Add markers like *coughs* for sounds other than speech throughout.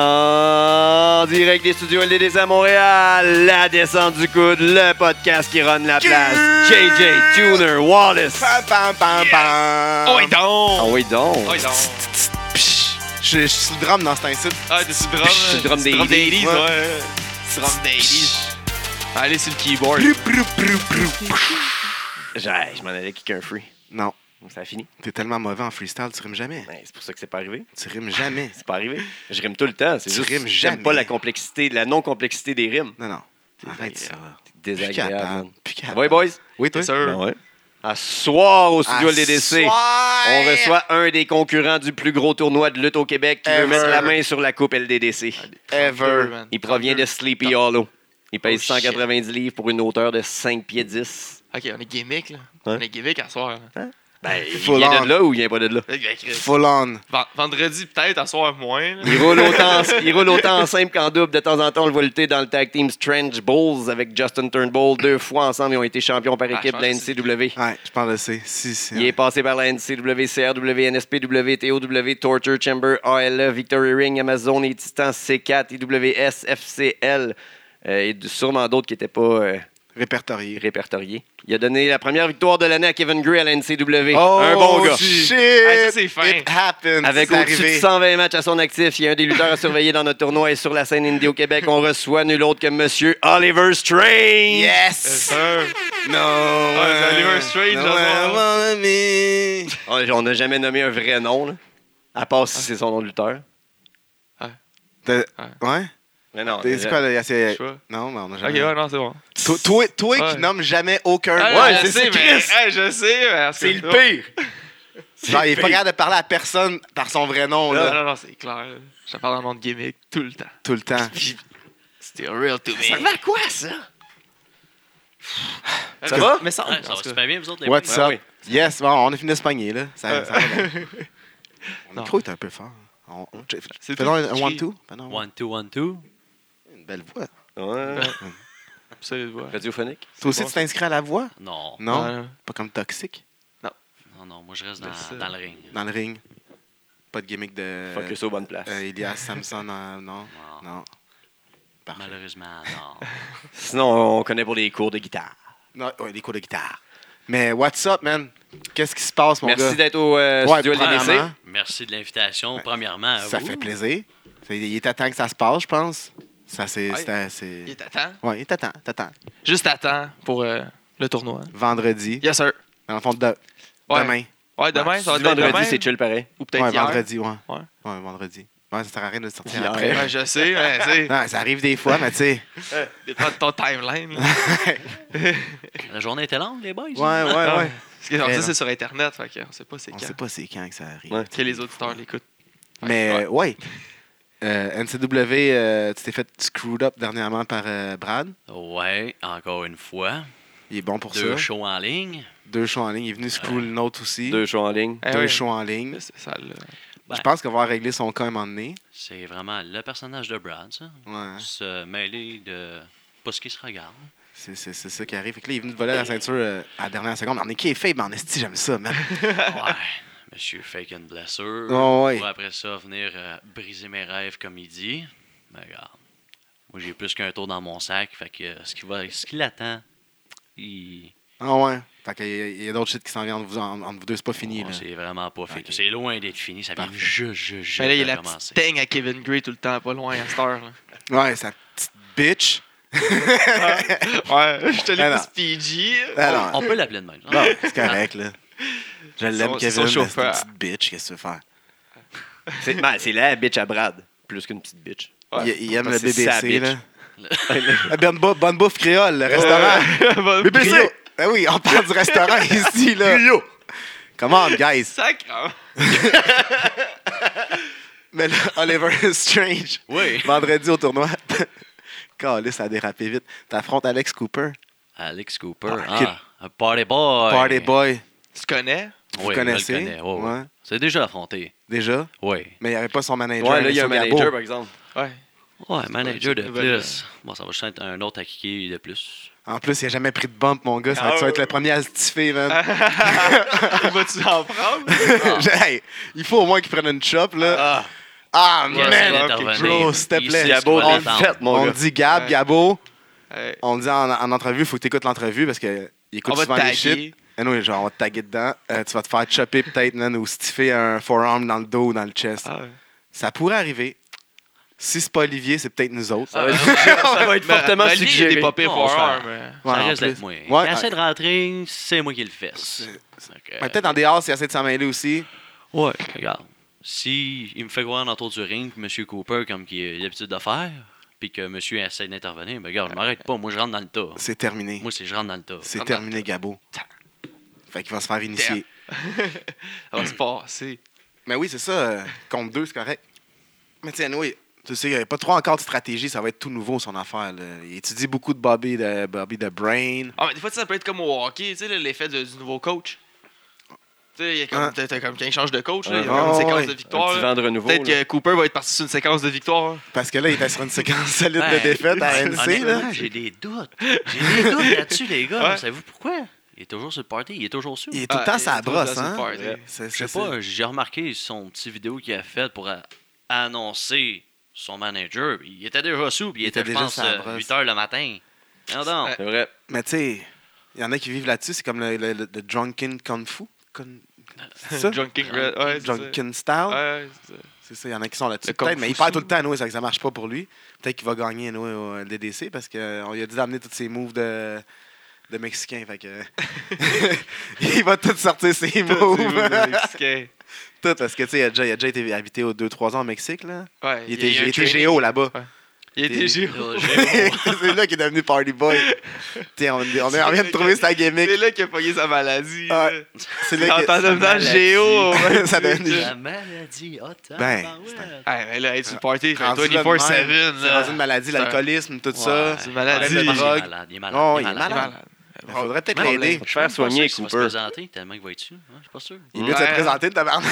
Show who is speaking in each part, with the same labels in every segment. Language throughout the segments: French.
Speaker 1: En direct des studios LDDC à Montréal, la descente du coude, le podcast qui run la place, JJ Tuner Wallace.
Speaker 2: Pam, pam, pam, pam.
Speaker 3: Oh, et donc!
Speaker 1: Ah oui donc.
Speaker 3: Oh, et donc!
Speaker 2: Psh, Je je suis sous le drame dans cet incite.
Speaker 3: Ah, des petits drums.
Speaker 1: C'est le drum
Speaker 3: des
Speaker 1: des
Speaker 3: 80s,
Speaker 2: ouais.
Speaker 3: ouais. Petit drum des 80s. Allez, c'est le keyboard.
Speaker 2: Plou, plou, plou, plou, plou.
Speaker 1: J'ai- Je m'en allais kicker un free.
Speaker 2: Non,
Speaker 1: Ça a fini.
Speaker 2: t'es tellement mauvais en freestyle, tu rimes jamais.
Speaker 1: Ouais, c'est pour ça que c'est pas arrivé.
Speaker 2: Tu rimes jamais.
Speaker 1: C'est pas arrivé. Je rime tout le temps. C'est
Speaker 2: Tu
Speaker 1: juste
Speaker 2: rimes
Speaker 1: que j'aime
Speaker 2: jamais.
Speaker 1: pas la complexité, la non-complexité des rimes.
Speaker 2: Non, non. Arrête ça. Plus
Speaker 1: Désagréable.
Speaker 2: capable. Plus
Speaker 1: Ça
Speaker 2: capable.
Speaker 1: va, les boys?
Speaker 2: Oui, toi?
Speaker 3: C'est sûr.
Speaker 1: Ben ouais. À soir au studio
Speaker 2: À
Speaker 1: LDDC.
Speaker 2: soir!
Speaker 1: On reçoit un des concurrents du plus gros tournoi de lutte au Québec qui veut
Speaker 2: Ever.
Speaker 1: mettre la main sur la coupe LDDC.
Speaker 3: Deux,
Speaker 2: Ever.
Speaker 3: man.
Speaker 1: Il provient de Sleepy Hollow. Il pèse
Speaker 3: Oh, shit.
Speaker 1: 190 livres pour une hauteur de 5 pieds 10.
Speaker 3: Ok, on est gimmick, là. On est gimmick à soir. là.
Speaker 1: Ben, il
Speaker 2: Full
Speaker 1: vient
Speaker 2: on.
Speaker 1: de là ou il vient pas de là?
Speaker 3: Là, ben, Chris,
Speaker 2: Full on.
Speaker 3: ven- Vendredi, peut-être, à soir, moins. là. Euh,
Speaker 1: Il roule autant, il roule autant en simple qu'en double. De temps en temps, on le voit lutter dans le tag team Strange Bulls avec Justin Turnbull. Deux fois ensemble, ils ont été champions par
Speaker 3: Ah,
Speaker 1: équipe
Speaker 3: je
Speaker 1: de la
Speaker 3: pense que
Speaker 1: NCW.
Speaker 2: Ouais, je parle de C. Si, si.
Speaker 1: Il est passé par la NCW, CRW, NSPW, TOW, Torture Chamber, ALE, Victory Ring, Amazon et Titan, C4, IWS, FCL euh, et d- sûrement d'autres qui n'étaient pas euh,
Speaker 2: hein. Répertorié.
Speaker 1: répertoriés. Il a donné la première victoire de l'année à Kevin Gray à la NCW.
Speaker 2: Oh,
Speaker 1: Un bon gars.
Speaker 2: Shit.
Speaker 3: Ah, ça, c'est fin.
Speaker 2: It happened.
Speaker 1: Avec
Speaker 2: C'est
Speaker 1: au-dessus de
Speaker 2: arrivé.
Speaker 1: 120 matchs à son actif, il y a un des lutteurs à surveiller dans notre tournoi et sur la scène indie au Québec, on reçoit nul autre que Monsieur Oliver Strange.
Speaker 2: Yes.
Speaker 3: Sûr.
Speaker 2: No.
Speaker 3: Ah, vous allez voir straight,
Speaker 2: no
Speaker 3: là,
Speaker 2: one
Speaker 3: soir.
Speaker 2: wanna me.
Speaker 1: On on n'a jamais nommé un vrai nom, là, à part si c'est son nom de lutteur.
Speaker 2: T'as- Ouais?
Speaker 1: Mais non.
Speaker 2: T'as dit quoi, là?
Speaker 3: Je
Speaker 2: C'est-
Speaker 3: sais pas.
Speaker 2: Non, mais on a
Speaker 3: Ok,
Speaker 2: jamais.
Speaker 3: ouais, non, c'est bon.
Speaker 2: Toi- Toi toi
Speaker 3: Ouais.
Speaker 2: qui nommes jamais aucun
Speaker 3: Ah,
Speaker 2: mot.
Speaker 1: ouais,
Speaker 3: je
Speaker 1: c'est- c'est
Speaker 3: sais, mais-
Speaker 1: Chris.
Speaker 3: ah, Je sais, mais. en tout
Speaker 1: c'est
Speaker 3: cas,
Speaker 1: le pire.
Speaker 2: Genre, il est pas capable de parler à personne par son vrai nom,
Speaker 3: Non,
Speaker 2: là.
Speaker 3: non, non, c'est clair. Je te parle dans le monde gimmick tout le temps.
Speaker 2: Tout le
Speaker 3: *laughs*
Speaker 2: temps.
Speaker 3: C'était real to me.
Speaker 1: à quoi, ça?
Speaker 3: Ah,
Speaker 1: Ça va?
Speaker 3: Mais ça,
Speaker 4: Ouais, ça va super bien, vous autres, les
Speaker 2: What's
Speaker 1: Ben
Speaker 2: up?
Speaker 1: oui.
Speaker 2: Yes, bon, on a fini de se pogner, là.
Speaker 3: Euh,
Speaker 2: Ça, ça va
Speaker 3: *laughs*
Speaker 2: bien. Mon
Speaker 3: Non.
Speaker 2: micro est un peu fort. On- on- j-
Speaker 3: C'est
Speaker 2: Faisons
Speaker 3: tout
Speaker 2: un
Speaker 3: petit.
Speaker 2: one-two. Faisons
Speaker 4: One, two, one, two.
Speaker 2: Une belle voix.
Speaker 1: Ouais.
Speaker 3: Absolument. ouais.
Speaker 1: Radiophonique.
Speaker 2: Toi aussi,
Speaker 3: bon,
Speaker 2: tu t'inscris à la voix?
Speaker 4: Non.
Speaker 2: Non?
Speaker 3: Ouais.
Speaker 2: Pas comme toxique?
Speaker 4: Non, non, moi je reste
Speaker 3: Mais ça-
Speaker 4: dans, dans le ring.
Speaker 2: Dans le ring? Pas de gimmick de...
Speaker 1: Focus aux bonnes places.
Speaker 2: euh, Elias Samson, euh, non?
Speaker 3: *laughs*
Speaker 4: Non,
Speaker 2: Non. Parfait.
Speaker 4: malheureusement,
Speaker 2: *laughs*
Speaker 4: non.
Speaker 1: Sinon, on connaît pour les cours de guitare.
Speaker 2: Non, ouais, les cours de guitare. Mais what's up, man? Qu'est-ce qui se passe, mon
Speaker 1: Merci
Speaker 2: gars?
Speaker 1: d'être au euh,
Speaker 2: Ouais,
Speaker 1: studio LDDC.
Speaker 2: premièrement,
Speaker 4: Merci de l'invitation, premièrement.
Speaker 3: Ah
Speaker 4: à
Speaker 2: Ça
Speaker 4: vous.
Speaker 2: fait plaisir. Ça- Il était temps que ça se passe, je pense. Ça, c'est...
Speaker 3: Ouais.
Speaker 2: c'était- c'est-
Speaker 3: Il est à temps.
Speaker 2: Ouais, il était temps, t'attends.
Speaker 3: Juste à temps pour euh, le tournoi.
Speaker 2: Vendredi.
Speaker 3: Yes, sir.
Speaker 2: Dans le fond, de...
Speaker 3: Ouais.
Speaker 2: demain.
Speaker 3: Ouais, demain,
Speaker 1: Tu
Speaker 3: ça va
Speaker 1: dis
Speaker 3: être
Speaker 1: vendredi,
Speaker 3: demain,
Speaker 1: c'est chill pareil.
Speaker 3: Ou peut-être
Speaker 2: Ouais,
Speaker 3: hier.
Speaker 2: vendredi, ouais.
Speaker 3: Ouais.
Speaker 2: Ouais, vendredi. Ouais, ça sert à rien de le sortir
Speaker 1: Hier.
Speaker 2: après.
Speaker 3: Ouais, je sais, mais tu
Speaker 2: *laughs*
Speaker 3: sais,
Speaker 2: Non, ça arrive des fois, mais tu sais.
Speaker 3: dépend de ton timeline. là.
Speaker 4: La journée était longue, les boys.
Speaker 2: Ouais, ouais, ouais.
Speaker 3: Parce que genre,
Speaker 2: Mais
Speaker 3: ça,
Speaker 2: non.
Speaker 3: c'est sur Internet, fait qu'on sait pas c'est
Speaker 2: On
Speaker 3: quand.
Speaker 2: sait pas c'est quand que ça arrive.
Speaker 1: Ouais.
Speaker 3: Que les auditeurs l'écoutent.
Speaker 2: Mais
Speaker 3: Ouais.
Speaker 2: euh, ouais. Euh, NCW, euh, tu t'es fait screwed up dernièrement par euh, Brad.
Speaker 4: Ouais, encore une fois.
Speaker 2: Il est bon pour
Speaker 4: Deux
Speaker 2: ça.
Speaker 4: shows en ligne.
Speaker 2: Deux shows en ligne. Il est venu screw le nôtre aussi. Deux,
Speaker 1: Deux shows en
Speaker 2: *laughs*
Speaker 1: ligne.
Speaker 3: Eh oui.
Speaker 2: shows en ligne.
Speaker 3: C'est ça, là.
Speaker 4: Ouais.
Speaker 2: Je pense qu'on va régler son cas à un moment donné.
Speaker 4: C'est vraiment le personnage de Brad, ça.
Speaker 2: Ouais.
Speaker 4: Se mêler de pas ce qui se regarde.
Speaker 2: C'est c'est- c'est ça qui arrive. Fait que là, il est venu te voler la ceinture euh, à la dernière seconde. On est qui est faible en esti, j'aime ça, *laughs* man.
Speaker 4: Ouais. Monsieur fake une blessure.
Speaker 3: Ah
Speaker 2: Ouais, ouais.
Speaker 4: Pour après ça, venir euh, briser mes rêves comme il dit. Mais regarde, moi j'ai plus qu'un tour dans mon sac. Fait que euh, ce qui va, ce qui l'attend, il.
Speaker 2: Ah ouais. Fait qu'il y a- il y a, d'autres shit qui s'en viennent entre vous, en- entre vous deux. C'est pas fini,
Speaker 4: Oh,
Speaker 2: là.
Speaker 4: c'est vraiment pas fini.
Speaker 2: Ok.
Speaker 4: C'est loin d'être fini. Ça vient
Speaker 2: Parfait.
Speaker 4: juste, juste, juste.
Speaker 3: Mais là, il y a
Speaker 4: de
Speaker 3: la petite
Speaker 4: commencer.
Speaker 3: teigne à Kevin Gray tout le temps, pas loin à cette heure.
Speaker 2: *laughs*
Speaker 3: Là.
Speaker 2: Ouais, sa petite bitch. *laughs*
Speaker 3: Ouais, je te
Speaker 2: Ah, non.
Speaker 3: l'ai dit PG.
Speaker 2: Ah, non.
Speaker 4: On, on peut l'appeler de même. Ah,
Speaker 2: Non, c'est correct, là. Je l'aime,
Speaker 3: Son-
Speaker 2: Kevin,
Speaker 3: son
Speaker 2: mais c'est une
Speaker 3: chauffeur.
Speaker 2: petite bitch, qu'est-ce que tu veux faire?
Speaker 1: C'est ben, c'est la bitch à Brad, plus qu'une petite bitch.
Speaker 2: il, il aime le
Speaker 1: parce que c'est sa
Speaker 2: BBC,
Speaker 1: bitch.
Speaker 2: là. *laughs* Ah, bonne, bouffe, bonne bouffe créole, le restaurant.
Speaker 3: *laughs* BBC!
Speaker 2: Rio. Ben oui, on parle du *laughs* restaurant ici, là. Come on, guys.
Speaker 3: Sacre!
Speaker 2: Mais là, Oliver Strange,
Speaker 4: Oui.
Speaker 2: *laughs* vendredi au tournoi. Calé, ça a dérapé vite. T'affrontes Alex Cooper,
Speaker 4: Alex Cooper.
Speaker 2: Ah,
Speaker 4: Ah,
Speaker 2: kid-
Speaker 4: un party boy.
Speaker 2: Party Boy,
Speaker 3: Tu connais?
Speaker 2: vous
Speaker 4: Oui,
Speaker 2: connaissez?
Speaker 4: Je le connais. ouais, ouais.
Speaker 2: Ouais.
Speaker 4: C'est déjà affronté.
Speaker 2: déjà.
Speaker 4: Oui.
Speaker 2: Mais il n'y avait pas son manager.
Speaker 1: Ouais, là, il y a un
Speaker 2: Alessio
Speaker 1: manager,
Speaker 2: Gabo.
Speaker 1: par exemple.
Speaker 3: Ouais.
Speaker 4: Ouais, manager de
Speaker 3: une nouvelle- euh.
Speaker 4: plus. Bon, ça va juste être un autre à kicker de plus.
Speaker 2: En plus, il n'a jamais pris de bump, mon gars. Ça va-
Speaker 3: Ah,
Speaker 2: tu vas être
Speaker 3: ouais. Ah.
Speaker 2: le premier à se tiffer,
Speaker 3: *laughs*
Speaker 2: man. *laughs*
Speaker 3: Vas-tu en prendre?
Speaker 2: Hey, il faut au moins qu'il prenne une chop, là. Ah,
Speaker 4: Yes, il est
Speaker 2: man!
Speaker 4: intervenu.
Speaker 2: bro, s'il te
Speaker 4: Il
Speaker 2: plaît.
Speaker 4: sait ce qu'il
Speaker 1: Gabo,
Speaker 4: va
Speaker 1: on le
Speaker 4: m'attendre.
Speaker 1: fait, mon
Speaker 2: On
Speaker 1: gars.
Speaker 2: dit Gab,
Speaker 3: Ouais.
Speaker 2: Gabo.
Speaker 3: Hey,
Speaker 2: On le dit en, en entrevue, faut que tu écoutes l'entrevue parce qu'il
Speaker 3: on
Speaker 2: écoute
Speaker 3: va te
Speaker 2: souvent les
Speaker 3: taguer.
Speaker 2: shit. Et nous, genre, on va te taguer dedans. Euh, tu vas te faire chopper peut-être, man, ou stiffer un forearm dans le dos ou dans le chest.
Speaker 3: Ah ouais.
Speaker 2: Ça pourrait arriver. Si c'est pas Olivier, c'est peut-être nous autres.
Speaker 1: Ça
Speaker 4: Ah,
Speaker 1: va être- ça
Speaker 3: *laughs*
Speaker 1: va être fortement
Speaker 3: Mais- mais lui, il est
Speaker 1: suggéré.
Speaker 3: pas pire
Speaker 4: Non,
Speaker 3: pour
Speaker 4: ça-
Speaker 3: Arm, euh.
Speaker 2: Ouais,
Speaker 4: ça
Speaker 2: en
Speaker 4: reste
Speaker 2: plus.
Speaker 4: d'être moi. Quand
Speaker 2: Ouais, ah,
Speaker 4: il essaie de rentrer, c'est moi qui le fesse. Donc, euh,
Speaker 2: Mais peut-être en dehors, s'il essaie de s'en mêler aussi.
Speaker 4: Ouais, regarde. Si il me fait croire dans le tour du ring que M. Cooper, comme qu'il a l'habitude de faire, puis que M. essaie d'intervenir, ben regarde, je m'arrête pas. Moi, je rentre dans le tas.
Speaker 2: C'est terminé.
Speaker 4: Moi, c'est je rentre dans le tas.
Speaker 2: C'est
Speaker 3: Comment-
Speaker 2: terminé, Gabo. Fait qu'il va se faire initier.
Speaker 3: *laughs* Ça va se passer.
Speaker 2: Mais oui, c'est ça. euh, Compte 2, c'est correct. Mais tiens, oui, tu sais, il n'y a pas trop encore de stratégie. Ça va être tout nouveau, son affaire. là. Il étudie beaucoup de Bobby de, Bobby de Brain.
Speaker 3: Ah, mais des fois, tu sais, ça peut être comme au hockey, tu sais, là, l'effet de- du nouveau coach. Tu sais, il y a comme,
Speaker 2: Hein?
Speaker 3: t'as- t'as comme quand il change de coach, là, il
Speaker 2: Ah,
Speaker 3: y a comme une
Speaker 2: ouais.
Speaker 3: séquence de
Speaker 1: Un
Speaker 3: victoire.
Speaker 1: petit
Speaker 3: là.
Speaker 1: vent de renouveau.
Speaker 3: Peut-être
Speaker 1: là.
Speaker 3: que Cooper va être parti sur une séquence de victoire.
Speaker 2: Parce que là, il était sur une séquence solide de
Speaker 4: Ben,
Speaker 2: défaite à NC.
Speaker 4: honnêtement,
Speaker 2: Là.
Speaker 4: J'ai des doutes. J'ai des doutes là-dessus, les gars.
Speaker 3: Ouais.
Speaker 4: Savez-vous pourquoi? Il est toujours sur le party. Il est toujours sûr.
Speaker 2: Il est tout le
Speaker 3: Ah,
Speaker 2: temps
Speaker 3: il
Speaker 2: sa
Speaker 3: est tout le temps
Speaker 2: brosse,
Speaker 3: sur le
Speaker 2: hein?
Speaker 3: party. *laughs*
Speaker 2: C'est-
Speaker 4: Je sais
Speaker 2: c'est-
Speaker 4: pas, j'ai remarqué son petit vidéo qu'il a fait pour a- annoncer son manager. Il était déjà sous, puis il, était,
Speaker 2: déjà
Speaker 4: je pense,
Speaker 2: sur la brosse.
Speaker 4: 8 h le matin. Non, non.
Speaker 1: *laughs*
Speaker 3: Ouais.
Speaker 1: C'est vrai.
Speaker 2: Mais tu sais, il y en a qui vivent là-dessus. C'est comme le, le, le- le drunken kung fu. Con- C'est ça?
Speaker 3: Junkin Red. Ouais, c'est ça.
Speaker 2: drunken style.
Speaker 3: Ouais,
Speaker 2: *laughs*
Speaker 3: c'est ça.
Speaker 2: C'est ça, il y en a qui sont là-dessus.
Speaker 3: Le Kung
Speaker 2: Peut-être,
Speaker 3: Fu
Speaker 2: mais il perd tout
Speaker 3: Sou.
Speaker 2: le temps à Noé, ça fait que ça marche pas pour lui. Peut-être qu'il va gagner Noé au euh, LDDC parce qu'on lui a dit d'amener tous ses moves de, de Mexicain. Fait
Speaker 3: *laughs*
Speaker 2: que... *laughs* il va tout sortir ses
Speaker 3: Tout,
Speaker 2: moves.
Speaker 3: c'est
Speaker 2: *laughs*
Speaker 3: vous, le Mexicain.
Speaker 2: tout, parce que tu sais, il a déjà, il a déjà été habité aux 2-3 ans au Mexique. Là.
Speaker 3: Ouais,
Speaker 2: Il était, il
Speaker 3: y a un
Speaker 2: était
Speaker 3: training.
Speaker 2: géo là-bas.
Speaker 3: Il était
Speaker 2: Il-
Speaker 3: géo.
Speaker 2: *laughs* c'est là qu'il est devenu Party
Speaker 3: *laughs*
Speaker 2: Boy. T'sais, on, on, on vient de trouver sa gimmick.
Speaker 3: C'est là qu'il a pogné sa maladie.
Speaker 2: Ah,
Speaker 3: là.
Speaker 2: C'est
Speaker 3: En
Speaker 2: là
Speaker 3: tant
Speaker 2: que...
Speaker 3: devenant
Speaker 4: maladie.
Speaker 3: géo.
Speaker 2: *laughs* Ça
Speaker 3: *laughs* ouais,
Speaker 2: donne-
Speaker 3: tu sais.
Speaker 4: La maladie, oh,
Speaker 2: Ben,
Speaker 4: tabarouette.
Speaker 3: Ah, mais là, être sur le party, fait
Speaker 2: rendu là de
Speaker 3: 24-7.
Speaker 2: même, c'est
Speaker 3: là.
Speaker 2: rendu une maladie,
Speaker 3: C'est un-
Speaker 2: l'alcoolisme, tout
Speaker 1: Ah,
Speaker 4: Ouais.
Speaker 2: ça.
Speaker 3: c'est une maladie.
Speaker 2: La
Speaker 4: Il est
Speaker 2: drogue.
Speaker 4: malade, il est malade.
Speaker 2: Oh,
Speaker 4: il est malade.
Speaker 2: Il faudrait peut-être
Speaker 4: Même
Speaker 2: l'aider.
Speaker 1: Faire
Speaker 4: problème. Je suis même pas
Speaker 1: soigner
Speaker 4: sûr qu'il va se
Speaker 1: Cooper.
Speaker 4: présenter tellement qu'il va être dessus. Hein, Je suis pas sûr.
Speaker 2: Il est mieux de se
Speaker 3: Ouais.
Speaker 2: présenter de *laughs* tabarnak.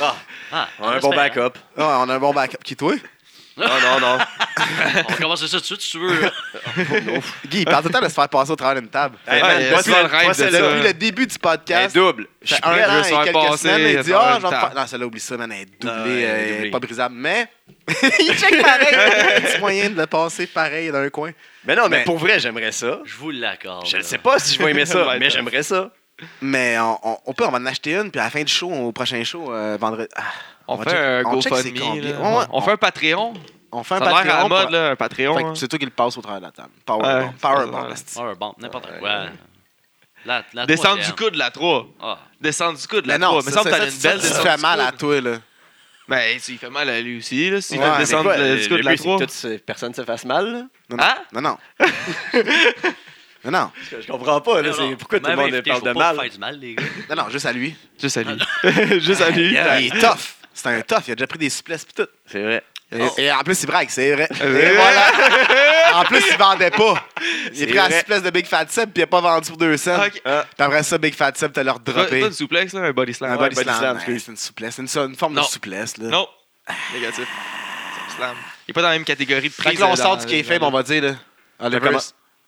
Speaker 1: Ah,
Speaker 4: Ah,
Speaker 1: on a un bon
Speaker 4: espérant.
Speaker 1: backup.
Speaker 2: Ouais, on a un bon backup. Qui toi?
Speaker 1: Non, non, non.
Speaker 4: On va commencer ça tout de suite si tu veux.
Speaker 2: Guy, il parle tout le temps de se faire passer au travers d'une table.
Speaker 1: Hey,
Speaker 3: Ouais,
Speaker 1: man,
Speaker 3: il y a
Speaker 1: moi,
Speaker 3: souvent
Speaker 1: c'est-
Speaker 3: le rêve
Speaker 1: moi,
Speaker 3: de
Speaker 1: c'est
Speaker 3: ça.
Speaker 1: le-
Speaker 2: Depuis le début du
Speaker 1: Hey,
Speaker 2: podcast,
Speaker 1: double.
Speaker 2: je suis
Speaker 3: prêt
Speaker 2: un
Speaker 3: de
Speaker 2: an
Speaker 3: se faire
Speaker 2: et quelques
Speaker 3: passer
Speaker 2: semaines, il
Speaker 3: à
Speaker 2: dit «
Speaker 3: travers
Speaker 2: Ah,
Speaker 3: une
Speaker 2: j'en
Speaker 3: table.
Speaker 2: parle. Non, celle-là, oublie ça, man, elle est doublée,
Speaker 1: Non, elle est
Speaker 2: euh, elle est
Speaker 1: doublée.
Speaker 2: pas brisable.
Speaker 3: *laughs*
Speaker 2: Mais il check pareil, il y *laughs* a un petit moyen de le passer pareil dans un coin.
Speaker 1: Mais non, mais
Speaker 2: Mais-
Speaker 1: pour vrai, j'aimerais ça.
Speaker 4: Je vous l'accorde.
Speaker 1: Je ne sais pas si je vais aimer ça,
Speaker 3: Ouais,
Speaker 1: mais
Speaker 3: t'as-
Speaker 1: j'aimerais ça.
Speaker 2: Mais on, on- on peut, on va en acheter une, puis à la fin du show, au prochain show, euh, vendredi. ah,
Speaker 3: On
Speaker 2: va
Speaker 3: fait
Speaker 2: check-
Speaker 3: un
Speaker 2: on check c'est
Speaker 3: GoFundMe.
Speaker 2: combien.
Speaker 3: là.
Speaker 2: Ouais, ouais,
Speaker 3: On fait un Patreon.
Speaker 2: on fait un
Speaker 3: Ça a l'air à la
Speaker 2: Patreon.
Speaker 3: mode,
Speaker 2: pour-
Speaker 3: là, un
Speaker 2: Fait
Speaker 3: Patreon.
Speaker 2: que
Speaker 3: hein.
Speaker 2: C'est toi qui le passes au travers de la table. Powerball.
Speaker 3: Ouais.
Speaker 2: Powerball.
Speaker 3: Ouais.
Speaker 2: asti.
Speaker 4: Powerball, Ah, n'importe quoi. La, la
Speaker 3: Descendre du
Speaker 4: troisième.
Speaker 3: coude, la 3.
Speaker 4: Ah,
Speaker 3: Descendre du coude,
Speaker 2: Mais
Speaker 3: la 3.
Speaker 2: non,
Speaker 3: Mais
Speaker 2: ça,
Speaker 3: ça,
Speaker 2: ça,
Speaker 3: t'as
Speaker 2: ça,
Speaker 3: une belle
Speaker 2: ça,
Speaker 3: descente.
Speaker 2: fait
Speaker 3: du
Speaker 2: mal à
Speaker 3: coude.
Speaker 2: toi, là.
Speaker 3: Ben, il fait mal à lui aussi, là. S'il
Speaker 2: Ouais,
Speaker 3: fait
Speaker 2: c'est
Speaker 3: descendre
Speaker 1: quoi,
Speaker 3: le-
Speaker 1: le-
Speaker 3: du coude,
Speaker 1: le
Speaker 3: la
Speaker 1: but, c'est
Speaker 3: 3.
Speaker 1: que toute ce- personne se fasse mal. là?
Speaker 2: Non, non.
Speaker 3: Hein?
Speaker 2: Non, *laughs* non. non, non.
Speaker 1: Je comprends pas. Là,
Speaker 4: non,
Speaker 1: c'est-
Speaker 4: non.
Speaker 1: pourquoi tout le
Speaker 4: Même
Speaker 1: monde
Speaker 4: invité,
Speaker 1: parle
Speaker 4: je vais
Speaker 1: de
Speaker 4: pas
Speaker 1: mal?
Speaker 4: vous faire du mal, les gars.
Speaker 2: Non, non, juste à lui.
Speaker 3: Juste à lui. Juste à lui.
Speaker 2: Il est tough. C'est un tough. Il a déjà pris des souplesses pis tout.
Speaker 1: C'est vrai.
Speaker 2: Et,
Speaker 4: Oh.
Speaker 2: et en plus, il braque, c'est vrai.
Speaker 3: vrai.
Speaker 2: Et voilà. en plus, il vendait pas. Il
Speaker 1: C'est
Speaker 2: est pris à la
Speaker 1: vrai.
Speaker 2: souplesse de Big Fat Seb puis il a pas vendu pour 200.
Speaker 3: Ah, ok.
Speaker 2: Puis après ça, Big Fat Seb, t'as leur
Speaker 3: Pas
Speaker 2: droppé.
Speaker 3: pas une souplex, là, un body slam.
Speaker 2: Un
Speaker 1: Ouais,
Speaker 2: body
Speaker 1: body
Speaker 2: slam,
Speaker 1: slam,
Speaker 2: ouais,
Speaker 1: excuse.
Speaker 2: c'est une souplesse. C'est une, so- une forme
Speaker 3: Non.
Speaker 2: de souplesse. Là.
Speaker 3: Non. Négatif. Slam. Il est pas dans la même catégorie de prise.
Speaker 2: Fait que là, on
Speaker 3: euh,
Speaker 2: sort
Speaker 3: dans-
Speaker 2: du K-Fame, on va dire. Là. Oliver,
Speaker 1: comment-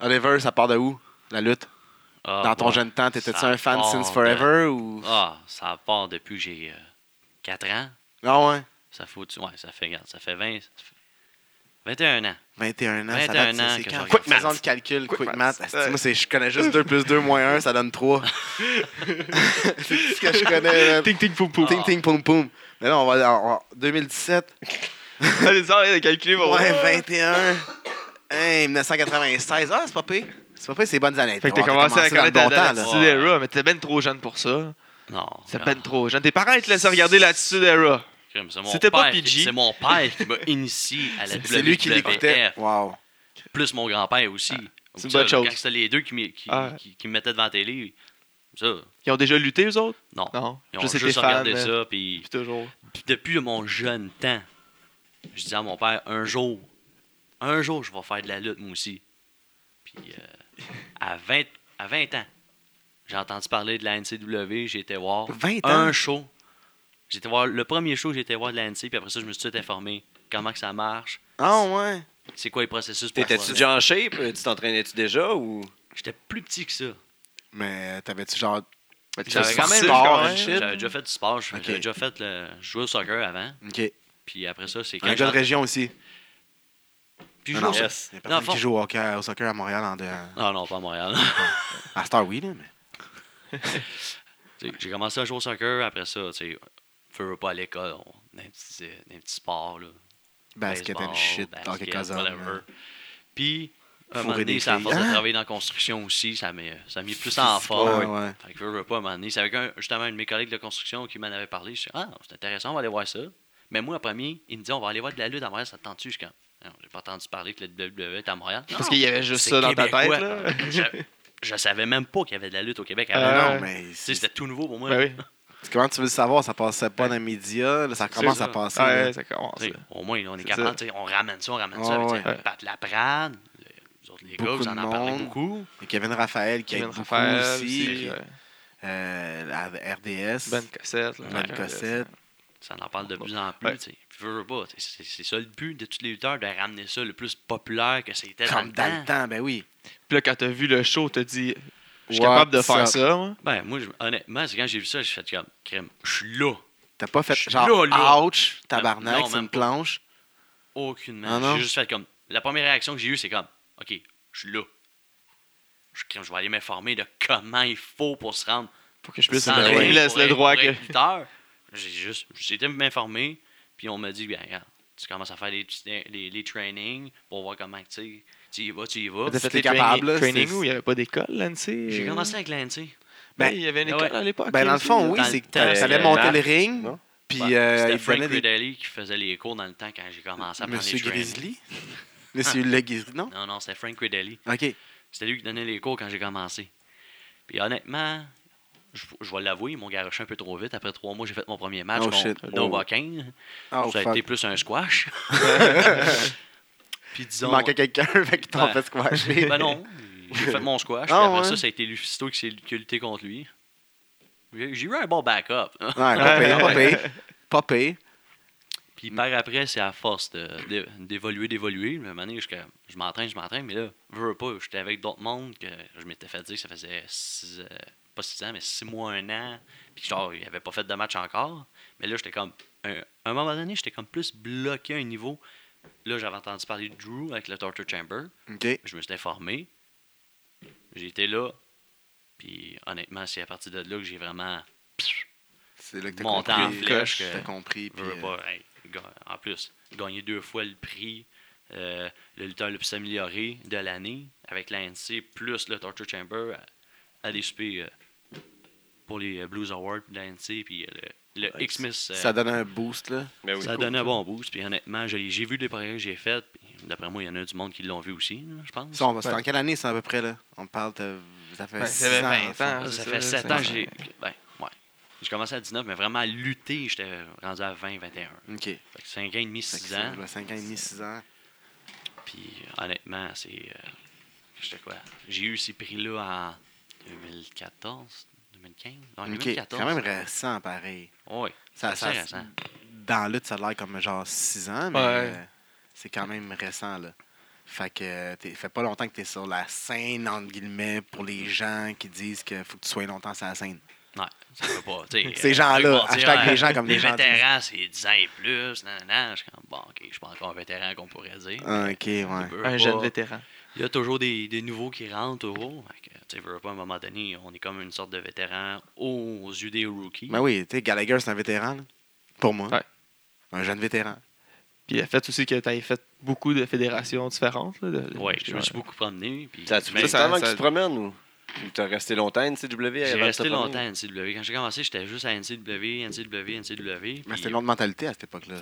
Speaker 2: Oliver, ça part de où La lutte.
Speaker 4: Ah,
Speaker 2: Dans ton
Speaker 4: ouais.
Speaker 2: jeune temps, t'étais-tu
Speaker 4: Ça
Speaker 2: un fan de
Speaker 4: part
Speaker 2: Since
Speaker 4: de-
Speaker 2: Forever ou.
Speaker 4: Ah, ça part depuis que j'ai 4 ans.
Speaker 2: Non, ouais.
Speaker 4: Ça fait, au-dessus- ouais, ça fait, regarde, ça fait 20, ça fait 21 ans.
Speaker 2: 21 ans, ça
Speaker 4: 21
Speaker 2: date, ça,
Speaker 4: ans
Speaker 2: c'est quand?
Speaker 4: que je regarde
Speaker 2: Quick
Speaker 4: ça.
Speaker 2: maison de calcul, quick,
Speaker 3: Quick
Speaker 2: math.
Speaker 3: math.
Speaker 2: Asti, Moi, c'est- je connais juste 2 plus 2 moins 1, ça donne 3. c'est tout ce que je connais. man.
Speaker 3: Ting, ting, poum, poum.
Speaker 2: Ting, ting, poum, poum. Mais là, on va. on va- 2017,
Speaker 3: Ah, les gens, ils ont calculé, bon.
Speaker 2: moins 21. Hein, 1996. Ah, c'est pas pire. C'est pas pire, c'est les bonnes années.
Speaker 3: Fait que t'as
Speaker 2: On va
Speaker 3: commencé à
Speaker 2: commencer dans le
Speaker 3: connaître la-
Speaker 2: bon temps,
Speaker 3: la-
Speaker 2: là.
Speaker 4: là.
Speaker 3: l'attitude era, mais t'es ben trop jeune pour ça.
Speaker 4: Non.
Speaker 3: T'es
Speaker 4: regarde,
Speaker 3: ben trop jeune. Tes parents, ils te laissaient regarder l'attitude era.
Speaker 4: crime, c'est mon
Speaker 3: C'était pas
Speaker 4: père qui-
Speaker 3: PG.
Speaker 4: C'est mon père
Speaker 2: *laughs*
Speaker 4: qui m'a initié à la
Speaker 2: C'est- C'est lui qui l'écoutait. Ah,
Speaker 4: WWF,
Speaker 2: Wow.
Speaker 4: Plus mon grand-père aussi.
Speaker 3: c'est une
Speaker 4: Ça,
Speaker 3: bonne chose.
Speaker 4: Quand c'était les deux qui, m'y- qui,
Speaker 3: Ah.
Speaker 4: qui- qui me mettaient devant la télé, ça,
Speaker 3: Ils ont déjà lutté, eux autres?
Speaker 4: non.
Speaker 3: Non.
Speaker 4: Ils ont
Speaker 3: Juste
Speaker 4: juste,
Speaker 3: été fan.
Speaker 4: regardé
Speaker 3: euh,
Speaker 4: ça, puis
Speaker 3: Puis toujours.
Speaker 4: Puis depuis mon jeune temps, je disais à mon père, un jour, un jour, je vais faire de la lutte, moi aussi. Puis
Speaker 2: *laughs*
Speaker 4: euh, à, 20, à 20 ans, j'ai entendu parler de la NCW, j'ai été voir
Speaker 2: 20 ans?
Speaker 4: un show. J'ai été voir le premier show, j'ai été voir de la NC, puis après ça, je me suis tout informé comment que ça marche,
Speaker 2: Ah, ouais.
Speaker 4: c'est quoi les processus pour
Speaker 1: T'étais-tu
Speaker 4: faire ça.
Speaker 1: déjà en shape? Tu t'entraînais-tu déjà? ou
Speaker 4: J'étais plus petit que ça.
Speaker 2: Mais t'avais-tu genre
Speaker 3: Mais tu
Speaker 2: J'avais
Speaker 3: savais
Speaker 2: quand
Speaker 3: quand
Speaker 2: même
Speaker 3: même
Speaker 2: sport, hein, shit.
Speaker 4: J'avais déjà fait du sport, j'avais
Speaker 2: Ok.
Speaker 4: déjà fait le je jouais au soccer avant,
Speaker 2: OK.
Speaker 4: puis après ça c'est quand
Speaker 2: Un gars de
Speaker 4: j'ai-
Speaker 2: région aussi.
Speaker 4: puis je
Speaker 2: Non, non,
Speaker 4: joue au
Speaker 2: il y a
Speaker 4: so-
Speaker 1: Yes.
Speaker 4: Dans le
Speaker 2: personne
Speaker 4: fond-
Speaker 2: qui joue au, hockey- au soccer à Montréal en deux.
Speaker 4: Non, non, pas à Montréal.
Speaker 2: À Star oui, là, mais.
Speaker 4: Tu sais, j'ai commencé à jouer au soccer, après ça, tu sais, je veux pas à l'école, on a un petit, euh, un petit sport, là.
Speaker 2: Basket and
Speaker 4: Baseball,
Speaker 2: shit,
Speaker 4: basket,
Speaker 2: hockey cousin.
Speaker 4: whatever. Puis, à un
Speaker 2: Fourrer
Speaker 4: moment donné,
Speaker 2: des
Speaker 4: ça, à force
Speaker 2: filles.
Speaker 4: de
Speaker 2: Ah!
Speaker 4: travailler dans la construction aussi, ça m'a ça m'a mis plus en
Speaker 2: Ah,
Speaker 4: forme.
Speaker 2: ouais.
Speaker 4: Fait que je veux pas, à un moment donné, c'est avec un- justement un de mes collègues de construction qui m'en avait parlé. Je dis, ah, c'est intéressant, on va aller voir ça. Mais moi, en premier, il me dit, on va aller voir de la lutte à Montréal, ça te tente-tu? Je suis comme, Non, j'ai pas entendu parler que le WWE est à Montréal.
Speaker 3: Parce
Speaker 4: Non,
Speaker 3: qu'il y avait juste
Speaker 4: c'est
Speaker 3: ça dans ta tête,
Speaker 4: québécois.
Speaker 3: là.
Speaker 4: *laughs* je, je savais même pas qu'il y avait de la lutte au Québec avant.
Speaker 3: Euh,
Speaker 2: Mais
Speaker 3: Ouais.
Speaker 2: non, mais.
Speaker 4: Tu sais,
Speaker 2: c'est-
Speaker 4: c'était tout nouveau pour moi.
Speaker 3: Ben oui.
Speaker 2: Comment tu veux le savoir? Ça passait pas dans les médias. là, ça commence
Speaker 4: ça.
Speaker 2: à passer.
Speaker 3: Ah,
Speaker 2: là.
Speaker 3: ouais, ça commence.
Speaker 4: T'sais, au moins, on est
Speaker 3: C'est
Speaker 4: capable.
Speaker 3: ça.
Speaker 4: t'sais, On ramène ça, on ramène
Speaker 2: Ah
Speaker 4: ça. avec,
Speaker 2: ouais.
Speaker 4: t'sais, Pat Laprade, le- vous autres, les gars,
Speaker 2: Beaucoup
Speaker 4: vous en,
Speaker 2: de
Speaker 4: en parlez
Speaker 2: monde.
Speaker 4: beaucoup.
Speaker 2: Et Kevin Raphaël qui aide
Speaker 3: Kevin
Speaker 2: beaucoup
Speaker 3: Raphaël
Speaker 2: aussi.
Speaker 3: aussi, ouais.
Speaker 2: Euh, la RDS.
Speaker 3: Ben Cossette. là.
Speaker 2: Ben Cossette.
Speaker 4: Ça en parle de plus en plus.
Speaker 3: Ouais.
Speaker 4: t'sais. Puis, veux, veux pas, t'sais, c'est c'est ça le but de tous les lutteurs, de ramener ça le plus populaire que c'était dans
Speaker 2: Comme
Speaker 4: le
Speaker 2: dans
Speaker 4: temps.
Speaker 2: le temps, ben oui.
Speaker 3: Puis là, quand t'as vu le show, t'as dit Je suis
Speaker 2: What
Speaker 3: capable de faire
Speaker 2: up?
Speaker 3: ça, moi.
Speaker 4: Ben, moi, je- honnêtement, c'est quand j'ai vu ça, j'ai fait comme crème. Je suis là.
Speaker 2: T'as pas fait
Speaker 4: J'suis
Speaker 2: genre
Speaker 4: là, là.
Speaker 2: ouch, tabarnak,
Speaker 4: Non,
Speaker 2: c'est une
Speaker 4: même pas.
Speaker 2: planche. Ah
Speaker 4: Aucunement.
Speaker 2: non?
Speaker 4: j'ai juste fait comme. La première réaction que j'ai eue, c'est comme OK, je suis là. Je crème, je vais aller m'informer de comment il faut pour se rendre
Speaker 3: Faut que je puisse
Speaker 4: Sans
Speaker 2: Ben
Speaker 3: me
Speaker 2: oui.
Speaker 4: rien
Speaker 3: Il laisse
Speaker 4: pour
Speaker 3: le
Speaker 4: être-
Speaker 3: droit
Speaker 4: pour
Speaker 3: que.
Speaker 4: être lutteur. J'ai juste, j'étais m'informer, puis on m'a dit, bien, regarde, tu commences à faire les, les, les trainings pour voir comment, tu sais, tu y vas, tu y vas.
Speaker 2: T'as fait
Speaker 3: les
Speaker 2: les capables, là,
Speaker 3: training
Speaker 2: c'est-
Speaker 3: où il n'y avait pas d'école, l'ANSI.
Speaker 4: J'ai commencé avec l'ANT.
Speaker 2: Ben,
Speaker 3: Ben, il y avait une
Speaker 4: ah
Speaker 3: école
Speaker 4: ouais.
Speaker 3: à l'époque.
Speaker 2: ben dans le
Speaker 3: aussi,
Speaker 2: fond,
Speaker 3: là.
Speaker 2: oui,
Speaker 4: Dans
Speaker 2: c'est
Speaker 4: le
Speaker 2: que
Speaker 4: temps,
Speaker 2: t'allais
Speaker 4: c'était
Speaker 2: monter
Speaker 1: Matt.
Speaker 2: le ring,
Speaker 1: Non?
Speaker 2: puis
Speaker 4: Ouais,
Speaker 2: euh,
Speaker 4: C'était
Speaker 2: il
Speaker 4: Frank
Speaker 2: prenait des...
Speaker 4: Ridelli qui faisait les cours dans le temps quand j'ai commencé à prendre
Speaker 2: Monsieur
Speaker 4: les trainings.
Speaker 2: Grizzly? *laughs* Monsieur Le Grizzly, non?
Speaker 4: Non, non, c'était Frank Ridelli.
Speaker 2: OK. Ah,
Speaker 4: C'était lui qui donnait les cours quand j'ai commencé. Puis honnêtement, je, je vais l'avouer, ils m'ont garoché un peu trop vite. Après trois mois, j'ai fait mon premier match.
Speaker 2: Oh,
Speaker 4: mon
Speaker 2: shit.
Speaker 4: Novocaine.
Speaker 2: Oh,
Speaker 4: ça a
Speaker 2: fuck.
Speaker 4: été plus
Speaker 2: *laughs*
Speaker 4: un squash. *laughs* Puis
Speaker 2: Il
Speaker 4: disons.
Speaker 2: manquait quelqu'un, *laughs* fait qu'il t'en
Speaker 4: Ouais.
Speaker 2: fait squasher.
Speaker 4: *laughs* Ben non, j'ai
Speaker 2: *laughs*
Speaker 4: fait mon squash.
Speaker 2: Ah,
Speaker 4: puis après
Speaker 2: ouais.
Speaker 4: ça, ça a été Lufisto qui s'est qui a lutté contre lui. J'ai j'ai eu un bon backup. hein.
Speaker 2: Ouais, pas pire, pas pire. Pas pire.
Speaker 4: Puis par après, c'est à force de- de- d'évoluer, d'évoluer. À un moment donné, jusqu'à- je m'entraîne, je m'entraîne, mais là, je veux pas. J'étais avec d'autres mondes que je m'étais fait dire que ça faisait six, euh, pas six ans, mais six mois, un an. Puis genre, il avait pas fait de match encore. Mais là, j'étais comme. un- À un moment donné, j'étais comme plus bloqué à un niveau. Là, j'avais entendu parler de Drew avec le Torture Chamber.
Speaker 2: OK.
Speaker 4: Je me suis informé. J'ai été là. Puis honnêtement, c'est à partir de là que j'ai vraiment.
Speaker 2: C'est là que t'as
Speaker 4: Monté
Speaker 2: compris.
Speaker 4: en flèche,
Speaker 2: T'as
Speaker 4: que-
Speaker 2: compris. puis,
Speaker 4: veux
Speaker 2: euh,
Speaker 4: pas, hey, ga- en plus, gagner deux fois le prix, euh, le lutteur le plus amélioré de l'année avec l'ANC, plus le Torture Chamber, à- aller souper euh, pour les euh, Blues Awards de l'ANC, puis euh, le, le Xmas. euh,
Speaker 2: Ça donne un boost, là.
Speaker 1: Ben oui.
Speaker 4: ça donne un bon boost, puis honnêtement, j'ai j'ai vu des progrès que j'ai faits, puis d'après moi, il y en a du monde qui l'ont vu aussi, là, je pense.
Speaker 2: Ça, on va- C'était en quelle année, ça, à peu près, là? On parle de... Ça fait
Speaker 3: Ouais,
Speaker 2: six
Speaker 3: ça fait
Speaker 2: ans,
Speaker 3: 20
Speaker 2: en Ah, fait.
Speaker 3: ans.
Speaker 4: Ça,
Speaker 3: c'est
Speaker 4: fait
Speaker 3: ça,
Speaker 4: 7 ans que
Speaker 3: c'est-
Speaker 4: j'ai. Ben, ouais. J'ai commencé à 19, mais vraiment à lutter, j'étais rendu à 20, 21.
Speaker 2: OK.
Speaker 4: Fait que 5 ans et demi, 6 ans.
Speaker 2: 5 ans et demi, 6 ans.
Speaker 4: Puis honnêtement, c'est. euh, j'étais quoi? J'ai eu ces prix-là en 2014, 2015? Non, en
Speaker 2: OK. C'est
Speaker 4: 2014.
Speaker 2: quand même récent, pareil.
Speaker 4: Oui,
Speaker 2: Ça,
Speaker 4: ça,
Speaker 2: ça-
Speaker 4: récent.
Speaker 2: Dans la lutte, ça a l'air comme genre 6 ans, mais
Speaker 3: Ouais.
Speaker 2: euh, c'est quand même récent, là. Fait que euh, t'es- fait pas longtemps que t'es sur la scène, entre guillemets, pour
Speaker 4: Mm.
Speaker 2: les gens qui disent qu'il faut que tu sois longtemps sur la scène.
Speaker 4: Ouais, ça peut pas. t'sais,
Speaker 2: *laughs* Ces
Speaker 4: euh,
Speaker 2: gens-là,
Speaker 4: ils vont dire,
Speaker 2: hashtag
Speaker 4: ouais,
Speaker 2: les gens comme les gens
Speaker 4: vétérans, c'est 10 ans et plus. Nan, nan, nan. Je suis comme, bon, OK, je suis pas encore un vétéran qu'on pourrait dire.
Speaker 2: Ah, OK, ouais.
Speaker 4: Veux
Speaker 3: Un
Speaker 4: pas.
Speaker 3: jeune vétéran.
Speaker 4: Il y a toujours des, des nouveaux qui rentrent, toujours. Fait que, Tu sais, veux pas, à un moment donné, on est comme une sorte de vétéran aux yeux des rookies.
Speaker 2: Ben oui, tu sais, Gallagher, c'est un vétéran, là. Pour moi.
Speaker 3: Ouais.
Speaker 2: Un jeune vétéran.
Speaker 3: Puis le fait aussi que t'avais fait beaucoup de fédérations différentes. Là, de- de-
Speaker 4: Ouais, je me suis beaucoup promené. puis-
Speaker 1: Ça a-tu
Speaker 4: mais-
Speaker 1: pris du temps
Speaker 3: ça-
Speaker 1: avant que
Speaker 3: ça-
Speaker 1: tu te promènes ou ou t'as resté longtemps à NCW? avant
Speaker 4: J'ai
Speaker 1: de te
Speaker 4: resté
Speaker 1: promener?
Speaker 4: longtemps à NCW. Quand j'ai commencé, j'étais juste à NCW, NCW, NCW.
Speaker 2: Mais
Speaker 4: puis
Speaker 2: c'était une autre mentalité à cette époque-là.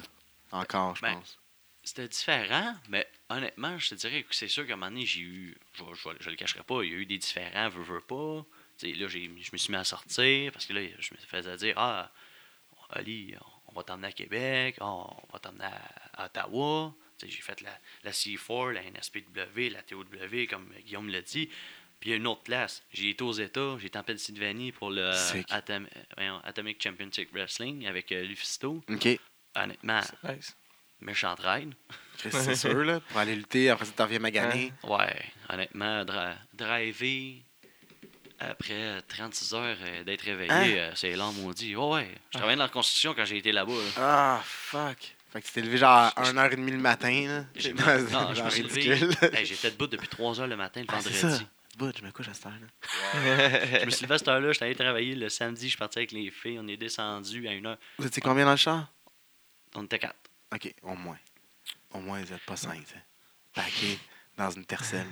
Speaker 2: Encore, je
Speaker 4: Ben,
Speaker 2: pense.
Speaker 4: C'était différent, mais honnêtement, je te dirais que c'est sûr qu'à un moment donné, j'ai eu. Je, vais- je vais- je le cacherai pas, il y a eu des différents, veux, veux pas. Tu sais, là, j'ai- je me suis mis à sortir parce que là, je me faisais dire Ah, Ali, on va t'emmener à Québec, ah, on va t'emmener à, à Ottawa. Tu sais, j'ai fait la, la C4, la NSPW, la TOW, comme Guillaume l'a dit. Puis il y a une autre place. J'ai été aux États, j'ai été en Pennsylvanie pour le
Speaker 2: Sick.
Speaker 4: Atom- euh, voyons, Atomic Championship Wrestling avec euh, Lufisto.
Speaker 2: OK.
Speaker 4: Honnêtement,
Speaker 3: Ah, Nice.
Speaker 4: méchant ride.
Speaker 2: C'est
Speaker 4: *laughs*
Speaker 2: sûr, là. Pour aller lutter, après ça, t'en reviens magané.
Speaker 4: Ouais, honnêtement, dra- driver, après 36 heures euh, d'être réveillé,
Speaker 2: Hein?
Speaker 4: euh, c'est lent, maudit. Ouais, ouais. Je travaillais dans la construction quand j'ai été
Speaker 2: *laughs*
Speaker 4: là-bas. là.
Speaker 2: Ah, fuck. Fait que tu t'es levé genre à 1h30 le matin, là. *laughs* C'est
Speaker 4: J'ai- non, je me
Speaker 2: genre
Speaker 4: suis levé.
Speaker 2: ridicule.
Speaker 4: Hey, J'étais debout depuis 3 heures le matin, le
Speaker 2: Ah, c'est ça.
Speaker 4: vendredi.
Speaker 2: *laughs* Bud, je me couche à cette heure, là.
Speaker 4: *laughs* je me suis levé à cette heure-là, j'étais allé travailler le samedi, je suis parti avec les filles, on est descendu à 1 heure.
Speaker 2: Vous étiez combien dans le char?
Speaker 4: On
Speaker 2: *laughs*
Speaker 4: était quatre.
Speaker 2: OK, au moins. Au moins, vous êtes pas cinq, tu sais. Paqué dans une
Speaker 4: *laughs*
Speaker 2: tercelle.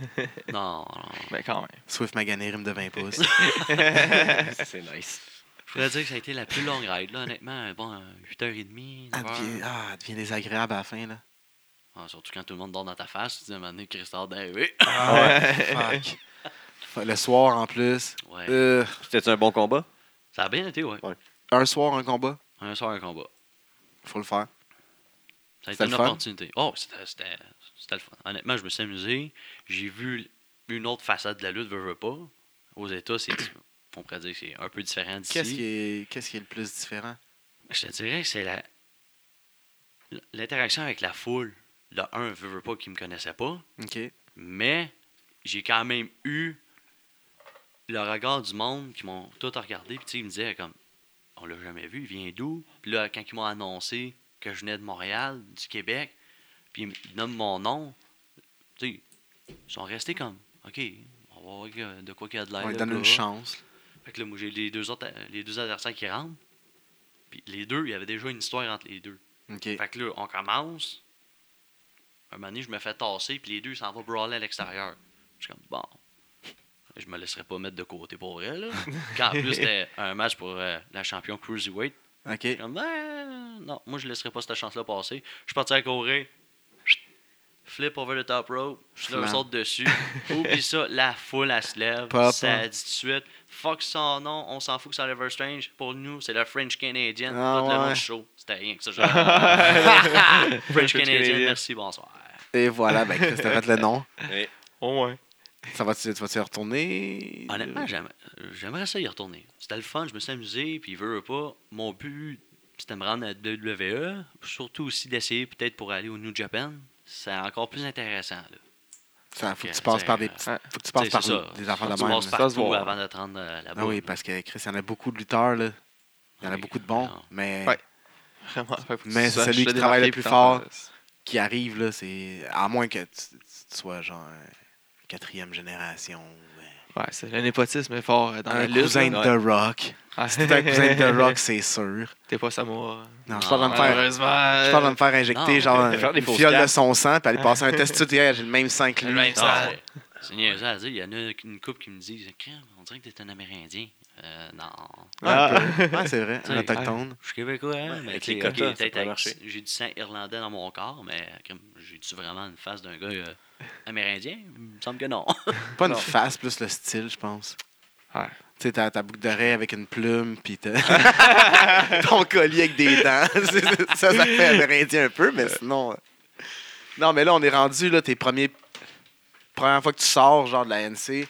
Speaker 4: Non, non.
Speaker 3: Mais *laughs* quand même.
Speaker 2: Swift Magané, rime de 20 pouces.
Speaker 1: c'est nice.
Speaker 4: Je pourrais dire que ça a été la plus longue ride, là, honnêtement. Bon, euh, 8h30,
Speaker 2: Elle
Speaker 4: 9h.
Speaker 2: devient, ah, elle devient désagréable à la fin, là.
Speaker 4: Ah, surtout quand tout le monde dort dans ta face, tu te dis à un moment donné, Christophe, ben oui.
Speaker 2: Ah,
Speaker 3: *laughs*
Speaker 2: fuck. Le soir, en plus.
Speaker 4: Ouais.
Speaker 2: Euh,
Speaker 1: C'était un bon combat?
Speaker 4: Ça a bien été, ouais.
Speaker 2: un soir, un combat.
Speaker 4: Un soir, un combat.
Speaker 2: Faut le faire.
Speaker 4: Ça
Speaker 2: C'était
Speaker 4: a été une
Speaker 2: le fun?
Speaker 4: opportunité. Oh, c'était c'était- c'était le fun. Honnêtement, je me suis amusé. J'ai vu une autre façade de la lutte, veux, veux pas. Aux États, c'est. *coughs* On pourrait dire que c'est un peu différent d'ici.
Speaker 2: Qu'est-ce qui, est, qu'est-ce qui est le plus différent?
Speaker 4: Je te dirais que c'est la. L'interaction avec la foule. Le un, veux, veux pas, qui me connaissait pas.
Speaker 2: OK.
Speaker 4: Mais j'ai quand même eu le regard du monde qui m'ont tout regardé. Puis tu sais, ils me disaient comme on l'a jamais vu, il vient d'où? Puis là, quand ils m'ont annoncé que je venais de Montréal, du Québec, puis ils me- ils nomment mon nom, tu sais, ils sont restés comme OK, on va voir que- de quoi qu'il y a de l'air.
Speaker 2: On lui
Speaker 4: là,
Speaker 2: donne
Speaker 4: blah,
Speaker 2: une
Speaker 4: blah.
Speaker 2: chance.
Speaker 4: Fait que là, moi, j'ai les deux, autres, les deux adversaires qui rentrent. Puis les deux, il y avait déjà une histoire entre les deux.
Speaker 2: OK.
Speaker 4: Fait que là, on commence. Un moment donné, je me fais tasser, puis les deux ils s'en vont brawler à l'extérieur. Je suis comme, bon. Je me laisserai pas mettre de côté
Speaker 2: *laughs*
Speaker 4: pour elle. là. Quand en plus, c'était un match pour euh, la champion Cruiserweight.
Speaker 2: OK.
Speaker 4: Je suis comme, ben, non, moi, je laisserai pas cette chance-là passer. Je suis parti à courir. Chut. Flip over the top rope. Je leur
Speaker 2: Flam. *laughs*
Speaker 4: saute dessus. Oublie ça, la foule, elle se lève.
Speaker 2: Papa.
Speaker 4: Ça dit tout de suite. Fuck son nom, on s'en fout que c'est Oliver Strange. Pour nous, c'est la French Canadian.
Speaker 2: Ah,
Speaker 4: Tout le
Speaker 2: ouais.
Speaker 4: monde chaud. C'était rien que ça.
Speaker 2: *laughs*
Speaker 4: genre. *laughs* French Canadian,
Speaker 1: Canadian.
Speaker 4: merci, bonsoir.
Speaker 2: Et voilà, ben, Chris, t'as fait *laughs* le nom.
Speaker 3: Au moins.
Speaker 2: Ça va-tu, tu vas-tu y retourner?
Speaker 4: Honnêtement, j'aime- j'aimerais ça y retourner. C'était le fun, je me suis amusé, puis veux, veux pas. Mon but, c'était de me rendre à la WWE, surtout aussi d'essayer peut-être pour aller au New Japan. C'est encore plus intéressant. Là.
Speaker 2: Ça, faut que
Speaker 4: Ok,
Speaker 2: tu passes par
Speaker 4: c'est-
Speaker 2: des petits. Faut que tu passes
Speaker 4: T'sais,
Speaker 2: par
Speaker 4: c'est ça.
Speaker 2: des affaires de
Speaker 4: Tu
Speaker 2: même.
Speaker 4: passes
Speaker 2: là.
Speaker 1: Ça se
Speaker 4: partout
Speaker 1: voit.
Speaker 4: avant de te rendre euh, là-bas.
Speaker 2: Ah oui, parce que Chris, il y en a beaucoup de lutteurs, là. Il y en a
Speaker 4: Oui,
Speaker 2: beaucoup de bons,
Speaker 4: non.
Speaker 2: mais
Speaker 3: Ouais. Vraiment. Fait que
Speaker 2: Mais
Speaker 3: tu saches
Speaker 2: celui qui
Speaker 3: te
Speaker 2: travaille le
Speaker 3: démarquer,
Speaker 2: plus
Speaker 3: puis
Speaker 2: fort.
Speaker 3: t'en fasses.
Speaker 2: qui arrivent, là, c'est. À moins que tu, tu sois, genre, euh, quatrième génération. mais-
Speaker 3: Ouais, c'est le népotisme est fort euh, dans
Speaker 2: un
Speaker 3: la lutte.
Speaker 2: cousin de
Speaker 3: là.
Speaker 2: The Rock.
Speaker 3: Ouais.
Speaker 2: Si t'es un cousin de
Speaker 3: *laughs*
Speaker 2: The Rock, c'est sûr.
Speaker 3: T'es pas Samoa.
Speaker 2: Non, je
Speaker 4: Non.
Speaker 2: parle de me faire.
Speaker 3: Malheureusement.
Speaker 2: Je parle de me faire injecter,
Speaker 4: Non.
Speaker 2: genre,
Speaker 1: Faire des
Speaker 2: une
Speaker 1: fausses
Speaker 2: fiole de
Speaker 1: cartes.
Speaker 2: son sang, puis aller *laughs* passer un test tout hier, j'ai le même sang que
Speaker 3: Le
Speaker 2: lui.
Speaker 3: même
Speaker 4: Non,
Speaker 3: Ça-
Speaker 4: c'est- Ah, C'est niaiseux à dire. Il y en a une couple qui me dit Crème, on dirait que t'es un Amérindien. Euh, non.
Speaker 2: Ouais, Ah, un peu. Ouais, c'est vrai, Ah. un
Speaker 4: Ouais.
Speaker 2: autochtone.
Speaker 4: Je suis québécois, hein, mais
Speaker 1: avec
Speaker 4: tu sais,
Speaker 1: les quotas,
Speaker 4: ok,
Speaker 1: ça
Speaker 4: peut-être
Speaker 1: pourrait
Speaker 4: avec-
Speaker 1: marcher.
Speaker 4: J'ai du sang irlandais dans mon corps, mais crème, j'ai-tu vraiment une face d'un gars euh, amérindien Il me semble que non. *laughs*
Speaker 2: Pas une
Speaker 3: Non.
Speaker 2: face, plus le style, je pense.
Speaker 3: Ouais.
Speaker 2: Tu sais, t'as ta boucle d'oreille avec une plume, puis *laughs* t'as ton collier avec des dents. *laughs* ça, ça fait amérindien un peu, mais sinon. euh. Non, mais là, on est rendu, là, tes premiers. Première fois que tu sors, genre, de la NC,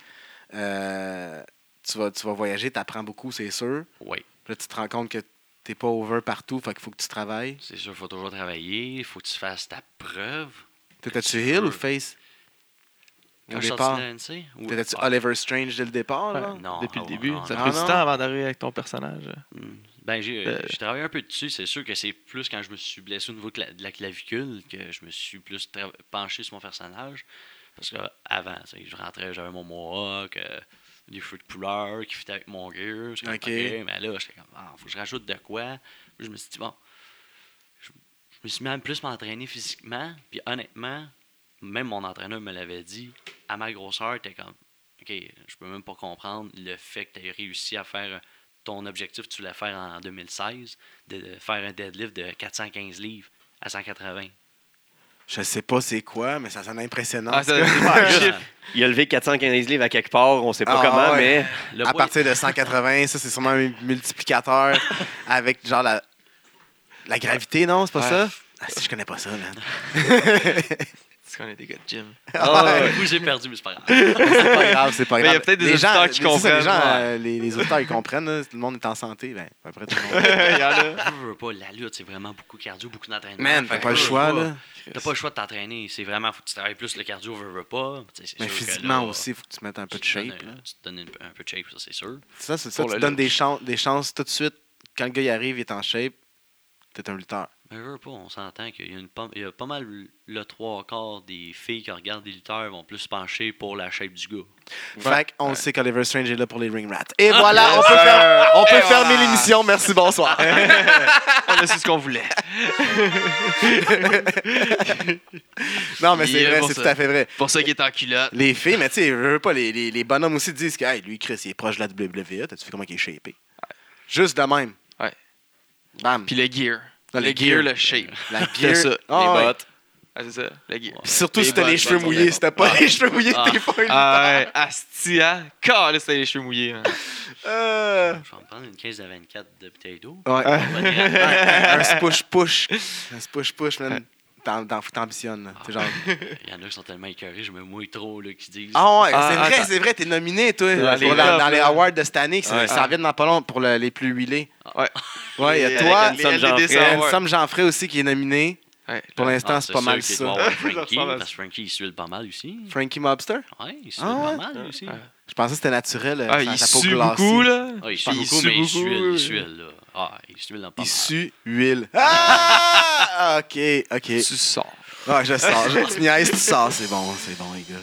Speaker 2: euh, tu, vas, tu vas voyager, t'apprends beaucoup, c'est sûr.
Speaker 4: oui,
Speaker 2: Là, tu te rends compte que t'es pas over partout, fait qu'il faut que tu travailles.
Speaker 4: c'est sûr, faut toujours travailler, faut que tu fasses ta preuve.
Speaker 2: T'étais-tu
Speaker 4: C'est
Speaker 2: Hill
Speaker 4: sûr.
Speaker 2: ou Face? Au
Speaker 4: Quand je suis
Speaker 2: départ.
Speaker 4: sorti de l'ANC ou-
Speaker 2: T'étais-tu
Speaker 4: Ah,
Speaker 2: Oliver Strange dès le départ, là?
Speaker 4: Non,
Speaker 3: Depuis
Speaker 4: ah,
Speaker 3: le début.
Speaker 4: non,
Speaker 3: ça
Speaker 4: non,
Speaker 3: prend du
Speaker 2: non.
Speaker 3: temps avant d'arriver avec ton personnage.
Speaker 4: Mm. Ben, j'ai
Speaker 3: Euh,
Speaker 4: j'ai travaillé un peu dessus. C'est sûr que c'est plus quand je me suis blessé au niveau de la, de la clavicule que je me suis plus tra- penché sur mon personnage. Parce que euh, avant, tu sais, je rentrais, j'avais mon mohawk, euh, des fruits de couleur qui fitaient avec mon gear. J'étais comme,
Speaker 2: Ok.
Speaker 4: Ok, mais là, j'étais comme, ah, faut que je rajoute de quoi. Puis je me suis dit, bon, je, je me suis même plus m'entraîner physiquement. Puis honnêtement, même mon entraîneur me l'avait dit, à ma grosseur, t'es comme, OK, je peux même pas comprendre le fait que tu réussi à faire ton objectif, tu voulais faire en 2016, de faire un deadlift de 415 livres à 180.
Speaker 2: Je sais pas c'est quoi, mais ça sonne impressionnant. *laughs*
Speaker 3: Ah, ça-
Speaker 4: Juste,
Speaker 1: Il a levé 415 livres à quelque part, on sait pas
Speaker 2: Ah,
Speaker 1: comment,
Speaker 2: ouais.
Speaker 1: mais
Speaker 4: le
Speaker 2: à
Speaker 4: poids-
Speaker 2: partir de
Speaker 4: *laughs*
Speaker 2: 180, ça, c'est sûrement un multiplicateur avec genre la, la gravité, non? C'est pas
Speaker 3: Ouais.
Speaker 2: *laughs* ça? Ah, si, je connais pas ça, man.
Speaker 3: tu Est-ce qu'on est des gars de gym?
Speaker 1: Ah ouais.
Speaker 4: Du coup, j'ai perdu, mais c'est pas grave.
Speaker 2: *laughs* C'est pas grave, c'est pas
Speaker 3: Mais
Speaker 2: grave.
Speaker 3: il y a peut-être des
Speaker 2: Les gens-
Speaker 3: auditeurs qui
Speaker 2: c'est ça, Les, gens,
Speaker 3: comprennent,
Speaker 2: euh, les, les auditeurs, ils comprennent. là. Tout le monde est en santé. Ben, après, tout le monde.
Speaker 3: *laughs* Il y en a.
Speaker 4: Je veux pas, la lutte, c'est vraiment beaucoup de cardio, beaucoup
Speaker 2: *laughs*
Speaker 4: d'entraînement.
Speaker 2: Man,
Speaker 4: Fait
Speaker 2: t'as
Speaker 4: que
Speaker 2: pas le
Speaker 4: veux
Speaker 2: choix, là.
Speaker 4: T'as pas le choix de t'entraîner. C'est vraiment, faut que tu travailles plus le cardio, veux, veux pas. Tu sais, c'est
Speaker 2: Mais
Speaker 4: sûr que
Speaker 2: physiquement
Speaker 4: là,
Speaker 2: aussi, il faut que tu mettes un peu
Speaker 4: tu
Speaker 2: de
Speaker 4: te donnes
Speaker 2: shape.
Speaker 4: un-
Speaker 2: là.
Speaker 4: Tu te donnes une- un peu de shape, ça, c'est sûr.
Speaker 2: Ça, c'est ça.
Speaker 3: Pour
Speaker 2: Tu
Speaker 3: le
Speaker 2: donnes des
Speaker 3: look.
Speaker 2: chances, des chances tout de suite. Quand le gars il arrive, il est en shape, t'es un lutteur.
Speaker 4: Mais veux veux pas, on s'entend qu'il y a, une pom- il y a pas mal le trois quarts des filles qui regardent des lutteurs vont plus se pencher pour la shape du gars.
Speaker 2: Fait qu'on sait qu'Oliver Strange est là pour les ring rats. Et voilà, on peut,
Speaker 3: Ah, sir.
Speaker 2: faire- on peut
Speaker 3: Et
Speaker 2: fermer
Speaker 3: voilà.
Speaker 2: l'émission. Merci,
Speaker 3: *laughs*
Speaker 2: bonsoir.
Speaker 3: On a su ce
Speaker 2: *laughs*
Speaker 3: qu'on voulait.
Speaker 2: non, mais
Speaker 3: Il
Speaker 2: c'est
Speaker 3: est
Speaker 2: vrai,
Speaker 3: bon,
Speaker 2: c'est
Speaker 3: ça.
Speaker 2: tout à fait vrai.
Speaker 3: Pour ça qu'il est en culotte.
Speaker 2: Les filles, mais tu sais, je veux pas, les, les, les bonhommes aussi disent que hey, lui, Chris, il est proche de la WWE. T'as-tu vu comment il est shapé? Juste de même.
Speaker 3: Ouais.
Speaker 2: Bam.
Speaker 3: Puis le gear.
Speaker 2: Dans
Speaker 3: le
Speaker 2: les
Speaker 3: gear,
Speaker 2: gears.
Speaker 3: le shape.
Speaker 2: la
Speaker 3: C'est ça.
Speaker 2: Ah,
Speaker 3: les
Speaker 2: ouais.
Speaker 3: bottes. Ah, c'est ça, le gear.
Speaker 2: Puis surtout
Speaker 4: Les
Speaker 2: si t'as les
Speaker 4: bottes,
Speaker 2: cheveux
Speaker 4: bottes,
Speaker 2: mouillés.
Speaker 4: bottes.
Speaker 2: Si t'as pas
Speaker 4: Ah.
Speaker 2: les cheveux mouillés,
Speaker 4: Ah.
Speaker 2: t'es pas une-
Speaker 3: Ah, ouais, asti, hein? Calé, c'était les cheveux mouillés. hein.
Speaker 2: Euh,
Speaker 4: Je vais me prendre une caisse de 24 de bouteilles d'eau.
Speaker 2: Ouais.
Speaker 4: Ça va être grave.
Speaker 2: un
Speaker 3: *laughs*
Speaker 2: push-push. Un push-push, man. T'en- t'en- T'ambitionnes. là. T'es genre.
Speaker 4: Il y en a qui sont tellement écœurés, je me mouille trop, là, qui disent.
Speaker 2: Ah ouais,
Speaker 3: Ah,
Speaker 2: c'est vrai,
Speaker 3: attends.
Speaker 2: c'est vrai, t'es nominé, toi,
Speaker 3: Ouais,
Speaker 2: pour
Speaker 3: les
Speaker 2: la-
Speaker 3: tops,
Speaker 2: dans les
Speaker 3: là.
Speaker 2: awards de cette année, que ça-
Speaker 1: Ouais.
Speaker 2: ça revient dans pas long pour le- les plus huilés.
Speaker 3: Ouais.
Speaker 2: Ouais, il y
Speaker 3: Et
Speaker 2: a
Speaker 3: avec
Speaker 2: toi,
Speaker 1: Anne-
Speaker 3: les
Speaker 1: Sam
Speaker 3: LED,
Speaker 1: Jean
Speaker 3: ça, ouais.
Speaker 2: Sam Jeanfray aussi qui est nominé.
Speaker 3: Ouais.
Speaker 2: Pour l'instant,
Speaker 4: Ah,
Speaker 2: c'est pas
Speaker 4: sûr
Speaker 2: mal
Speaker 4: qu'il
Speaker 2: ça. *laughs*
Speaker 4: doit avoir
Speaker 3: Ça
Speaker 4: Frankie,
Speaker 3: ressemble à ça.
Speaker 4: parce que Frankie, il suit pas mal aussi.
Speaker 2: Frankie Mobster.
Speaker 4: Ouais, il suit
Speaker 2: Ah ouais?
Speaker 4: pas mal aussi.
Speaker 3: Ouais.
Speaker 2: Je pensais que c'était naturel. euh,
Speaker 3: Ah,
Speaker 2: sa-
Speaker 3: il
Speaker 2: sa peau
Speaker 3: sue
Speaker 2: glacée.
Speaker 3: beaucoup, là.
Speaker 4: Ah, il suit
Speaker 3: Puis
Speaker 4: beaucoup, mais il suit, il suit, là. Ah, il suit dans
Speaker 2: Il
Speaker 4: pas mal.
Speaker 2: sue huile. Ah! OK, OK.
Speaker 3: Tu sors.
Speaker 2: Ouais, Ah, je sors. Je, tu niaises, tu sors. C'est bon, c'est bon, les gars.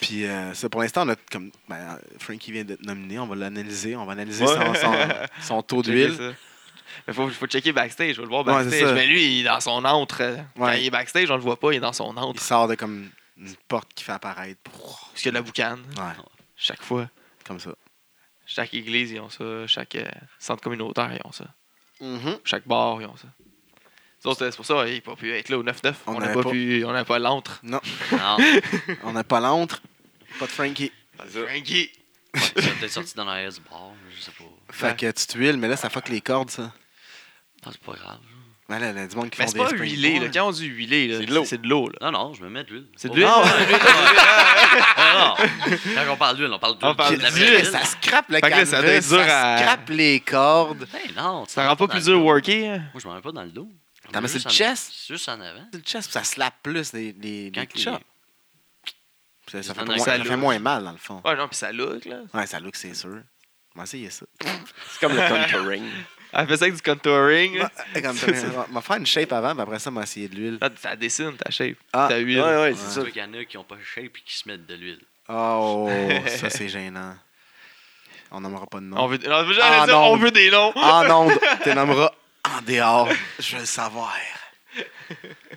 Speaker 2: Puis, euh, ça, pour l'instant, on a comme. ben, Frankie vient d'être nominé. On va l'analyser. On va analyser
Speaker 3: Ouais.
Speaker 2: son, son- son taux
Speaker 3: *laughs* Checker
Speaker 2: d'huile.
Speaker 3: ça. Mais faut, faut checker backstage, je veux le voir
Speaker 2: Ouais, c'est
Speaker 3: backstage.
Speaker 2: ça.
Speaker 3: mais lui, il est dans son antre. Quand
Speaker 2: Ouais.
Speaker 3: il est backstage, on le voit pas, il est dans son
Speaker 2: Il
Speaker 3: antre.
Speaker 2: sort de comme une porte qui fait apparaître.
Speaker 3: Parce qu'il y a de la boucane,
Speaker 2: Ouais,
Speaker 3: chaque fois.
Speaker 2: comme ça.
Speaker 3: Chaque église, ils ont ça. Chaque euh, centre communautaire, ils ont ça. Chaque bar, ils ont ça. Nous autres, C'est pour ça qu'il n'a pas pu être là au 9-9.
Speaker 2: On
Speaker 3: On n'a
Speaker 2: avait
Speaker 3: pas,
Speaker 2: pas.
Speaker 3: pu- on n'a pas l'antre.
Speaker 2: Non,
Speaker 4: Non,
Speaker 2: on n'a pas l'antre. Pas de Frankie.
Speaker 3: Frankie!
Speaker 4: il est peut-être sorti dans l'arrière du bar, je sais pas.
Speaker 2: Fait que tu t'huiles, mais là, ça fuck les cordes, ça.
Speaker 4: Ah, c'est pas grave.
Speaker 2: Ouais, là, là, du monde qui
Speaker 3: Mais
Speaker 2: font
Speaker 3: c'est pas
Speaker 2: des spring
Speaker 3: huilé, là.
Speaker 2: balls.
Speaker 3: Quand on dit huilé, là,
Speaker 1: C'est de l'eau.
Speaker 3: c'est de l'eau. là.
Speaker 4: Non, non, je me mets de l'huile.
Speaker 3: C'est de
Speaker 4: Pas
Speaker 3: l'huile?
Speaker 4: besoin de l'huile. Ah, non. Quand on parle d'huile, on parle d'huile.
Speaker 3: On parle
Speaker 4: de la
Speaker 3: d'huile.
Speaker 4: vraie
Speaker 2: Mais
Speaker 4: huile.
Speaker 2: Ça scrape le
Speaker 3: Fait que là,
Speaker 2: canvas,
Speaker 3: ça
Speaker 2: ça,
Speaker 3: doit être dur à-
Speaker 2: scrape les cordes.
Speaker 4: Ben non, tu
Speaker 3: Ça
Speaker 4: t'en
Speaker 3: rend pas
Speaker 4: mets dans
Speaker 3: plus
Speaker 4: le
Speaker 3: dur
Speaker 4: dos.
Speaker 3: worker. hein?
Speaker 4: Moi, je m'en mets pas dans le dos. Je
Speaker 2: T'en
Speaker 4: me
Speaker 2: mets sur
Speaker 4: juste
Speaker 2: le
Speaker 4: en-
Speaker 2: chest?
Speaker 4: Juste en avant.
Speaker 2: Le chest, ça slappe plus les, les, les
Speaker 4: Quand les-
Speaker 2: chops. Ça, ça fait
Speaker 4: Quand
Speaker 2: moins,
Speaker 4: ça
Speaker 2: ça
Speaker 4: look.
Speaker 2: fait moins mal, dans le fond.
Speaker 3: Ouais, non, pis ça look, là.
Speaker 2: Ouais, ça look, c'est sûr. On va essayer ça.
Speaker 1: C'est comme le *laughs* contouring.
Speaker 3: Elle fait ça avec du *laughs* contouring. hein? là.
Speaker 2: Comme ça, mais on va faire une shape avant, puis après ça, on va essayer de l'huile.
Speaker 3: Là, ça dessine ta shape.
Speaker 2: Ah,
Speaker 3: ta huile.
Speaker 1: Ouais, ouais,
Speaker 4: C'est
Speaker 1: c'est
Speaker 4: sûr qu'il y en a qui ont pas shape et qui se mettent de l'huile.
Speaker 2: Oh, ça, c'est gênant. On nommera pas de nom.
Speaker 3: On veut, non, j'allais
Speaker 2: Ah,
Speaker 3: dire,
Speaker 2: non.
Speaker 3: on veut des noms.
Speaker 2: En onde, tu nommeras en dehors. Je veux le savoir.
Speaker 4: Ils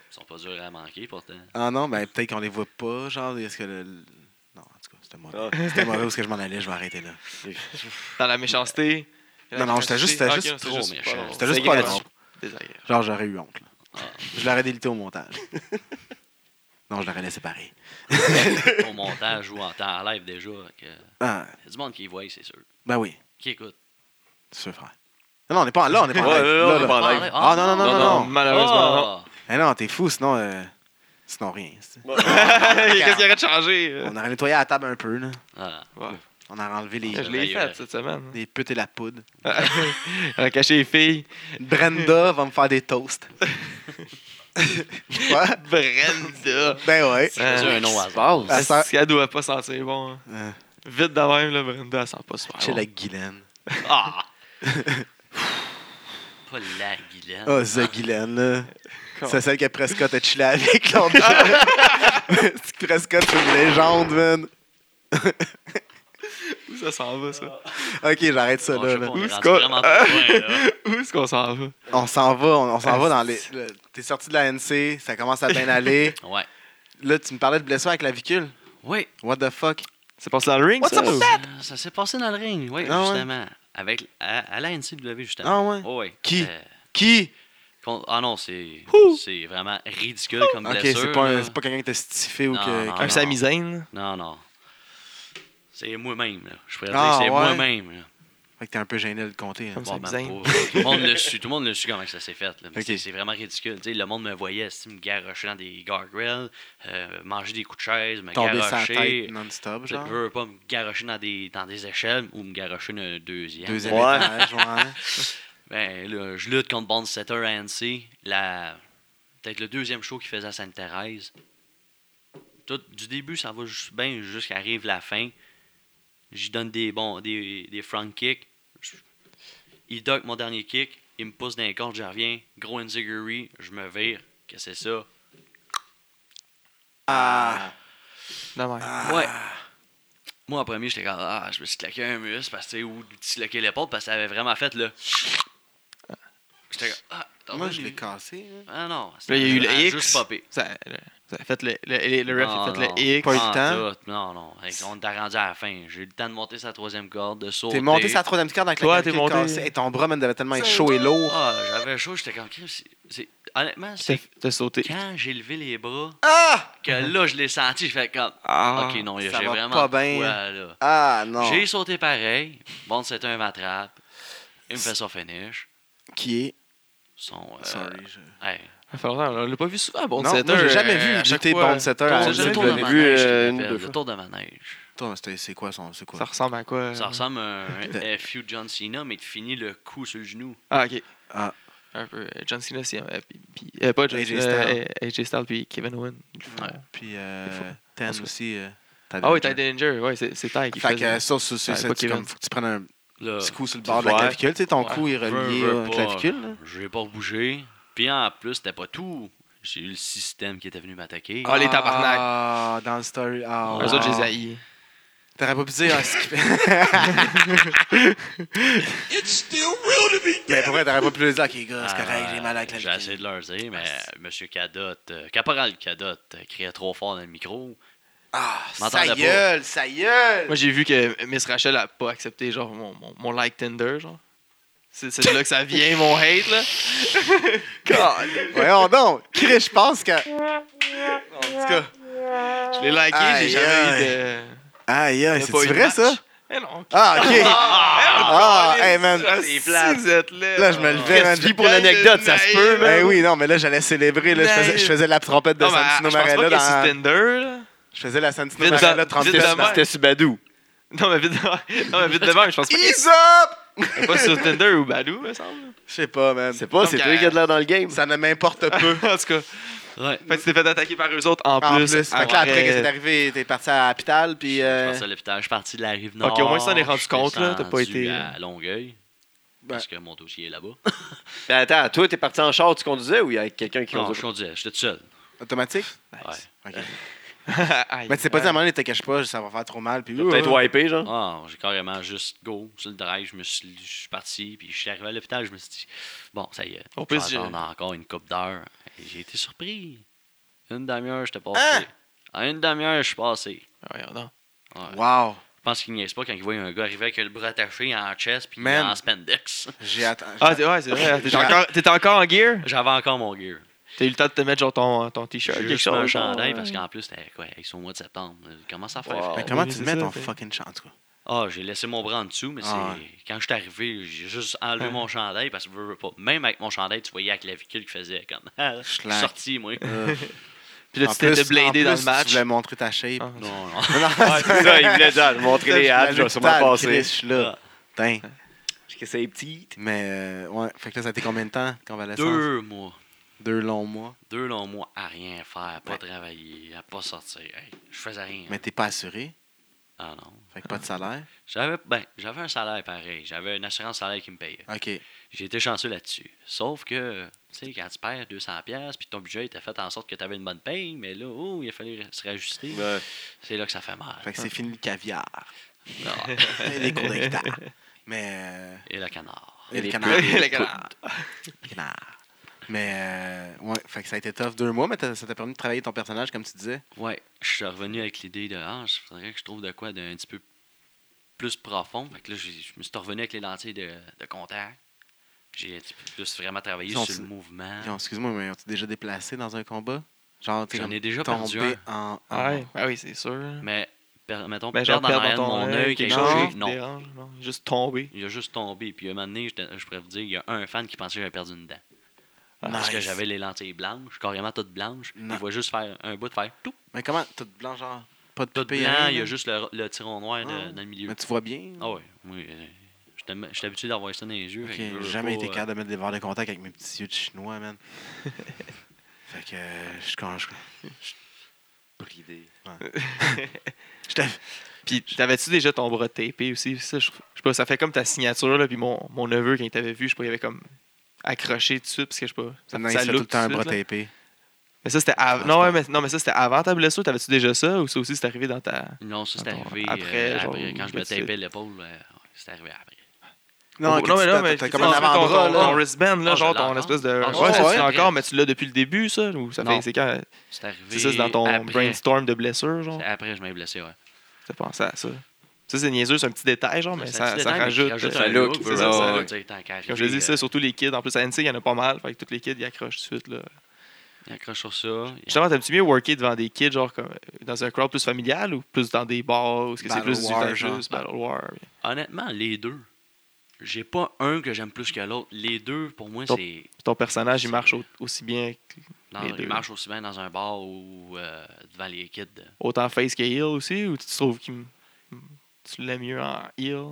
Speaker 4: sont pas durs à manquer, pourtant.
Speaker 2: Ah non, ben peut-être qu'on les voit pas, genre, est-ce que le... le- Non, en tout cas, c'était mauvais.
Speaker 1: Ah.
Speaker 2: C'était mauvais, où est-ce que je m'en allais, je vais arrêter là.
Speaker 3: Dans la méchanceté.
Speaker 2: Euh, Non, non, c'était juste- c'était
Speaker 3: Ah, ok,
Speaker 2: juste
Speaker 3: non, c'était
Speaker 4: trop
Speaker 3: juste
Speaker 4: méchant.
Speaker 3: pas drôle.
Speaker 2: C'était juste
Speaker 3: C'est
Speaker 2: pas
Speaker 3: gratuit.
Speaker 2: drôle.
Speaker 3: Désagréable.
Speaker 2: Genre, j'aurais eu honte, là.
Speaker 4: Ah.
Speaker 2: Je l'aurais délité au montage. non, je l'aurais laissé pareil.
Speaker 4: Au montage ou en temps live déjà. que-
Speaker 2: Ah,
Speaker 4: Il y a du monde qui y voit, c'est sûr.
Speaker 2: ben oui,
Speaker 4: Qui écoute.
Speaker 2: c'est sûr, frère. Non, non, on n'est pas en là, on n'est pas en
Speaker 1: Ouais,
Speaker 2: live.
Speaker 1: ouais,
Speaker 2: Là,
Speaker 1: on est
Speaker 2: là.
Speaker 1: pas en live.
Speaker 2: Ah non, non, non, non, non.
Speaker 3: *laughs* malheureusement,
Speaker 4: Ah!
Speaker 2: Eh non, t'es fou, sinon... euh, Sinon rien. c'est-
Speaker 4: oh,
Speaker 3: non. Qu'est-ce qu'il y aurait de changé? euh?
Speaker 2: On aurait nettoyé la table un peu, là.
Speaker 4: Ah.
Speaker 3: Ouais.
Speaker 2: On aurait enlevé les...
Speaker 3: Je l'ai
Speaker 4: D'ailleurs.
Speaker 3: fait cette semaine. *laughs*
Speaker 2: les putes et la poudre.
Speaker 3: On a caché les filles.
Speaker 2: Brenda va me faire des toasts. Ouais.
Speaker 3: *laughs* Brenda.
Speaker 2: Ben ouais.
Speaker 4: Je faisais un nom à
Speaker 2: passe? Ah, ça-
Speaker 3: Ce qu'elle doit pas sentir bon. hein.
Speaker 2: Euh,
Speaker 3: Vite de même, là, Brenda, elle sent pas super
Speaker 2: Chill
Speaker 3: bon.
Speaker 2: avec Guylaine.
Speaker 4: Ah! Pas la Guylaine.
Speaker 2: Ah, oh, The Guylaine, là.
Speaker 3: Con.
Speaker 2: C'est celle que Prescott a chillé avec l'autre jour. C'est que Prescott, c'est une légende, man. *laughs*
Speaker 3: Où ça s'en va, ça?
Speaker 2: Ok, j'arrête ça,
Speaker 4: Bon, je
Speaker 2: là.
Speaker 4: sais pas,
Speaker 2: là.
Speaker 4: on est rendu
Speaker 3: Scott.
Speaker 4: vraiment pas loin, là.
Speaker 3: *laughs* Où est-ce qu'on s'en va?
Speaker 2: On s'en va, on, on s'en va dans les... le- T'es sorti de la NC, ça commence à bien aller.
Speaker 4: Ouais.
Speaker 2: Là, tu me parlais de blessure avec la clavicule.
Speaker 4: Oui. Euh,
Speaker 2: What the fuck?
Speaker 3: C'est passé dans le ring,
Speaker 2: What's
Speaker 3: ça?
Speaker 2: up with
Speaker 3: ou-
Speaker 2: that?
Speaker 4: Ça, ça s'est passé dans le ring, oui,
Speaker 2: Ah ouais.
Speaker 4: justement. Avec, à, à la NCW, justement.
Speaker 2: Ah ouais?
Speaker 4: Oh, ouais.
Speaker 2: Qui?
Speaker 4: Euh,
Speaker 2: Qui?
Speaker 4: con- ah non, c'est
Speaker 3: Ouh.
Speaker 4: c'est vraiment ridicule comme
Speaker 2: Ok,
Speaker 4: blessure.
Speaker 2: c'est pas, un-
Speaker 4: là.
Speaker 2: c'est pas quelqu'un qui t'a stiffé ou
Speaker 4: Non,
Speaker 2: que...
Speaker 4: Ah, non.
Speaker 3: Un Samizane.
Speaker 4: Non, non. C'est moi-même, là. Je pourrais
Speaker 2: Ah,
Speaker 4: dire, c'est
Speaker 2: ouais?
Speaker 4: moi-même, là.
Speaker 2: Fait que t'es un peu gêné de le compter. hein.
Speaker 3: Comme ça.
Speaker 4: Bon, ben,
Speaker 3: bizarre.
Speaker 4: pas- tout le monde le su, tout le monde le su comment que ça s'est fait. là. Mais
Speaker 2: Ok.
Speaker 4: c'est- C'est vraiment ridicule. Tu sais, le monde me voyait si, me garrocher dans des gargoyles, euh, manger des coups de chaise, me
Speaker 2: Tomber sa
Speaker 4: garrocher.
Speaker 2: tête non-stop,
Speaker 4: Je
Speaker 2: genre.
Speaker 4: ne veux pas me garrocher dans des, dans des échelles ou me garrocher dans un deuxième.
Speaker 2: Deuxième
Speaker 1: Ouais.
Speaker 2: étage, ouais.
Speaker 4: Ben, là, je lutte contre Bond Setter à NC. La... Peut-être le deuxième show qu'il faisait à Sainte-Thérèse. Tout, du début, ça va juste bien jusqu'à arrive la fin. J'y donne des bons, des, des front kicks. Je- Il duck mon dernier kick. Il me pousse d'un cordes, je reviens. Gros enziguri, je me vire. Qu'est-ce que c'est ça?
Speaker 2: Ah,
Speaker 3: Non, mais-
Speaker 4: Ouais. Ah. Moi, en premier, j'étais comme, ah, je me suis claqué un muscle parce que, tu sais, ou disloqué l'épaule parce que ça avait vraiment fait le. J'étais comme, ah, t'as
Speaker 2: moi,
Speaker 4: pas
Speaker 2: je
Speaker 4: vu?
Speaker 2: l'ai cassé. hein.
Speaker 4: Ah non.
Speaker 3: Puis Là, il y a eu
Speaker 4: ça
Speaker 3: le X.
Speaker 4: Juste popé.
Speaker 3: Ça, le- ça a fait le, le, le, le ref a
Speaker 4: Non,
Speaker 3: fait
Speaker 4: non.
Speaker 3: le X.
Speaker 2: Pas eu le
Speaker 4: En
Speaker 2: temps.
Speaker 4: tout, Non, non. Hey, On t'a rendu à la fin. J'ai eu le temps de monter sa troisième corde, de sauter.
Speaker 2: T'es monté sa troisième corde avec
Speaker 3: Toi,
Speaker 2: la
Speaker 3: t'es
Speaker 2: corde
Speaker 3: monté-
Speaker 2: cassée. Et ton bras, man, devait tellement être chaud et lourd.
Speaker 4: Ah, j'avais chaud, j'étais comme Chris, c'est- c'est- Honnêtement,
Speaker 3: T'as
Speaker 4: c'est
Speaker 3: t'as sauté.
Speaker 4: quand j'ai levé les bras
Speaker 2: Ah!
Speaker 4: que là, je l'ai senti. J'ai fait comme.
Speaker 3: Ah,
Speaker 4: ok, non, j'ai
Speaker 2: ça va
Speaker 4: vraiment.
Speaker 2: pas
Speaker 4: de
Speaker 2: bien.
Speaker 4: quoi, là.
Speaker 2: Ah, non.
Speaker 4: J'ai sauté pareil. Bon, c'était un matrape. Il me fait son finish.
Speaker 2: Qui est...
Speaker 4: Son. euh,
Speaker 2: Sorry, je...
Speaker 4: hey,
Speaker 3: Ça fait longtemps, on l'a pas vu souvent, Bond
Speaker 2: Non, moi,
Speaker 3: Setter.
Speaker 2: j'ai jamais
Speaker 3: euh,
Speaker 2: vu
Speaker 3: à chaque
Speaker 2: lutter
Speaker 3: fois.
Speaker 2: Bond Setter.
Speaker 3: On
Speaker 2: Ah,
Speaker 4: le
Speaker 3: l'a
Speaker 2: j'ai
Speaker 4: tour
Speaker 3: jamais
Speaker 4: de
Speaker 2: vu,
Speaker 3: vu.
Speaker 2: l'ai
Speaker 4: manège,
Speaker 1: vu,
Speaker 4: je
Speaker 1: euh, une ou
Speaker 4: l'appelle,
Speaker 1: deux
Speaker 4: Le
Speaker 1: fois.
Speaker 4: tour de manège.
Speaker 2: Toi, mais c'était- c'est quoi son... C'est quoi?
Speaker 3: Ça ressemble à quoi
Speaker 4: Ça
Speaker 3: euh?
Speaker 4: ressemble à
Speaker 2: *laughs* Ben.
Speaker 4: un FU de John Cena, mais tu finis le coup sur le genou.
Speaker 3: Ah, ok.
Speaker 2: Ah.
Speaker 3: Un peu. euh, John Cena aussi. euh, puis- puis- euh, pas John
Speaker 2: AJ
Speaker 3: Cena.
Speaker 2: Styles.
Speaker 3: euh, AJ Styles puis Kevin Owen. ils le font.
Speaker 4: Ouais.
Speaker 2: Puis
Speaker 3: Il
Speaker 2: euh,
Speaker 3: faut-
Speaker 2: Ten
Speaker 3: Parce que-
Speaker 2: aussi. euh,
Speaker 3: Ah oui,
Speaker 2: t'avais-
Speaker 3: Tide Danger. Ouais, c'est c'est Ty qui
Speaker 2: Fait que
Speaker 3: faisait.
Speaker 2: euh, ça, ça, c'est
Speaker 3: Ouais,
Speaker 2: c'est
Speaker 3: pas
Speaker 2: comme
Speaker 3: Kevin.
Speaker 2: faut que tu prennes un
Speaker 4: Là,
Speaker 2: petit coup sur le bord de la
Speaker 1: Ouais.
Speaker 2: clavicule. Tu sais, ton
Speaker 3: Euh, Ouais.
Speaker 2: cou est relié
Speaker 4: Veux,
Speaker 2: à
Speaker 4: veux
Speaker 2: la
Speaker 4: pas,
Speaker 2: euh, clavicule. là.
Speaker 4: J'ai pas bougé. Puis en plus, c'était pas tout. J'ai eu le système qui était venu m'attaquer.
Speaker 3: Ah, les tabarnak.
Speaker 2: Ah, dans le story. Ah,
Speaker 3: Eux
Speaker 4: wow.
Speaker 3: autres, je les
Speaker 2: ai.
Speaker 3: haïs.
Speaker 2: T'aurais pas pu dire ah, un skip. Mais pour vrai, t'aurais pas pu le dire. Ok, gars, c'est correct,
Speaker 3: Ah,
Speaker 2: j'ai mal à la
Speaker 4: Ah, J'ai
Speaker 2: clavicule.
Speaker 4: essayé de leur dire, mais Monsieur Cadotte, euh, Caporal Cadotte, euh, criait trop fort dans le micro.
Speaker 2: Ah,
Speaker 4: M'entendais
Speaker 2: ça
Speaker 4: pas.
Speaker 2: gueule, ça
Speaker 3: Moi,
Speaker 2: gueule.
Speaker 3: j'ai vu que Miss Rachel a pas accepté genre mon, mon, mon like Tinder, genre. C'est c'est de là que ça vient, mon hate, là.
Speaker 2: God. Voyons donc. Chris, je pense que. En tout cas.
Speaker 3: Je l'ai liké, j'ai
Speaker 2: Aïe,
Speaker 3: jamais
Speaker 2: aïe.
Speaker 3: eu de.
Speaker 2: Aïe,
Speaker 3: on
Speaker 2: aïe,
Speaker 3: a
Speaker 2: c'est
Speaker 3: pas eu de
Speaker 2: vrai
Speaker 3: match.
Speaker 2: ça?
Speaker 3: Eh non.
Speaker 2: Ah, ok. Ah, hey man.
Speaker 3: C'est plate. Vous êtes là.
Speaker 2: Là, je me levais, man.
Speaker 1: Puis pour l'anecdote, ça se peut,
Speaker 2: Ben
Speaker 1: man.
Speaker 2: oui, non, mais là, j'allais célébrer. Là, je, faisais, je faisais la trompette de
Speaker 3: Non, mais je
Speaker 2: Santino
Speaker 3: pense pas
Speaker 2: Marella.
Speaker 3: que c'est
Speaker 2: Dans...
Speaker 3: Tinder, là.
Speaker 2: Je faisais la Santino
Speaker 3: Vite
Speaker 2: Marella
Speaker 3: dans-
Speaker 2: 30
Speaker 3: vite
Speaker 2: pièces.
Speaker 3: dans-
Speaker 1: C'était Subadou.
Speaker 3: Non, mais vite devant. Non, mais vite devant, je
Speaker 2: *laughs*
Speaker 3: pense pas.
Speaker 2: Ease up!
Speaker 3: qu'elle est pas sur Tinder ou Badou, me semble.
Speaker 2: Je sais pas, man.
Speaker 1: C'est pas,
Speaker 3: Donc,
Speaker 1: Ah, c'est
Speaker 3: euh,
Speaker 1: toi qui as de l'air dans le game.
Speaker 2: Ça ne m'importe
Speaker 3: *laughs* en
Speaker 2: peu.
Speaker 3: tout cas, fait
Speaker 4: Ouais.
Speaker 3: que tu t'es fait attaquer par eux autres en
Speaker 2: En
Speaker 3: plus.
Speaker 2: plus, fait que là, après que c'est arrivé, t'es parti à l'hôpital, puis...
Speaker 4: Je
Speaker 2: euh,
Speaker 4: suis parti à l'hôpital, je suis parti de la rive nord.
Speaker 3: Ok, au moins, ça, on est rendu
Speaker 4: je suis
Speaker 3: compte, là, t'as pas
Speaker 4: descendu
Speaker 3: été- Ben.
Speaker 4: à Longueuil. Parce que mon dossier est là-bas.
Speaker 1: Ben attends, toi, t'es parti en char, tu conduisais ou il y a quelqu'un qui
Speaker 4: Non, je
Speaker 1: conduisait?
Speaker 4: conduisais, j'étais tout seul.
Speaker 2: Automatique?
Speaker 3: Ben,
Speaker 4: Ouais.
Speaker 2: Ok.
Speaker 3: *laughs* Aïe,
Speaker 2: Mais tu sais pas dit, à un
Speaker 3: aïe.
Speaker 2: moment donné, te cache pas, ça va faire trop mal, puis...
Speaker 1: Peut-être wipé, genre.
Speaker 4: Ah, j'ai carrément juste go sur le drive, je me suis, je suis parti, puis je suis arrivé à l'hôpital, je me suis dit, bon, ça y est,
Speaker 3: En
Speaker 4: on
Speaker 3: plus,
Speaker 4: peut
Speaker 3: j'ai-
Speaker 4: attendre encore une coupe d'heure. J'ai été surpris. Une demi-heure, j'étais passé.
Speaker 2: Hein?
Speaker 4: En une demi-heure, je suis passé.
Speaker 3: Voyons donc.
Speaker 4: Ouais.
Speaker 2: Wow!
Speaker 4: Je pense qu'il niaise pas quand il voit un gars arriver avec le bras attaché en chest puis
Speaker 2: Man.
Speaker 4: en spandex. *laughs*
Speaker 2: J'ai attendu.
Speaker 3: Ah, t'es- ouais, c'est vrai. T'étais encore, t'étais encore en gear.
Speaker 4: J'avais encore mon gear.
Speaker 3: T'as eu le temps de te mettre genre ton, ton t-shirt.
Speaker 4: J'ai
Speaker 3: quelque
Speaker 4: juste mis
Speaker 3: chose,
Speaker 4: un
Speaker 3: genre.
Speaker 4: chandail parce qu'en plus, c'était quoi, ils sont au mois de septembre. Comment ça faire?
Speaker 1: Wow.
Speaker 4: frais?
Speaker 2: Mais comment
Speaker 3: oh, oui,
Speaker 2: tu
Speaker 3: c'est
Speaker 2: te mets
Speaker 3: ça,
Speaker 2: ton
Speaker 3: fait-
Speaker 2: fucking chant, en tout cas?
Speaker 4: Ah, j'ai laissé mon bras en dessous, mais
Speaker 2: Ah
Speaker 4: c'est quand je suis arrivé, j'ai juste enlevé mon chandail parce que veux, veux pas. Même avec mon chandail, tu voyais la clavicule qui faisait comme. *laughs* Je suis
Speaker 2: Schlack.
Speaker 4: sorti, moi.
Speaker 2: Euh,
Speaker 3: Puis là,
Speaker 2: En
Speaker 3: tu t'étais
Speaker 2: plus- en
Speaker 3: bladé
Speaker 2: plus,
Speaker 3: dans Euh, le
Speaker 2: tu
Speaker 3: match.
Speaker 2: voulais montrer ta shape.
Speaker 3: Ah.
Speaker 4: non, *laughs* non.
Speaker 2: *laughs* Non,
Speaker 1: Ah, c'est ça,
Speaker 2: *laughs*
Speaker 1: il voulait déjà montrer les
Speaker 2: Putain,
Speaker 1: halves, je vais sûrement passer.
Speaker 2: Chris, Je suis là.
Speaker 3: Ah.
Speaker 2: Putain.
Speaker 1: Parce que c'est petit.
Speaker 2: Mais, euh, ouais. Fait que là, ça a été combien de temps de convalescence?
Speaker 4: Deux mois.
Speaker 2: Deux longs mois.
Speaker 4: Deux longs mois à rien faire, à pas travailler, à pas sortir. Hey, je faisais rien.
Speaker 2: Mais t'es pas assuré.
Speaker 4: Ah non.
Speaker 2: Fait que pas de salaire.
Speaker 4: J'avais ben, j'avais un salaire pareil. J'avais une assurance salaire qui me payait.
Speaker 2: OK.
Speaker 4: J'ai été chanceux là-dessus. Sauf que, tu sais, quand tu perds 200$, piastres, puis ton budget était fait en sorte que tu avais une bonne paye, mais là, oh, il a fallu se réajuster. C'est là que ça fait mal.
Speaker 2: Fait que c'est fini le
Speaker 4: *laughs*
Speaker 2: caviar. *laughs*
Speaker 4: Non.
Speaker 2: Et les cours de guitare. Mais. euh,
Speaker 4: Et le canard.
Speaker 2: et le
Speaker 1: les
Speaker 2: canard.
Speaker 3: *laughs* Le canard.
Speaker 2: Le canard. Mais, euh, ouais. Fait que ça a été tough deux mois, mais t'as- ça t'a permis de travailler ton personnage, comme tu disais.
Speaker 4: Ouais, je suis revenu avec l'idée de ah, je faudrait que je trouve de quoi d'un petit peu plus profond. Fait que là, j'ai- je me suis revenu avec les lentilles de, de contact. J'ai un petit peu plus vraiment travaillé
Speaker 2: Ils ont-
Speaker 4: sur le mouvement.
Speaker 2: Ils ont- Excuse-moi, mais ont-tu déjà déplacé dans un combat Genre, t'es
Speaker 4: J'en
Speaker 2: comme
Speaker 4: ai déjà perdu
Speaker 2: tombé
Speaker 4: un.
Speaker 2: en.
Speaker 3: Ah
Speaker 2: en-
Speaker 3: Ouais, ah oui, c'est sûr.
Speaker 4: Mais per- mettons,
Speaker 3: Ben, genre,
Speaker 4: perdre en
Speaker 3: perdre
Speaker 4: arrière de
Speaker 3: ton
Speaker 4: mon œil, quelque
Speaker 3: chose
Speaker 4: chose.
Speaker 3: qui te
Speaker 4: Non.
Speaker 3: dérange, non. Juste tomber.
Speaker 4: Il a juste tombé. Puis un moment donné, j'étais- je pourrais vous dire, il y a un fan qui pensait que j'avais perdu une dent. Parce que
Speaker 2: Nice.
Speaker 4: j'avais les lentilles blanches, carrément toutes blanches.
Speaker 2: Non.
Speaker 4: Il va juste faire un bout de faire tout,
Speaker 2: Mais comment Tout blanc, genre. Pas de
Speaker 4: tout
Speaker 2: pépé,
Speaker 4: blanc,
Speaker 2: rien,
Speaker 3: hein.
Speaker 4: il y a
Speaker 2: là?
Speaker 4: juste le, le tiron noir de-
Speaker 2: Ah.
Speaker 4: dans le milieu.
Speaker 2: Mais tu vois bien.
Speaker 4: Ah ouais, oui. euh, j'étais- J'étais habitué d'avoir ça dans les yeux.
Speaker 2: Ok,
Speaker 4: fait que je
Speaker 2: J'ai
Speaker 4: veux
Speaker 2: jamais
Speaker 4: pas,
Speaker 2: été
Speaker 4: euh,
Speaker 2: capable de mettre des verres de contact avec mes petits yeux de chinois,
Speaker 4: *laughs*
Speaker 2: man. fait que euh, je quand je.
Speaker 1: Bridé.
Speaker 2: je t'avais-
Speaker 3: Puis, t'avais-tu déjà ton bras tapé aussi? Ça, je, je sais pas, ça fait comme ta signature, là. Puis mon, mon neveu, quand il t'avait vu, je sais pas, il avait comme accroché dessus, parce que je sais pas. Ça,
Speaker 2: Maintenant, il
Speaker 3: ça
Speaker 2: se fait tout
Speaker 3: look
Speaker 2: le temps un
Speaker 3: tout de
Speaker 2: bras
Speaker 3: suite, là.
Speaker 2: tapé.
Speaker 3: Mais ça, c'était
Speaker 2: Je
Speaker 3: av-
Speaker 2: pense
Speaker 3: non, ouais,
Speaker 2: Ah, pas.
Speaker 3: mais, non, mais ça, c'était avant ta blessure. T'avais-tu déjà ça? Ou ça aussi, c'est arrivé dans ta.
Speaker 4: Non, ça c'est
Speaker 3: Attends,
Speaker 4: arrivé euh, après,
Speaker 3: après, genre,
Speaker 4: quand je
Speaker 3: tout
Speaker 4: me
Speaker 3: de suite.
Speaker 4: tapais l'épaule, euh, ouais, c'est arrivé après.
Speaker 2: Non,
Speaker 3: non, mais non, mais
Speaker 2: t'as
Speaker 3: tu
Speaker 2: comme
Speaker 3: sais,
Speaker 2: un
Speaker 3: tu mets ton-
Speaker 2: avant-bras,
Speaker 3: ton,
Speaker 2: là.
Speaker 3: ton wristband, là,
Speaker 4: Ah, je
Speaker 3: genre
Speaker 4: l'ai
Speaker 3: ton
Speaker 4: encore.
Speaker 3: espèce de.
Speaker 4: Ah,
Speaker 2: je
Speaker 3: ouais,
Speaker 2: l'ai
Speaker 3: ça, tu
Speaker 2: encore.
Speaker 3: l'as encore, mais tu l'as depuis le début, ça? Ou ça
Speaker 4: Non.
Speaker 3: fait. C'est quand.
Speaker 4: C'est
Speaker 3: C'est
Speaker 4: arrivé
Speaker 3: ça, c'est dans ton
Speaker 4: après.
Speaker 3: brainstorm de blessures, genre.
Speaker 4: C'est Après, je m'ai blessé, ouais.
Speaker 3: T'as pensé à ça. Ça, c'est niaiseux, c'est un petit détail, genre, mais
Speaker 4: C'est
Speaker 3: ça,
Speaker 4: un petit
Speaker 3: ça
Speaker 4: détail, mais
Speaker 3: rajoute.
Speaker 4: qui rajoute
Speaker 3: euh,
Speaker 1: ça
Speaker 4: un
Speaker 1: look,
Speaker 4: look,
Speaker 3: c'est
Speaker 4: là,
Speaker 3: ça, ça-
Speaker 4: là, tu sais, euh, tant qu'à
Speaker 3: Comme je te
Speaker 4: arriver,
Speaker 3: dis, ça, surtout les kids. En plus, à NC, il y en a pas mal. Fait que tous les kids, ils accrochent tout de suite. Là.
Speaker 4: Il accroche sur ça. il-
Speaker 3: Justement, t'aimes-tu mieux worker devant des kids, genre comme, euh, dans un crowd plus familial ou plus dans des bars? ou Est-ce que c'est
Speaker 2: Battle hein.
Speaker 3: plus
Speaker 2: war,
Speaker 3: du temps
Speaker 2: genre.
Speaker 3: plus, Battle War? mais-
Speaker 4: Honnêtement, les deux. J'ai pas un que j'aime plus que l'autre. Les deux, pour moi,
Speaker 3: Top.
Speaker 4: c'est.
Speaker 3: Ton personnage, il marche au- aussi bien, que-
Speaker 4: dans-
Speaker 3: Les deux.
Speaker 4: Ils marchent aussi bien dans un bar ou euh, devant les kids.
Speaker 3: autant face que heal aussi? Ou tu trouves qu'il m- tu l'aimes mieux en heal?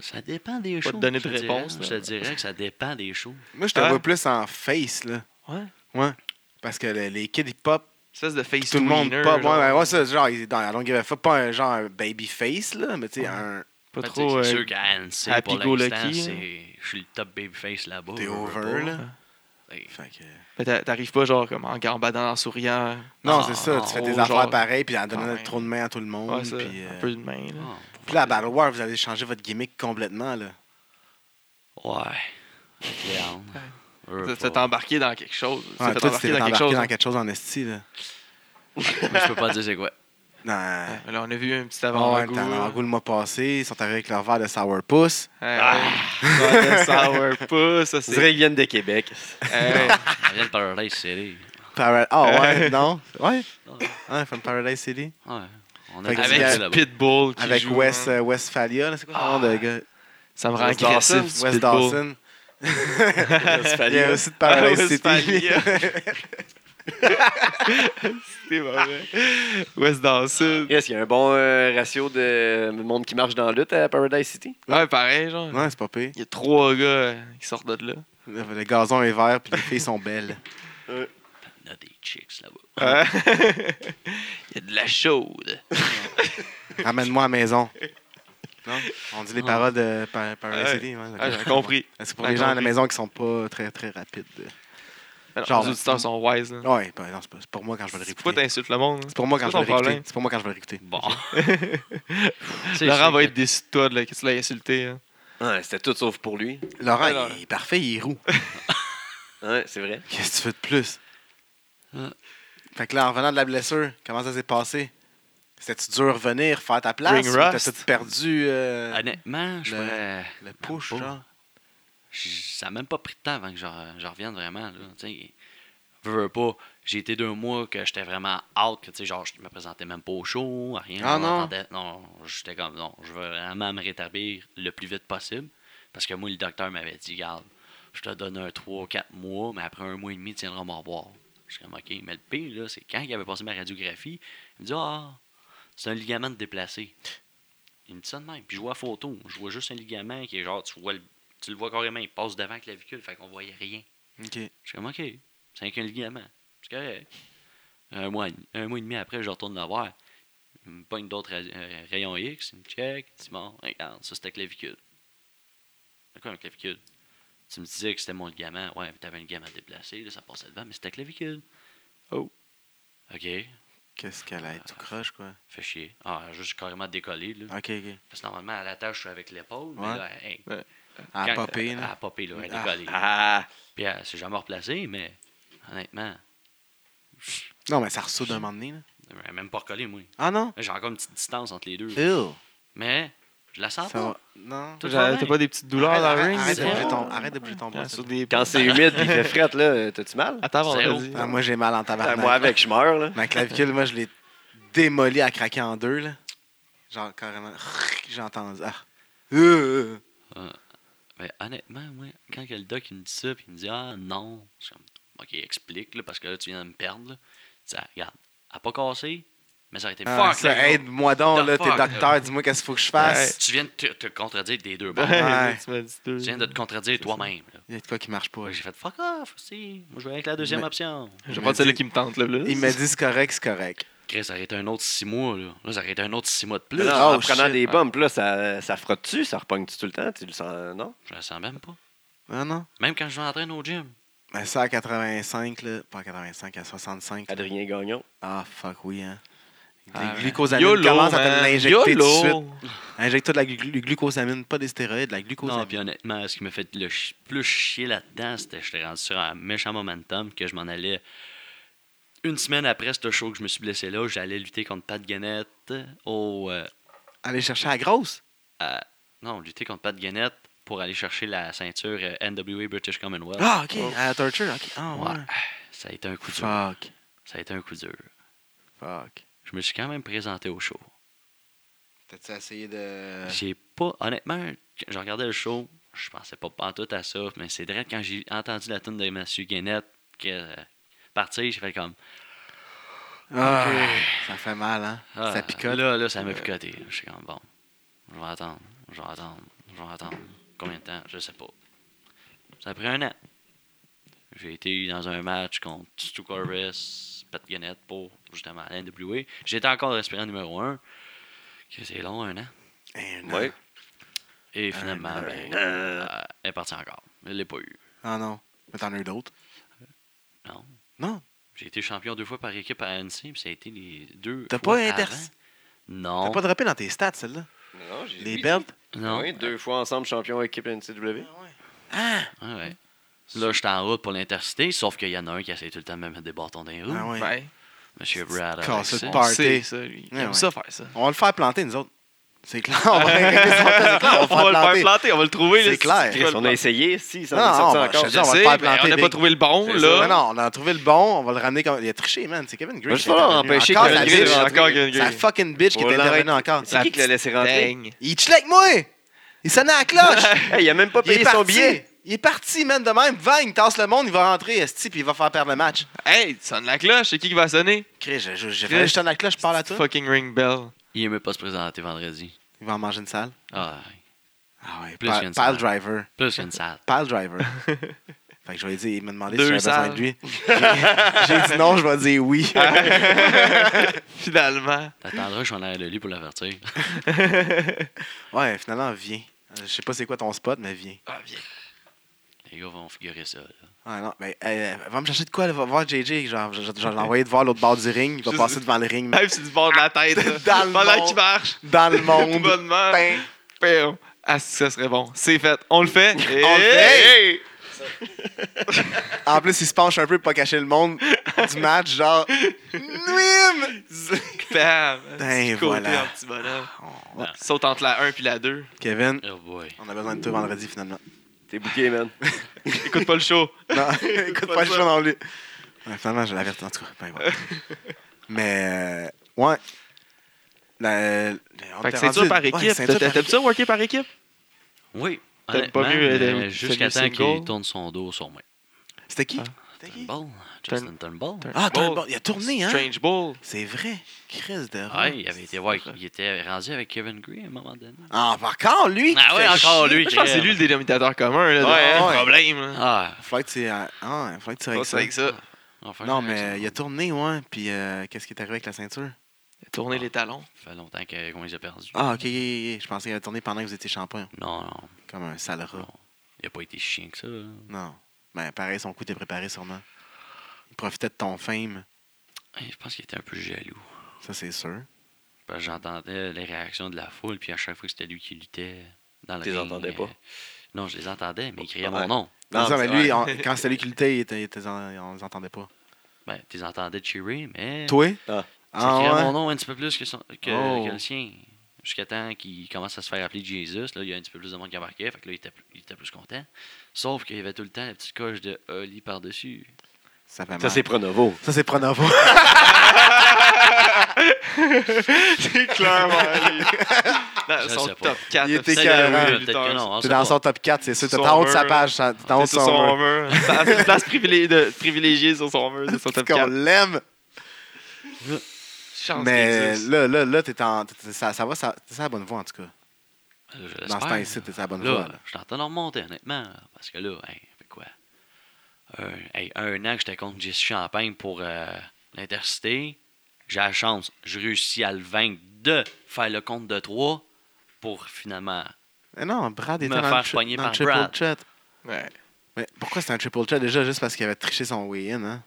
Speaker 4: Ça dépend des
Speaker 3: Pas
Speaker 4: shows.
Speaker 3: te donner
Speaker 4: je
Speaker 3: de
Speaker 4: dirais.
Speaker 3: réponse, là.
Speaker 4: Je te dirais que ça dépend des shows.
Speaker 2: Moi, je te
Speaker 3: Hein?
Speaker 2: vois plus en face, là.
Speaker 3: Ouais.
Speaker 2: Ouais. Parce que le- les kids, ils pop.
Speaker 3: Espèce de face
Speaker 2: Tout le monde
Speaker 3: tweener,
Speaker 2: pop. Ouais,
Speaker 3: genre.
Speaker 2: ouais, ouais, ça, genre, ils, dans, I don't give a fuck, pas un genre un baby face, là, mais tu
Speaker 3: Ah,
Speaker 2: sais, un.
Speaker 3: Pas
Speaker 4: Ben,
Speaker 3: trop.
Speaker 4: tu sais, C'est
Speaker 3: euh,
Speaker 4: sûr qu'à Annecy,
Speaker 3: happy
Speaker 4: pour
Speaker 3: go
Speaker 4: l'instant,
Speaker 3: lucky,
Speaker 4: c'est- je suis le top babyface
Speaker 3: oh,
Speaker 4: là-bas.
Speaker 2: T'es
Speaker 4: je veux
Speaker 2: over,
Speaker 4: pas.
Speaker 2: là.
Speaker 4: Hey,
Speaker 2: Fait que-
Speaker 3: mais t'a- T'arrives pas, genre, comme en gambadant, en souriant.
Speaker 2: Non,
Speaker 4: Ah,
Speaker 2: c'est ça,
Speaker 4: ah,
Speaker 2: tu fais des
Speaker 3: oh,
Speaker 2: affaires
Speaker 3: genre-
Speaker 2: pareilles, puis en
Speaker 3: Ah,
Speaker 2: donnant
Speaker 3: ouais.
Speaker 2: trop de mains à tout le monde.
Speaker 3: Ouais, ça,
Speaker 2: puis, euh,
Speaker 3: un peu de main. là.
Speaker 4: ah,
Speaker 2: puis là, à Battle War, vous avez changé votre gimmick complètement, là.
Speaker 4: Ouais. Avec Léon. Veux
Speaker 3: Tu t'es
Speaker 4: pas.
Speaker 3: embarqué dans quelque chose. Tu
Speaker 2: Ouais,
Speaker 3: t'es
Speaker 2: toi, tu t'es
Speaker 3: embarqué dans quelque chose. hein.
Speaker 2: dans quelque chose en esti, là.
Speaker 4: Mais Je peux pas dire c'est quoi.
Speaker 2: Dans-
Speaker 3: Ouais, Euh, Là, on a vu un petit
Speaker 2: Ah ouais,
Speaker 3: avant-goût.
Speaker 2: t'as
Speaker 3: là.
Speaker 2: un goût le mois passé, ils sont arrivés avec leur verre de sourpuss.
Speaker 3: Ouais,
Speaker 2: Ah.
Speaker 3: ouais. Ouais, Sourpuss,
Speaker 1: C'est
Speaker 3: ça c'est. euh,
Speaker 1: vrai qu'ils viennent de Québec. *laughs*
Speaker 3: Hey,
Speaker 4: Real Paradise City.
Speaker 2: Para-
Speaker 3: *laughs*
Speaker 2: Ah ouais, non? Ouais?
Speaker 4: Ouais.
Speaker 2: Ouais, from Paradise City.
Speaker 4: Ouais. On
Speaker 2: Fait
Speaker 4: a
Speaker 2: que
Speaker 4: avec
Speaker 2: c'est-
Speaker 4: ça
Speaker 3: Avec
Speaker 4: là-bas.
Speaker 3: Pitbull. qui
Speaker 2: Avec
Speaker 3: joue,
Speaker 2: West,
Speaker 3: hein.
Speaker 2: euh, Westphalia, là, c'est quoi son nom de gars?
Speaker 3: Ça me rend
Speaker 2: West
Speaker 3: agressif.
Speaker 2: Dawson,
Speaker 3: du
Speaker 2: West
Speaker 3: Pitbull. Ah,
Speaker 2: Dawson. Il y a aussi de Paradise City.
Speaker 3: Westphalia. C'était mauvais. West Dawson.
Speaker 1: Est-ce qu'il y a un bon euh, ratio de monde qui marche dans la lutte à Paradise City?
Speaker 3: Ouais, pareil, genre.
Speaker 2: *laughs* Ouais, c'est pas pire.
Speaker 3: Il y a trois gars euh, qui sortent de là.
Speaker 2: Le, le gazon est vert, puis les filles sont belles.
Speaker 4: On a des chicks là-bas.
Speaker 3: Ouais. *laughs* Il y a de la chaude.
Speaker 2: Ramène-moi à la maison. Non? On dit les
Speaker 4: Ah.
Speaker 2: paroles de Par- Paradise
Speaker 3: Ouais.
Speaker 2: City. ouais, ok.
Speaker 3: Ah, J'ai compris.
Speaker 2: Parce que pour
Speaker 3: J'ai
Speaker 2: les gens à la
Speaker 3: compris.
Speaker 2: maison qui sont pas très très rapides. euh,
Speaker 3: Alors,
Speaker 2: Genre-
Speaker 3: les auditeurs sont wise. Là.
Speaker 2: Ouais, ben non, c'est pas- c'est pour moi quand je vais le
Speaker 3: C'est pourquoi
Speaker 2: réécouter.
Speaker 3: t'insultes le monde?
Speaker 2: C'est pour moi quand je
Speaker 3: quoi
Speaker 2: vais le
Speaker 3: ton
Speaker 2: réécouter.
Speaker 3: problème?
Speaker 2: C'est pour moi quand je vais le réécouter.
Speaker 4: Bon.
Speaker 3: *laughs*
Speaker 2: *laughs*
Speaker 3: Laurent va être déçu de toi, là, que tu l'as insulté. hein.
Speaker 1: Ouais, c'était tout sauf pour lui.
Speaker 2: Laurent,
Speaker 3: Alors-
Speaker 2: il est parfait, il est roux.
Speaker 1: Ouais, c'est vrai.
Speaker 2: Qu'est-ce que tu veux de plus?
Speaker 4: Ah.
Speaker 2: Fait que là, en revenant de la blessure, comment ça s'est passé? C'était-tu dur revenir, faire ta place?
Speaker 3: Ring
Speaker 2: ou T'as
Speaker 3: rust?
Speaker 2: tout perdu euh,
Speaker 4: Ah, Honnêtement, je
Speaker 3: Ben.
Speaker 2: Le-
Speaker 4: pourrais.
Speaker 2: le push,
Speaker 4: Pas.
Speaker 2: genre?
Speaker 4: J- Ça n'a même pas pris de temps avant que je, je revienne vraiment. Là. Tu sais, Veux, veux pas. J'ai été deux mois que j'étais vraiment out, que tu sais, genre, je me présentais même pas au show, rien.
Speaker 2: Ah
Speaker 4: on
Speaker 2: non?
Speaker 4: entendait- Non, j'étais comme, non, je veux vraiment me rétablir le plus vite possible. Parce que moi, le docteur m'avait dit, garde, je te donne un 3-4 mois, mais après un mois et demi, tu viendras me revoir. Je suis comme, ok, mais le pire, là, c'est quand il avait passé ma radiographie, il me dit, ah, c'est un ligament de déplacé. Il me dit ça de même. Puis je vois la photo. Je vois juste un ligament qui est genre, tu, vois le, tu le vois carrément, il passe devant la clavicule, fait qu'on voyait rien.
Speaker 2: Ok.
Speaker 4: Je suis comme, OK, c'est qu'un ligament. C'est correct. Un mois, et- un mois et demi après, je retourne le voir. Il me pogne d'autres ra- euh, rayons X, il me check. Il dit, bon, regarde, ça c'était clavicule. C'est quoi un clavicule? Tu me disais que c'était mon ligament. Ouais, mais t'avais un ligament déplacé, là, ça passait devant, mais c'était clavicule.
Speaker 3: Oh.
Speaker 4: OK, fait
Speaker 2: Qu'est-ce qu'elle a? Tout croche, quoi.
Speaker 4: chier. Ah, juste carrément décollé, là.
Speaker 2: Ok, ok.
Speaker 4: Parce que normalement, à la tâche, je suis avec l'épaule, mais
Speaker 2: Ouais.
Speaker 4: là, hey,
Speaker 2: À
Speaker 4: quand-
Speaker 2: popper,
Speaker 4: Elle
Speaker 2: Ah, là.
Speaker 4: a popé, là. Elle
Speaker 2: Ah,
Speaker 4: a décollé.
Speaker 1: Ah!
Speaker 4: Puis elle s'est jamais replacée, mais honnêtement,
Speaker 2: Non, mais ça ressoude un moment donné, là.
Speaker 4: elle m'a même pas recollé, moi.
Speaker 2: Ah non?
Speaker 4: J'ai encore une petite distance entre les deux.
Speaker 2: Ew.
Speaker 4: Mais je la sens
Speaker 2: Ça
Speaker 4: Ah, pas.
Speaker 2: va. Non.
Speaker 4: Tout va
Speaker 3: J'avais-
Speaker 4: bien.
Speaker 3: T'as pas des petites douleurs dans le
Speaker 2: arrête,
Speaker 3: ring?
Speaker 2: arrête de
Speaker 3: c'est
Speaker 2: bouger
Speaker 3: ça?
Speaker 2: ton, arrête de bouger ton bras.
Speaker 3: Ah, sur des...
Speaker 1: Quand c'est humide et il fait fret, là, t'as-tu mal?
Speaker 3: Attends, on
Speaker 4: Zéro.
Speaker 3: dit.
Speaker 2: Ah, moi, j'ai mal en
Speaker 1: Ah,
Speaker 2: *laughs* tabarnak.
Speaker 1: moi, avec, je meurs, là.
Speaker 2: Ma clavicule, moi, je l'ai démolie à craquer en deux, là. Genre, carrément, *laughs* j'ai entendu. Ah. Euh.
Speaker 4: Mais honnêtement, moi, quand que le doc il me dit ça, puis il me dit Ah non, je suis comme, Ok, explique, là, parce que là, tu viens de me perdre. Là. Je dis, Ah, regarde, elle a pas cassé, mais ça aurait été
Speaker 2: Ah,
Speaker 4: fuck,
Speaker 2: ça,
Speaker 4: là,
Speaker 2: aide-moi donc,
Speaker 4: The
Speaker 2: là, t'es
Speaker 4: fuck, là.
Speaker 2: docteur, dis-moi qu'est-ce qu'il faut que je fasse.
Speaker 4: Tu viens de te, te contredire des deux bords.
Speaker 2: *laughs* Ouais.
Speaker 3: tu m'as dit deux.
Speaker 4: Tu viens de te contredire toi-même. là.
Speaker 2: Il y a de quoi qui marche pas.
Speaker 4: J'ai fait fuck off aussi. Moi, je vais avec la deuxième
Speaker 2: Mais-
Speaker 4: option.
Speaker 3: Je prends celle qui me tente le plus.
Speaker 2: Il m'a dit c'est correct, c'est correct.
Speaker 4: Chris, ça aurait été un autre six mois. Là, Là, ça aurait été un autre six mois de plus.
Speaker 1: Ah Non,
Speaker 2: Oh,
Speaker 1: en prenant
Speaker 2: shit.
Speaker 1: des bombes, là, ça, ça frotte-tu, ça repogne-tu tout le temps? Tu le sens, non?
Speaker 4: Je la sens même pas.
Speaker 2: Ah non?
Speaker 4: Même quand je m'entraîne au gym.
Speaker 2: Mais Ben, ça à 85, là. Pas à 85, à 65. là.
Speaker 1: Adrien Gagnon.
Speaker 2: Ah, fuck, oui, hein. Les
Speaker 3: Ah, ouais.
Speaker 2: glucosamines
Speaker 3: YOLO,
Speaker 2: commencent à te
Speaker 3: man.
Speaker 2: l'injecter tout de suite.
Speaker 3: YOLO.
Speaker 2: Injecte de la glu- glucosamine, pas des stéroïdes, de la
Speaker 4: Non,
Speaker 2: glucosamine.
Speaker 4: puis honnêtement, ce qui m'a fait le chi- plus chier là-dedans, c'était que j'étais rendu sur un méchant momentum que je m'en allais. Une semaine après ce show que je me suis blessé là, j'allais lutter contre Pat Gannett au. euh,
Speaker 2: Aller chercher la grosse.
Speaker 4: à- non, lutter contre Pat Gannett pour aller chercher la ceinture euh, NWA British Commonwealth.
Speaker 2: Ah, ok. À la torture, ok. Ah, ouais.
Speaker 4: Ouais. Ça a été un coup dur.
Speaker 2: Fuck.
Speaker 4: Ça a été un coup dur.
Speaker 2: Fuck.
Speaker 4: Je me suis quand même présenté au show.
Speaker 2: T'as-tu essayé de.
Speaker 4: J'ai pas. Honnêtement, quand je regardais le show, je pensais pas tout à ça, mais c'est vrai que quand j'ai entendu la tune de M. Guénette que euh, partir, j'ai fait comme.
Speaker 2: Ah, Ça fait mal, hein.
Speaker 4: Ah,
Speaker 2: ça picote. Euh,
Speaker 4: Là, là, ça m'a picoté. Je suis comme, bon, je vais attendre, je vais attendre, je vais attendre. Combien de temps Je sais pas. Ça a pris un an. J'ai été dans un match contre Stu Corvis, Pat Gannett pour justement la NWA. J'étais encore respirant numéro 1. C'est long, un an.
Speaker 2: Eh, non.
Speaker 1: Oui.
Speaker 4: Et finalement, ben, euh, elle est partie encore. Elle l'ai pas eu.
Speaker 2: Ah, non. Mais t'en as eu d'autres.
Speaker 4: Non.
Speaker 2: Non.
Speaker 4: J'ai été champion deux fois par équipe à ANC, puis ça a été les deux.
Speaker 2: T'as
Speaker 4: fois
Speaker 2: pas inter-
Speaker 4: avant. Non.
Speaker 2: T'as pas droppé dans tes stats, celle-là.
Speaker 1: Non, j'ai
Speaker 2: Les belts.
Speaker 4: Non.
Speaker 1: Oui, deux fois ensemble champion équipe NCW.
Speaker 2: Ah,
Speaker 4: Ah ouais.
Speaker 2: Mm.
Speaker 4: Là, j'étais en route pour l'intercité, sauf qu'il y en a un qui essaie tout le temps de me mettre des bâtons dans les roues.
Speaker 2: ah ouais.
Speaker 3: Ouais.
Speaker 4: Monsieur Brad. avec
Speaker 2: Casse de
Speaker 4: ça.
Speaker 3: On
Speaker 2: Party.
Speaker 3: sait Ben, ça, lui. Il
Speaker 2: Ouais,
Speaker 3: aime
Speaker 2: ouais.
Speaker 3: ça faire *laughs* ça.
Speaker 2: On va le faire planter, nous autres. C'est clair. On va, régler ça, c'est clair, on va le faire planter.
Speaker 3: planter, on va le trouver.
Speaker 2: C'est
Speaker 3: là,
Speaker 2: clair.
Speaker 3: tu- tu
Speaker 1: Chris,
Speaker 3: vas
Speaker 1: on
Speaker 3: le
Speaker 1: a essayé, si, ça
Speaker 2: Non,
Speaker 1: nous
Speaker 2: non,
Speaker 1: sorti
Speaker 2: on va-
Speaker 1: encore.
Speaker 2: je- on va
Speaker 3: planter. Je
Speaker 2: le faire
Speaker 3: sais, mais on n'a
Speaker 2: planter,
Speaker 3: pas
Speaker 2: les-
Speaker 3: trouvé le bon,
Speaker 1: C'est
Speaker 2: Mais
Speaker 1: ça.
Speaker 3: là.
Speaker 2: non, on a trouvé le bon, on va le ramener comme. Il a triché, man. C'est Kevin Gray.
Speaker 1: Va
Speaker 2: qui
Speaker 1: juste
Speaker 2: est
Speaker 1: falloir
Speaker 2: intervenu.
Speaker 1: empêcher
Speaker 2: Encore
Speaker 1: Kevin
Speaker 2: la
Speaker 1: Gray,
Speaker 2: bitch.
Speaker 1: là.
Speaker 3: Encore Kevin
Speaker 2: Sa
Speaker 3: Gray.
Speaker 2: fucking bitch qui
Speaker 1: Faut
Speaker 2: est intervenue
Speaker 1: l'arrêter.
Speaker 2: encore.
Speaker 1: C'est qui qui l'a laissé rentrer?
Speaker 3: Dang.
Speaker 2: Il chillait avec moi! Il sonnait à la cloche!
Speaker 1: Hey, il a même pas
Speaker 2: Il est
Speaker 1: payé son
Speaker 2: parti!
Speaker 1: billet.
Speaker 2: Il est parti, man, de même. Vang, il tasse le monde, il va rentrer, Esti, puis il va faire perdre le match.
Speaker 3: Hey, tu sonnes la cloche, c'est qui qui va sonner?
Speaker 2: Chris, je, je, je, je sonne à la cloche, je parle à toi.
Speaker 3: Fucking ring *laughs* bell.
Speaker 4: Il aimait pas se présenter vendredi.
Speaker 2: Il va en manger une salle.
Speaker 4: Ah,
Speaker 2: Ah ouais,
Speaker 4: Plus
Speaker 2: pa-
Speaker 4: qu'une
Speaker 2: pile
Speaker 4: salle.
Speaker 2: driver.
Speaker 4: plus qu'une salle.
Speaker 2: Pile driver.
Speaker 3: *laughs*
Speaker 2: fait que je lui ai dit, il m'a demandé
Speaker 3: Deux
Speaker 2: si j'avais besoin
Speaker 3: salles.
Speaker 2: de lui. J'ai dit non, je vais dire
Speaker 3: *laughs*
Speaker 2: oui.
Speaker 3: Finalement.
Speaker 4: T'attendras, que je suis en arrière de lui pour l'avertir.
Speaker 2: ouais, finalement, viens. Euh, Je sais pas c'est quoi ton spot, mais viens.
Speaker 3: Ah, bien.
Speaker 4: Les gars vont figurer ça. là.
Speaker 2: Ah non, mais euh, va me chercher de quoi, là, va voir JJ. Genre, je je- je vais l'envoyer de voir l'autre bord du ring, il va
Speaker 3: Juste-
Speaker 2: passer devant le
Speaker 3: *laughs*
Speaker 2: ring,
Speaker 3: Même si du bord de la tête.
Speaker 2: Dans le
Speaker 3: Pendant
Speaker 2: monde.
Speaker 3: qu'il marche.
Speaker 2: dans le
Speaker 3: Tout
Speaker 2: monde.
Speaker 3: bonnement.
Speaker 2: Pain.
Speaker 3: Pam. Ah, si ça serait bon. C'est fait. On le fait.
Speaker 2: On le fait.
Speaker 3: Hey!
Speaker 2: En plus, il se penche un peu pour pas cacher le monde du match,
Speaker 3: *laughs*
Speaker 2: genre. Nuim!
Speaker 3: Bam!
Speaker 2: *laughs* Ben,
Speaker 3: Petit côté
Speaker 2: voilà.
Speaker 3: en petit bonhomme.
Speaker 2: Oh,
Speaker 3: Saute entre la 1 puis la 2.
Speaker 2: Kevin,
Speaker 4: Oh boy.
Speaker 2: on a besoin de toi vendredi finalement.
Speaker 1: T'es bouqué, man.
Speaker 2: Ah,
Speaker 3: Écoute pas le show.
Speaker 2: Non, *laughs* écoute
Speaker 3: Pas
Speaker 2: pas le
Speaker 3: de ça.
Speaker 2: show non plus. Ouais, finalement, je l'avertis en tout cas. Ben, voilà. Mais, euh, ouais. La, on
Speaker 3: Fait
Speaker 2: était
Speaker 3: que c'est
Speaker 2: rendu-
Speaker 3: sûr par
Speaker 2: ouais,
Speaker 3: équipe.
Speaker 2: ceinture par
Speaker 3: T'aimes ça worker par équipe?
Speaker 4: Oui.
Speaker 3: T'aimes pas
Speaker 4: honnêtement,
Speaker 3: mieux, euh,
Speaker 4: euh,
Speaker 3: de-
Speaker 4: Jusqu'à temps
Speaker 3: celui
Speaker 4: qu'il
Speaker 3: single?
Speaker 4: tourne son dos sur moi.
Speaker 2: C'était qui?
Speaker 3: Ah.
Speaker 2: C'était qui?
Speaker 4: Turnbull. Justin Turnbull.
Speaker 2: Ah, Turnbull, il a tourné, hein?
Speaker 3: Strange Ball.
Speaker 2: C'est vrai. Chris de
Speaker 4: Ah, il avait été voir, il était rendu avec Kevin Green à un moment donné.
Speaker 2: Ah, encore lui?
Speaker 4: Ah
Speaker 2: qui
Speaker 4: ouais,
Speaker 2: fait
Speaker 4: encore
Speaker 2: chier.
Speaker 4: lui.
Speaker 3: Je pense que c'est
Speaker 4: Kev.
Speaker 3: lui le dénominateur commun. Là, de-
Speaker 1: Ouais,
Speaker 3: Ah,
Speaker 2: ouais.
Speaker 3: problème. là.
Speaker 4: Ah,
Speaker 2: Faut que tu. Ah, ouais, faut que tu règles
Speaker 3: Pas
Speaker 2: ça.
Speaker 3: ça avec ça.
Speaker 4: on fait
Speaker 2: Non,
Speaker 4: rien avec
Speaker 2: mais euh,
Speaker 4: ça.
Speaker 2: il a tourné, ouais. Puis euh, qu'est-ce qui est arrivé avec la ceinture?
Speaker 3: Tourner les talons.
Speaker 4: Ça fait longtemps que- qu'on les a perdus.
Speaker 2: Ah, ok, ok, ok. je pensais qu'il avait tourné pendant que vous étiez champion.
Speaker 4: Non, non.
Speaker 2: Comme un sale rat.
Speaker 4: Non. Il a pas été chien que ça. là.
Speaker 2: Non. Ben, pareil, son coup était préparé sûrement. Il profitait de ton fame,
Speaker 4: Eh, Je pense qu'il était un peu jaloux.
Speaker 2: ça c'est sûr.
Speaker 4: Parce que j'entendais les réactions de la foule, puis à chaque fois que c'était lui qui luttait dans le
Speaker 1: Tu les
Speaker 4: ring,
Speaker 1: entendais
Speaker 4: euh,
Speaker 1: pas?
Speaker 4: Non, je les entendais, mais il criait
Speaker 1: Ouais.
Speaker 4: mon nom.
Speaker 2: Non,
Speaker 1: Non,
Speaker 2: ça, mais
Speaker 1: c'est
Speaker 2: lui,
Speaker 1: vrai.
Speaker 2: on- quand c'était lui qui luttait, il était, il était en- on les entendait pas.
Speaker 4: Ben, tu les entendais cheerer, mais.
Speaker 2: Toi?
Speaker 1: Ah.
Speaker 4: tu criais
Speaker 2: Ah,
Speaker 4: mon
Speaker 2: ouais?
Speaker 4: nom un petit peu plus que, son- que,
Speaker 2: Oh.
Speaker 4: que le sien. Jusqu'à temps qu'il commence à se faire appeler Jesus, là, il y a un petit peu plus de monde qui embarquait, fait que là, il était, plus- il était plus content. Sauf qu'il y avait tout le temps la petite coche de Oli par-dessus.
Speaker 2: Ça fait mal.
Speaker 1: Ça, c'est
Speaker 2: *laughs*
Speaker 1: Pronovo.
Speaker 2: Ça, c'est Pronovo.
Speaker 3: *laughs* c'est clairement.
Speaker 2: *laughs*
Speaker 3: lui. Non,
Speaker 4: Je
Speaker 3: son
Speaker 4: sais pas. Ah
Speaker 3: top 4
Speaker 2: Il était
Speaker 3: officiel
Speaker 2: carré,
Speaker 3: de
Speaker 2: ouais,
Speaker 3: lutteurs.
Speaker 4: peut-être que non. on
Speaker 2: T'es
Speaker 4: sait
Speaker 2: dans
Speaker 4: pas.
Speaker 2: son top 4, c'est ça. T'es
Speaker 3: Son
Speaker 2: en haut de
Speaker 3: mur,
Speaker 2: sa
Speaker 3: là.
Speaker 2: page. t'es en haut de
Speaker 3: C'est sur son
Speaker 2: son mur.
Speaker 3: mur.
Speaker 2: *laughs*
Speaker 3: Ça- C'est une place privilégiée, de- privilégiée sur son mur, de son
Speaker 2: Parce
Speaker 3: top
Speaker 2: qu'on
Speaker 3: 4.
Speaker 2: l'aime.
Speaker 3: Chance qu'il
Speaker 2: Mais
Speaker 3: existe.
Speaker 2: là, là, là, t'es en. t'es- ça, ça va, ça, t'es sur la bonne voie, en tout cas.
Speaker 4: Euh, je
Speaker 2: Dans ce
Speaker 4: l'espère.
Speaker 2: temps-ci, t'es sur la bonne voie.
Speaker 4: Là,
Speaker 2: là.
Speaker 4: je t'entends en remonter, honnêtement. là, Parce que là, hey, fait quoi? Un, hey, un an que j'étais contre Jesse Champagne pour euh, l'Intercité. J'ai la chance. Je réussis à le vaincre de faire le compte de 3 pour finalement.
Speaker 2: Mais Eh non, Brad
Speaker 4: Me
Speaker 2: était dans
Speaker 4: faire
Speaker 2: le, tri-
Speaker 4: pogner
Speaker 2: dans le
Speaker 4: par
Speaker 2: triple
Speaker 4: Brad.
Speaker 2: chat.
Speaker 3: Ouais.
Speaker 2: Mais pourquoi c'est un triple chat déjà juste parce qu'il avait triché son weigh-in, hein?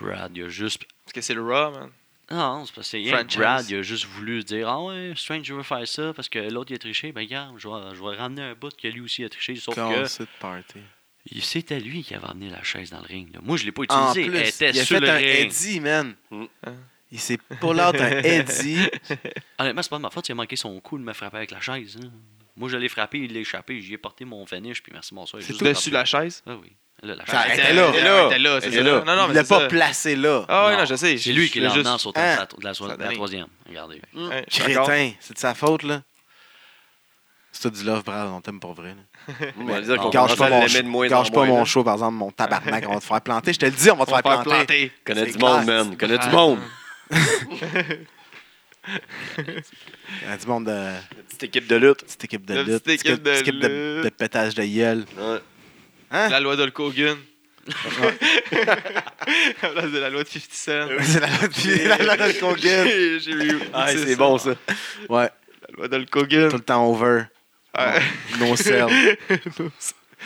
Speaker 4: Brad, il a juste.
Speaker 3: Parce que c'est le Raw, man.
Speaker 4: Non, c'est parce que rien que
Speaker 3: Franchise.
Speaker 4: Brad, il a juste voulu dire Ah ouais, Strange, je veux faire ça parce que l'autre, il a triché. Ben, regarde, je vais, je vais ramener un bout que lui aussi a triché. Sauf que
Speaker 2: Casse de party.
Speaker 4: il- c'était lui qui avait amené la chaise dans le ring. là. Moi, je l'ai pas
Speaker 2: En
Speaker 4: utilisée.
Speaker 2: plus,
Speaker 4: Elle était
Speaker 2: il a
Speaker 4: sur
Speaker 2: fait
Speaker 4: le
Speaker 2: un
Speaker 4: ring.
Speaker 2: Eddie, man.
Speaker 1: Mm.
Speaker 2: Il s'est pull out
Speaker 3: *laughs*
Speaker 2: un Eddie.
Speaker 4: Honnêtement, c'est pas de ma faute, il a manqué son coup de me frapper avec la chaise. hein. Moi, je l'ai frappé, il l'a échappé, j'y ai porté mon finish, puis merci, bonsoir.
Speaker 3: C'est
Speaker 4: juste
Speaker 3: tout dessus la chaise.
Speaker 4: Ah oui. Là, la
Speaker 2: Ça,
Speaker 4: chaise.
Speaker 2: elle était là.
Speaker 3: Elle était là, elle était là,
Speaker 1: Elle
Speaker 3: c'est
Speaker 1: était
Speaker 3: ça.
Speaker 1: là.
Speaker 3: Non, non,
Speaker 2: il
Speaker 3: mais
Speaker 2: l'a
Speaker 3: c'est
Speaker 2: pas
Speaker 3: ça.
Speaker 2: placé là.
Speaker 3: Ah ouais,
Speaker 4: Non.
Speaker 3: non, je sais.
Speaker 4: C'est lui qui
Speaker 3: l'a
Speaker 4: l'a emmené en sautant
Speaker 2: Hein?
Speaker 4: de la tro- de la, so-
Speaker 3: Ça
Speaker 4: de la
Speaker 3: donne.
Speaker 4: troisième. Regardez.
Speaker 3: Ouais, je suis d'accord.
Speaker 2: Crétin, c'est de sa faute, là. C'est tout du love, Brad, on t'aime pour vrai. là.
Speaker 1: On va dire qu'on
Speaker 2: Gâche
Speaker 1: commence
Speaker 2: pas
Speaker 1: à
Speaker 2: mon,
Speaker 1: l'aimer de
Speaker 2: show,
Speaker 1: moins en
Speaker 2: gâche pas
Speaker 1: moins.
Speaker 2: mon
Speaker 1: là.
Speaker 2: show, par exemple, mon tabarnak, on va te faire planter. Je te le dis, on va te
Speaker 3: On va
Speaker 2: faire
Speaker 3: faire
Speaker 2: planter. *laughs*
Speaker 3: planter.
Speaker 1: Connais du
Speaker 2: C'est
Speaker 1: monde,
Speaker 2: classe.
Speaker 1: man. Connais du
Speaker 3: Ah.
Speaker 1: monde.
Speaker 2: Il y a du monde de
Speaker 1: Petite équipe de lutte.
Speaker 2: petite équipe de
Speaker 3: De
Speaker 2: lutte,
Speaker 3: petite équipe de
Speaker 2: petite équipe de,
Speaker 3: lutte.
Speaker 2: de pétage de gueule.
Speaker 1: Ouais.
Speaker 2: Hein?
Speaker 3: La loi de Hulkogun. À la place de la loi de 50 Cent.
Speaker 2: C'est la loi de *laughs* la loi de Kogan.
Speaker 3: J'ai- j'ai vu.
Speaker 1: Ah,
Speaker 3: C'est
Speaker 1: c'est
Speaker 3: ça.
Speaker 1: bon, ça.
Speaker 2: Ouais,
Speaker 3: La loi de
Speaker 2: tout
Speaker 3: Hulkogun.
Speaker 2: le temps over.
Speaker 3: Ouais.
Speaker 2: No
Speaker 3: *laughs*
Speaker 2: sell.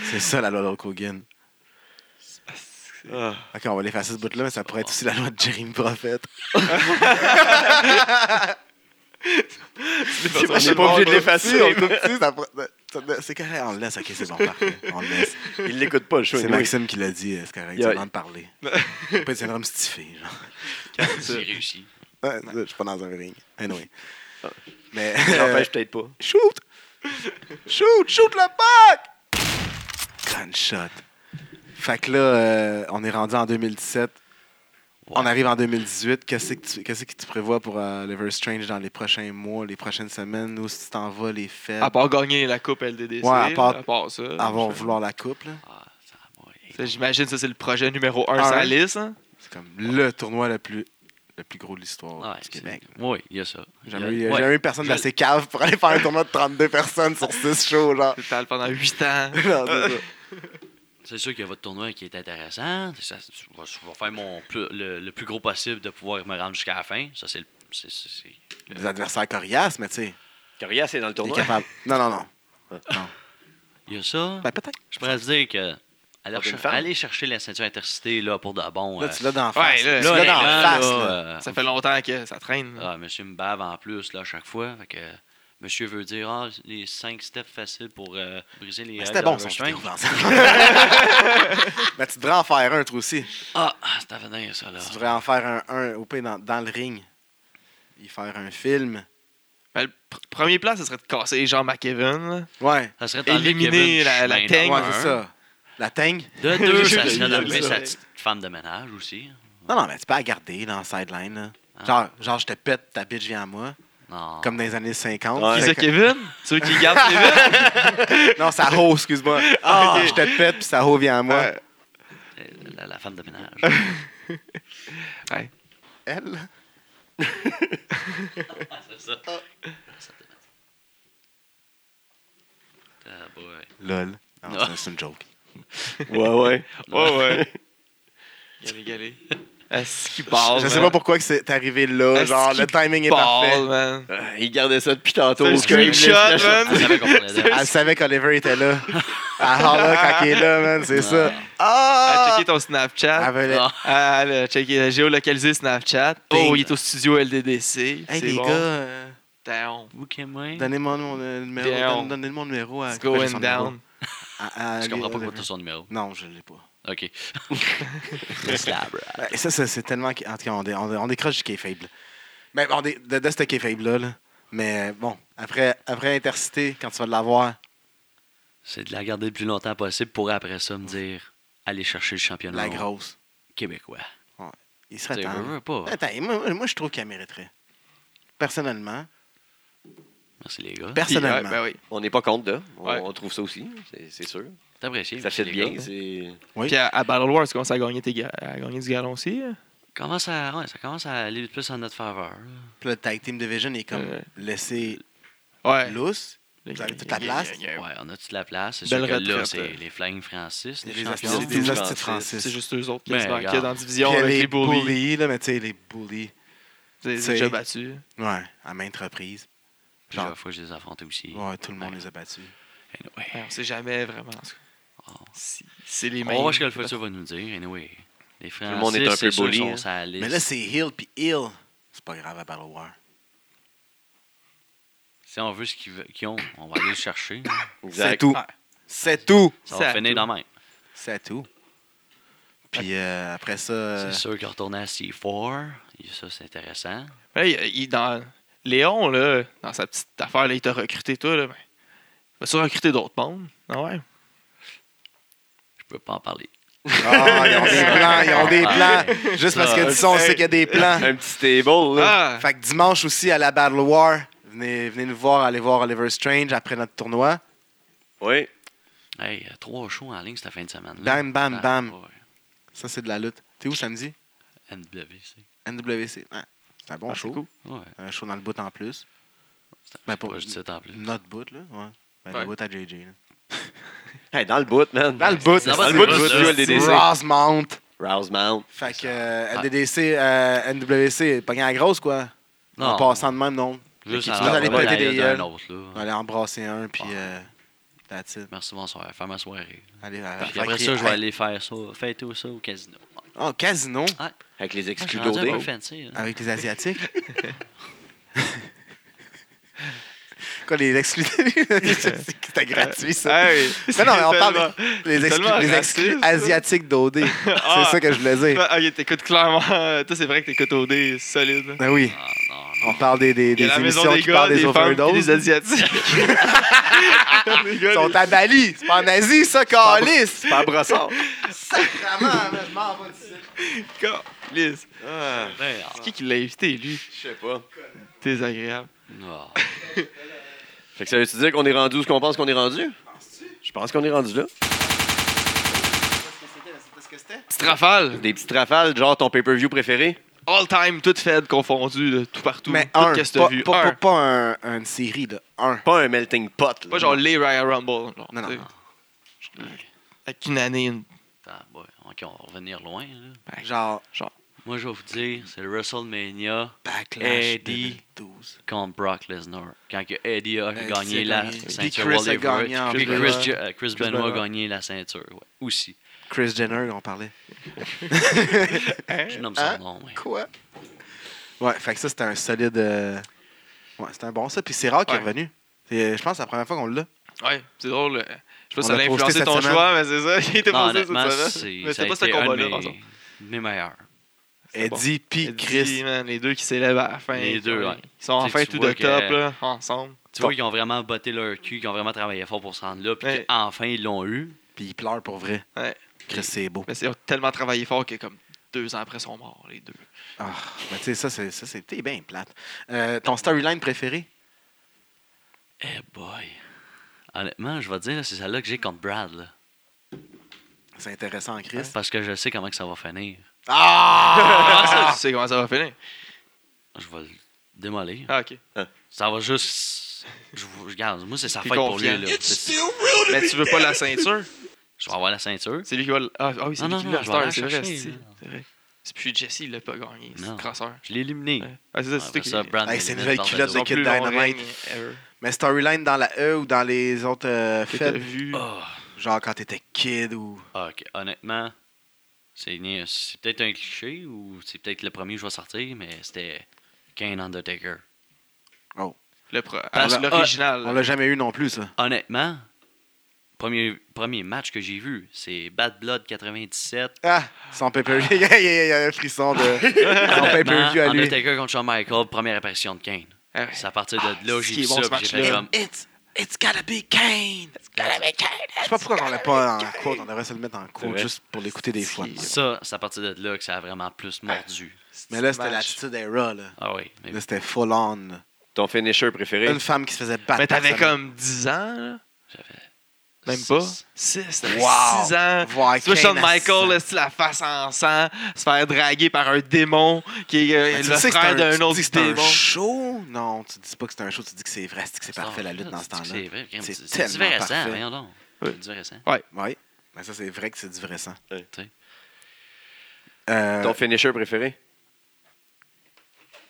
Speaker 2: C'est ça la loi de Kogan.
Speaker 1: Ah.
Speaker 2: Ok, on va l'effacer ce bout-là, mais ça pourrait être aussi la loi de Jeremy Prophet.
Speaker 1: C'est
Speaker 2: On
Speaker 1: pas-
Speaker 2: est
Speaker 1: j'ai pas obligé de l'effacer.
Speaker 2: on coupe dessus, ça prend- ça- ça- C'est correct, on le laisse, ok, c'est bon, parfait. *laughs* On le laisse.
Speaker 1: Il l'écoute pas, le show.
Speaker 2: C'est
Speaker 1: anyway.
Speaker 2: Maxime qui l'a dit, euh, c'est correct,
Speaker 1: Yeah.
Speaker 2: c'est avant de *laughs* parler. Faut Pas être syndrome stiffé, genre.
Speaker 4: J'ai réussi.
Speaker 2: Ouais, ça, Je suis pas dans un ring. Anyway. Ah. Mais. *laughs*
Speaker 1: Ça
Speaker 2: euh,
Speaker 1: l'empêche peut-être pas.
Speaker 2: Shoot! Shoot! Shoot le puck! Gunshot. Fait que là, euh, on est rendu en 2017. On arrive en 2018. Qu'est-ce que tu, qu'est-ce que tu prévois pour euh, Liver Strange dans les prochains mois, les prochaines semaines? Où si tu t'en vas, les fêtes?
Speaker 3: À part gagner la coupe LDDC.
Speaker 2: Ouais, à
Speaker 3: là,
Speaker 2: part-
Speaker 3: à part ça.
Speaker 2: Avant de
Speaker 3: je-
Speaker 2: vouloir la coupe, là.
Speaker 4: Ah, ça va. hey.
Speaker 3: Ça, J'imagine ça, c'est le projet numéro 1
Speaker 2: Ah
Speaker 3: sur la
Speaker 2: ouais.
Speaker 3: liste. hein.
Speaker 2: C'est comme le tournoi le plus, le plus gros de l'histoire
Speaker 4: Ah Ouais,
Speaker 2: du
Speaker 4: c'est-
Speaker 2: Québec.
Speaker 4: Oui, il y a ça.
Speaker 2: J'ai
Speaker 4: Il
Speaker 2: Jamais, eu,
Speaker 4: y a-
Speaker 2: j'ai
Speaker 4: ouais.
Speaker 2: jamais eu personne
Speaker 4: Je-
Speaker 2: d'assez cave pour aller faire un tournoi de 32 personnes sur 6 shows, genre. *laughs*
Speaker 3: Tu parles pendant 8 ans.
Speaker 2: Non, c'est ça.
Speaker 4: *laughs* C'est sûr qu'il y a votre tournoi qui est intéressant. Ça, je, vais, je vais faire mon plus- le, le plus gros possible de pouvoir me rendre jusqu'à la fin. Ça, c'est le. c'est- c'est- c'est-
Speaker 2: Des adversaires coriaces, mais tu sais,
Speaker 1: Coriace est dans le
Speaker 2: t'es
Speaker 1: tournoi.
Speaker 2: capable. Non, non, non.
Speaker 4: Il y a ça.
Speaker 2: Ben, peut-être.
Speaker 4: Je pourrais se dire que. Aller,
Speaker 1: Pas d'une
Speaker 4: cher-
Speaker 1: femme.
Speaker 4: aller chercher la ceinture intercité là, pour de bon.
Speaker 2: Là,
Speaker 4: euh,
Speaker 2: tu l'as dans la
Speaker 3: Ouais,
Speaker 2: face.
Speaker 3: là,
Speaker 2: tu l'as
Speaker 3: là,
Speaker 2: dans la
Speaker 4: honnêtement,
Speaker 2: face.
Speaker 4: là,
Speaker 2: là.
Speaker 4: euh,
Speaker 3: Ça fait longtemps que ça traîne.
Speaker 4: Ah, monsieur me bave en plus là, à chaque fois. Fait que monsieur veut dire ah, les 5 steps faciles pour euh, briser les
Speaker 2: Mais
Speaker 4: règles
Speaker 2: C'était bon,
Speaker 4: de
Speaker 2: son
Speaker 4: Wolfenstein.
Speaker 2: trouve ensemble. *laughs* Mais tu devrais en faire un, toi aussi.
Speaker 4: Ah, ah, c'est à venir ça là.
Speaker 2: Tu devrais en faire un, un au pire, dans, dans le ring. Y faire un film.
Speaker 3: Ben, le pr- premier plan, ce serait de casser les jambes à Kevin. là.
Speaker 2: Ouais.
Speaker 4: Ça serait
Speaker 3: Éliminer la- la teigne.
Speaker 2: Ouais,
Speaker 3: Un.
Speaker 2: c'est ça. La teigne.
Speaker 4: De deux,
Speaker 3: Je-
Speaker 2: *laughs*
Speaker 4: ça
Speaker 3: je-
Speaker 4: serait d'enlever
Speaker 3: je-
Speaker 4: sa petite femme de ménage aussi.
Speaker 2: Non, non, mais tu peux la garder dans la sideline. là.
Speaker 4: Ah.
Speaker 2: Genre, genre, je te pète, ta bitch vient à moi.
Speaker 4: Non.
Speaker 2: Comme dans les années 50.
Speaker 1: Ouais.
Speaker 3: Qui
Speaker 2: Fait
Speaker 3: c'est
Speaker 2: que-
Speaker 3: Kevin? Tu veux qu'il garde Kevin?
Speaker 2: Non, sa ho,
Speaker 3: *laughs*
Speaker 2: excuse-moi. Ah,
Speaker 3: ok.
Speaker 2: Je te pète, puis sa ho vient à moi.
Speaker 3: Ouais.
Speaker 4: La, euh, la- la femme de
Speaker 2: *laughs*
Speaker 4: ménage.
Speaker 2: Elle.
Speaker 4: c'est ça. Ah, boy.
Speaker 2: Lol. Non,
Speaker 4: Ah.
Speaker 2: c'est- C'est une joke.
Speaker 1: Ouais, ouais.
Speaker 3: Ouais, ouais. Galé,
Speaker 4: *laughs*
Speaker 3: galé. Est-ce qu'il parle?
Speaker 2: je sais pas pourquoi que c'est t'es arrivé là.
Speaker 3: Ah, Est-ce
Speaker 2: Genre, le
Speaker 3: qu'il
Speaker 2: timing est parfait.
Speaker 3: Parle, man.
Speaker 1: Euh, Il gardait ça depuis tantôt.
Speaker 3: C'est un screenshot, man.
Speaker 4: Elle savait qu'on parlait d'elle.
Speaker 2: Elle savait qu'Oliver était
Speaker 3: *laughs*
Speaker 2: là. Elle holla quand il est là, man, c'est ça.
Speaker 3: À
Speaker 2: Ah!
Speaker 3: checker ton Snapchat.
Speaker 2: Elle veut-
Speaker 4: Ah.
Speaker 3: Ah, le, checker, le géolocaliser Snapchat.
Speaker 2: Bing.
Speaker 3: Oh, il est au studio LDDC.
Speaker 2: Hey,
Speaker 3: c'est
Speaker 2: les
Speaker 3: bon.
Speaker 2: gars, euh,
Speaker 3: Down.
Speaker 4: Vous qui aimez?
Speaker 2: donnez-moi mon euh, numéro.
Speaker 3: Down.
Speaker 2: donne- Donnez-moi mon numéro à.
Speaker 3: It's going down.
Speaker 2: À- à-
Speaker 4: Je comprends pas
Speaker 2: Oliver.
Speaker 4: pourquoi tu as son numéro.
Speaker 2: Non, je l'ai pas. *laughs*
Speaker 4: Ok. Slabra.
Speaker 2: Ben, Ça, ça, c'est tellement. qui- En tout cas, on, dé- on, dé- on décroche du K-Fable. Mais bon, dé- de, de ce K-Fable-là. là. Mais bon, après, après Intercité, quand tu vas l'avoir,
Speaker 4: C'est de la garder le plus longtemps possible pour après ça me dire aller chercher le championnat
Speaker 2: la grosse.
Speaker 4: québécois.
Speaker 2: Il serait
Speaker 4: Tu sais,
Speaker 2: temps.
Speaker 4: veux, veux pas.
Speaker 2: Attends, moi, moi, je trouve qu'elle mériterait. Personnellement.
Speaker 4: Merci les gars.
Speaker 3: Puis, ouais,
Speaker 2: Personnellement.
Speaker 3: ben oui.
Speaker 1: On n'est pas contre de. On,
Speaker 3: Ouais.
Speaker 1: on trouve ça aussi, c'est- c'est sûr.
Speaker 4: T'apprécies.
Speaker 1: Ça fait
Speaker 4: merci, les
Speaker 1: bien.
Speaker 4: gars.
Speaker 1: c'est-
Speaker 2: Oui.
Speaker 3: Puis à, à Battle Wars, tu commences à gagner, tes ga- à gagner du galon aussi. hein.
Speaker 4: Commence à- ouais, ça commence à aller plus en notre faveur. là.
Speaker 2: Puis le Tag Team Division est comme
Speaker 3: Ouais.
Speaker 2: laissé
Speaker 3: Ouais.
Speaker 2: lousse.
Speaker 3: Il y
Speaker 2: Vous
Speaker 3: a-
Speaker 2: avez toute la
Speaker 3: il y a-
Speaker 2: place.
Speaker 3: il y
Speaker 1: Eh
Speaker 3: a-
Speaker 4: Ouais, on a toute la place. C'est sûr
Speaker 3: Belle
Speaker 4: que là,
Speaker 3: retraite,
Speaker 4: c'est
Speaker 3: là.
Speaker 4: les Flying Francis, les
Speaker 2: Les
Speaker 4: champions.
Speaker 2: astuces des
Speaker 1: Tout
Speaker 2: astuces
Speaker 1: Francis.
Speaker 3: C'est
Speaker 2: Francis.
Speaker 3: juste eux autres qui
Speaker 4: Mais
Speaker 3: se barricadent
Speaker 4: Ben, regarde.
Speaker 3: dans la
Speaker 2: Puis
Speaker 3: division
Speaker 2: elle
Speaker 3: avec
Speaker 2: est
Speaker 3: les bullies.
Speaker 2: bully, là, mais tu sais, les bullies.
Speaker 3: C'est
Speaker 2: C'est-
Speaker 3: déjà battu.
Speaker 2: Ouais, à maintes reprises.
Speaker 4: Plusieurs fois, je les ai affrontés aussi.
Speaker 2: Ouais, tout le monde
Speaker 4: Ouais.
Speaker 2: les a battus.
Speaker 4: Anyway.
Speaker 3: Ouais, on sait jamais vraiment. en tout cas.
Speaker 4: Oh.
Speaker 3: Si- C'est les mêmes.
Speaker 4: On va voir ce que le futur va nous dire. Anyway. Les Francis,
Speaker 1: le monde est un peu
Speaker 4: c'est sûr,
Speaker 1: bully,
Speaker 4: sont
Speaker 1: hein.
Speaker 4: sur la liste.
Speaker 2: Mais là, c'est Hill puis Hill. C'est pas grave à Battle War.
Speaker 4: si on veut ce qu'ils veulent- qu'ils ont, on va aller le chercher.
Speaker 2: C'est
Speaker 1: Exact.
Speaker 2: tout.
Speaker 3: Ouais.
Speaker 2: C'est tout.
Speaker 4: Ça va
Speaker 3: Ça,
Speaker 4: finir
Speaker 3: tout.
Speaker 4: dans même.
Speaker 2: C'est tout. Puis euh, après ça. euh,
Speaker 4: C'est sûr qu'il retournait à C4. Et Ça, c'est intéressant.
Speaker 3: Ouais, il- il- dans Léon, là, dans sa petite affaire, là, il t'a recruté, toi. Là, ben, il va sûrement recruter d'autres mondes. Ah ouais.
Speaker 4: Je peux pas en parler.
Speaker 2: Ah, ils ont des plans, ils ont des plans. Juste
Speaker 4: Ça,
Speaker 2: parce que d'ici, on
Speaker 1: hey.
Speaker 2: sait qu'il y a des plans.
Speaker 1: Un petit table, là.
Speaker 3: Ah!
Speaker 2: Fait que dimanche aussi à la Battle War, venez, venez nous voir, allez voir Oliver Strange après notre tournoi.
Speaker 1: Oui.
Speaker 4: Hey, euh, trois shows en ligne cette fin de semaine. Ah,
Speaker 2: Bam, bam, bam. Ça, c'est de la lutte. T'es où samedi?
Speaker 4: NWC.
Speaker 2: NWC. Ouais. C'est un bon
Speaker 3: Ah, c'est
Speaker 2: show.
Speaker 3: cool.
Speaker 4: Ouais.
Speaker 2: Un show dans le bout en plus.
Speaker 4: C'est
Speaker 2: Ben,
Speaker 4: ben,
Speaker 2: pour-
Speaker 4: pas juste ça en plus.
Speaker 2: Notre bout, là. Ouais. Ben,
Speaker 3: Ouais.
Speaker 2: Le bout à JJ. là.
Speaker 1: Hey, dans le bout, man.
Speaker 2: Dans le bout,
Speaker 4: Ça
Speaker 2: c'est
Speaker 4: va,
Speaker 2: le
Speaker 4: c'est
Speaker 2: bout
Speaker 4: le bout,
Speaker 2: du
Speaker 4: là.
Speaker 1: LDDC.
Speaker 2: Rosemount.
Speaker 1: Rouse Mount.
Speaker 2: Fait que euh, LDDC, euh, NWC, pas grand grosse, quoi. En passant de même, non.
Speaker 4: Juste
Speaker 2: tu
Speaker 4: en
Speaker 2: vas aller
Speaker 4: envoie
Speaker 2: péter
Speaker 4: la
Speaker 2: des euh,
Speaker 4: gueule d'un
Speaker 2: gueules.
Speaker 4: autre, là.
Speaker 2: On va aller embrasser un, puis
Speaker 4: Ouais.
Speaker 2: euh, that's it.
Speaker 4: Merci, bonsoir. Faire ma soirée.
Speaker 2: Allez,
Speaker 4: Puis
Speaker 2: Euh, fait
Speaker 4: après
Speaker 2: que-
Speaker 4: ça, je vais
Speaker 2: hey,
Speaker 4: aller faire ça, fêter ça au casino.
Speaker 2: Oh, casino
Speaker 1: Avec les
Speaker 4: Ah, je suis
Speaker 1: exclus
Speaker 4: rendu un peu
Speaker 1: d'OD.
Speaker 4: fancy. hein.
Speaker 2: avec les Asiatiques. Quoi, les exclus C'était gratuit, ça.
Speaker 3: Ah oui.
Speaker 2: Mais non, mais on
Speaker 3: *laughs*
Speaker 2: parle
Speaker 3: Tellement-
Speaker 2: des les exclus,
Speaker 3: tellement
Speaker 2: les exclus
Speaker 3: raciste, ça.
Speaker 2: asiatiques d'OD.
Speaker 3: Ah.
Speaker 2: C'est ça que je voulais dire.
Speaker 3: Ah, ok, t'écoutes clairement. euh, Toi, c'est vrai que t'écoutes OD solide. là.
Speaker 2: Ben oui,
Speaker 4: Ah, non,
Speaker 2: on
Speaker 4: non.
Speaker 2: parle des, des,
Speaker 3: Il y
Speaker 2: des
Speaker 3: a la maison
Speaker 2: émissions
Speaker 3: des
Speaker 2: qui parlent
Speaker 3: gars,
Speaker 2: des
Speaker 3: des femmes, puis
Speaker 2: overdoses.
Speaker 3: des Asiatiques.
Speaker 2: *laughs*
Speaker 3: Les
Speaker 2: Ils
Speaker 3: gars,
Speaker 2: sont à Bali. C'est pas en Asie, ça, Calis.
Speaker 1: Pas brossard.
Speaker 2: Sacrement, là, je m'en vais d'ici.
Speaker 3: les gars, Liz.
Speaker 1: Ah,
Speaker 4: Ben, ah,
Speaker 3: C'est qui qui l'a invité, lui?
Speaker 1: je sais pas.
Speaker 3: Désagréable.
Speaker 4: non.
Speaker 1: Fait que ça veut-tu dire qu'on est rendu où ce qu'on pense qu'on est rendu? Je pense qu'on est rendu là.
Speaker 2: Qu'est-ce que c'était?
Speaker 3: Petite rafale.
Speaker 1: Des petites rafales, genre ton pay-per-view préféré?
Speaker 3: All time, toute fed, confondue, là, tout partout.
Speaker 2: Mais
Speaker 3: tout
Speaker 2: un,
Speaker 3: qu'est-ce que
Speaker 2: pas,
Speaker 3: t'as vu.
Speaker 2: pas,
Speaker 3: Un.
Speaker 2: pas, pas un, une série, là. Un.
Speaker 1: Pas un melting pot. là.
Speaker 3: Pas genre les Royal Rumble. Genre,
Speaker 2: Non, non,
Speaker 3: t'sais.
Speaker 2: non.
Speaker 3: Avec une année, une...
Speaker 4: Ah, boy. Ok, on va revenir loin. là.
Speaker 2: Genre,
Speaker 4: Moi, je vais vous dire, c'est le WrestleMania
Speaker 2: Backlash
Speaker 4: Eddie.
Speaker 2: 2012.
Speaker 4: contre Brock Lesnar. Quand que Eddie a
Speaker 2: Eddie a
Speaker 4: gagné la
Speaker 2: gagné. Puis
Speaker 4: ceinture
Speaker 2: Chris
Speaker 4: World
Speaker 2: a
Speaker 4: Heavyweight.
Speaker 2: gagné en
Speaker 4: Puis
Speaker 2: plus.
Speaker 4: Chris, Ju- euh, Chris
Speaker 2: Chris
Speaker 4: Benoit a
Speaker 2: Benoit.
Speaker 4: gagné la ceinture. ouais, Aussi.
Speaker 2: Chris Jenner, on
Speaker 3: *laughs*
Speaker 2: parlait.
Speaker 4: Je nomme son
Speaker 2: Hein?
Speaker 4: nom. ouais.
Speaker 2: Quoi? Ouais, fait que ça, c'était un solide. euh, Ouais, c'était un bon ça. Puis c'est rare qu'il est
Speaker 3: Ouais.
Speaker 2: revenu. C'est- euh, Je pense que c'est la première fois qu'on l'a.
Speaker 3: Ouais, c'est drôle. euh, Je sais pas
Speaker 2: On
Speaker 3: si ça
Speaker 2: l'a
Speaker 3: a
Speaker 2: posté
Speaker 3: influencé
Speaker 2: cette
Speaker 3: ton
Speaker 2: semaine.
Speaker 3: choix, mais c'est ça. Il était
Speaker 4: Non,
Speaker 3: passé cette
Speaker 4: honnêtement,
Speaker 3: semaine.
Speaker 4: c'est
Speaker 3: Mais
Speaker 4: ça
Speaker 3: c'était
Speaker 4: a
Speaker 3: pas ce
Speaker 4: été un de
Speaker 3: combat-là, par
Speaker 4: mes-
Speaker 3: exemple.
Speaker 4: mes meilleurs.
Speaker 3: C'est bon.
Speaker 2: Eddie puis
Speaker 3: Eddie,
Speaker 2: Chris.
Speaker 3: man, les deux qui s'élèvent à la fin.
Speaker 4: Les deux,
Speaker 3: ouais.
Speaker 4: ouais.
Speaker 3: Ils sont en
Speaker 4: Tu sais,
Speaker 3: fin
Speaker 4: tu
Speaker 3: tout
Speaker 4: vois
Speaker 3: de
Speaker 4: que-
Speaker 3: top, là, ensemble.
Speaker 4: Tu
Speaker 2: Bon.
Speaker 4: vois, ils ont vraiment botté leur cul, ils ont vraiment travaillé fort pour se rendre là, puis
Speaker 3: Ouais.
Speaker 4: qu'enfin ils l'ont eu.
Speaker 2: Puis il pleure pour vrai.
Speaker 3: Ouais.
Speaker 2: Chris, c'est beau.
Speaker 3: Mais c'est- ils ont tellement travaillé fort que, comme, deux ans après, ils sont morts, les deux.
Speaker 2: Ah, ben tu sais, ça, c'est- ça, c'était bien plate. Euh, ton storyline préféré?
Speaker 4: Eh boy. Honnêtement, je vais te dire, là, c'est celle-là que j'ai contre Brad. là.
Speaker 2: C'est intéressant, Chris.
Speaker 4: Parce que je sais comment que ça va finir.
Speaker 3: Ah, ça, tu sais comment ça va finir.
Speaker 4: Je vais le démolir.
Speaker 3: Ah, ok.
Speaker 4: Ça va juste. Je vous- regarde, moi, c'est sa
Speaker 3: T'es
Speaker 4: fête pour lui.
Speaker 3: confiant.
Speaker 4: Là. C'est-
Speaker 3: Mais tu veux pas la ceinture
Speaker 4: Je vais avoir la ceinture.
Speaker 3: C'est lui qui va. le- Ah, ah oui, c'est
Speaker 4: Non,
Speaker 3: lui
Speaker 4: non,
Speaker 3: qui
Speaker 4: non,
Speaker 3: l'a
Speaker 4: je vais
Speaker 3: star,
Speaker 4: aller
Speaker 3: c'est vrai.
Speaker 4: chercher,
Speaker 3: C'est
Speaker 4: là.
Speaker 3: c'est vrai. C'est puis Jesse, il l'a pas gagné. C'est
Speaker 4: Non.
Speaker 3: le crosseur.
Speaker 4: Je l'ai éliminé.
Speaker 3: Ouais, Ouais, c'est ça, c'est toi
Speaker 4: Après
Speaker 3: qui.
Speaker 4: ça, Brad
Speaker 2: Hey,
Speaker 4: me
Speaker 2: c'est une nouvelle
Speaker 4: l'élimine par
Speaker 2: culotte de
Speaker 4: le dos.
Speaker 3: Son
Speaker 2: Kid
Speaker 3: plus long
Speaker 2: Dynamite.
Speaker 3: règne ever
Speaker 2: Mais storyline dans la E ou dans les autres euh,
Speaker 3: Que t'as
Speaker 2: fêtes?
Speaker 3: vu.
Speaker 4: Ah.
Speaker 2: Genre quand t'étais kid ou.
Speaker 4: Ah, ok, honnêtement, c'est ni- c'est peut-être un cliché ou c'est peut-être le premier que je vais sortir, mais c'était Kane Undertaker.
Speaker 3: Le pro-
Speaker 4: Parce-
Speaker 3: ah, l'original.
Speaker 2: On l'a jamais eu non plus, ça.
Speaker 4: Honnêtement, premier, premier match que j'ai vu, c'est Bad Blood 97.
Speaker 2: Ah! Son pay-per-view. *laughs* Il y a- il y a un frisson de. Son pay-per-view à
Speaker 4: Honnêtement,
Speaker 2: lui.
Speaker 4: Undertaker contre Shawn Michael, première apparition de Kane.
Speaker 3: Ah ouais.
Speaker 4: C'est à partir de là
Speaker 3: Ah,
Speaker 4: que
Speaker 3: ce
Speaker 4: j'ai
Speaker 3: qui
Speaker 4: vu
Speaker 3: est bon,
Speaker 4: ça,
Speaker 3: ce
Speaker 4: puis j'ai fait
Speaker 3: match-là.
Speaker 4: comme...
Speaker 2: It's gotta be Kane! It's gotta be Kane! Je sais pas pourquoi on l'a pas en quote. On devrait se le mettre en quote
Speaker 1: vrai.
Speaker 2: juste pour l'écouter des fois.
Speaker 4: Ça, c'est à partir de là que ça a vraiment plus mordu.
Speaker 2: Mais là, c'était
Speaker 3: Match.
Speaker 2: l'attitude era, là.
Speaker 4: Ah oui. mais-
Speaker 2: Là, c'était full on.
Speaker 1: Ton finisher préféré?
Speaker 2: Une femme qui se faisait battre.
Speaker 3: Mais t'avais
Speaker 2: par sa-
Speaker 3: comme 10 ans, là.
Speaker 4: J'avais
Speaker 3: Même
Speaker 4: six.
Speaker 3: pas. 6, t'avais
Speaker 2: Wow.
Speaker 3: 6 ans.
Speaker 2: Voir
Speaker 3: Tu vois
Speaker 2: Kane
Speaker 3: Shawn
Speaker 2: à
Speaker 3: Michaels,
Speaker 2: six ans.
Speaker 3: là, c'est la face en sang, se faire draguer par un démon qui est euh,
Speaker 2: Mais tu
Speaker 3: le
Speaker 2: sais que c'est
Speaker 3: frère d'un
Speaker 2: tu dis
Speaker 3: autre
Speaker 2: que c'est un
Speaker 3: démon.
Speaker 2: show? Non, tu dis pas que c'est un show, tu dis que c'est vrai, tu dis que c'est parfait la lutte dans ce
Speaker 4: C'est-
Speaker 2: temps-là.
Speaker 4: C'est vrai, quand même,
Speaker 2: C'est
Speaker 4: c'est- c'est
Speaker 2: tellement
Speaker 4: du vrai sang,
Speaker 2: parfait.
Speaker 4: voyons donc.
Speaker 3: Oui.
Speaker 4: C'est du vrai sang.
Speaker 2: Oui. Mais ça, c'est vrai que c'est du vrai sang.
Speaker 4: tu sais.
Speaker 2: Euh,
Speaker 1: Ton finisher préféré?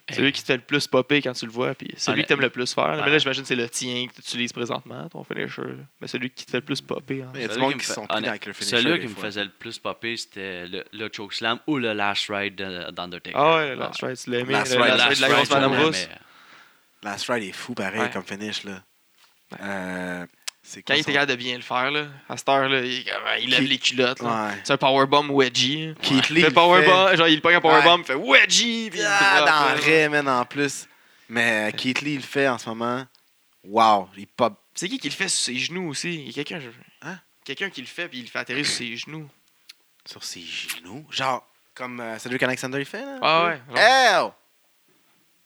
Speaker 3: Celui qui te fait le plus popper quand tu le vois, puis celui
Speaker 4: Ah,
Speaker 3: que t'aimes le plus faire. Mais
Speaker 4: Ah.
Speaker 3: là, j'imagine que c'est le tien que tu utilises présentement, ton finisher. là. Mais celui qui te fait le plus popper. hein.
Speaker 2: Il y a du
Speaker 4: Celui
Speaker 2: monde
Speaker 4: me
Speaker 2: qui
Speaker 4: fait-
Speaker 2: sont plus
Speaker 4: honnête-
Speaker 2: avec le finisher.
Speaker 4: Celui
Speaker 2: des
Speaker 4: qui me
Speaker 2: fois.
Speaker 4: faisait le plus popper, c'était le, le chokeslam ou le last ride de- d'Undertaker.
Speaker 3: Ah ouais, Last Ride, tu l'as aimé.
Speaker 2: Last
Speaker 3: le
Speaker 2: Ride,
Speaker 3: Last
Speaker 2: Last
Speaker 3: Ride de la grosse
Speaker 2: Ride,
Speaker 3: Madame
Speaker 2: j'aimais,
Speaker 3: Rousse.
Speaker 2: Last Ride est fou, pareil,
Speaker 3: Ouais.
Speaker 2: comme finish, là.
Speaker 3: Ouais.
Speaker 2: Euh, c'est
Speaker 3: Quand
Speaker 2: quoi
Speaker 3: il était
Speaker 2: son-
Speaker 3: capable de bien le faire, là, à cette heure-là, il, est comme, il lève
Speaker 2: Qui-
Speaker 3: les culottes. là.
Speaker 2: Ouais.
Speaker 3: C'est un powerbomb wedgie.
Speaker 2: Keith Lee,
Speaker 3: Il fait
Speaker 2: il
Speaker 3: powerbomb, genre il le pogne un powerbomb,
Speaker 2: Ouais.
Speaker 3: il fait wedgie, puis il
Speaker 2: Ah,
Speaker 3: drop,
Speaker 2: dans
Speaker 3: là.
Speaker 2: le raid, man, en plus. Mais euh, Keith Lee, il le fait en ce moment. Wow, il pop.
Speaker 3: C'est qui qui le fait sur ses genoux aussi Il y a quelqu'un je-
Speaker 2: Hein?
Speaker 3: Quelqu'un qui le fait puis il le fait atterrir sur ses genoux.
Speaker 2: sur ses genoux. Genre, comme euh, Cedric Alexander, il fait, là.
Speaker 3: Ah ouais.
Speaker 2: Ew!
Speaker 3: genre.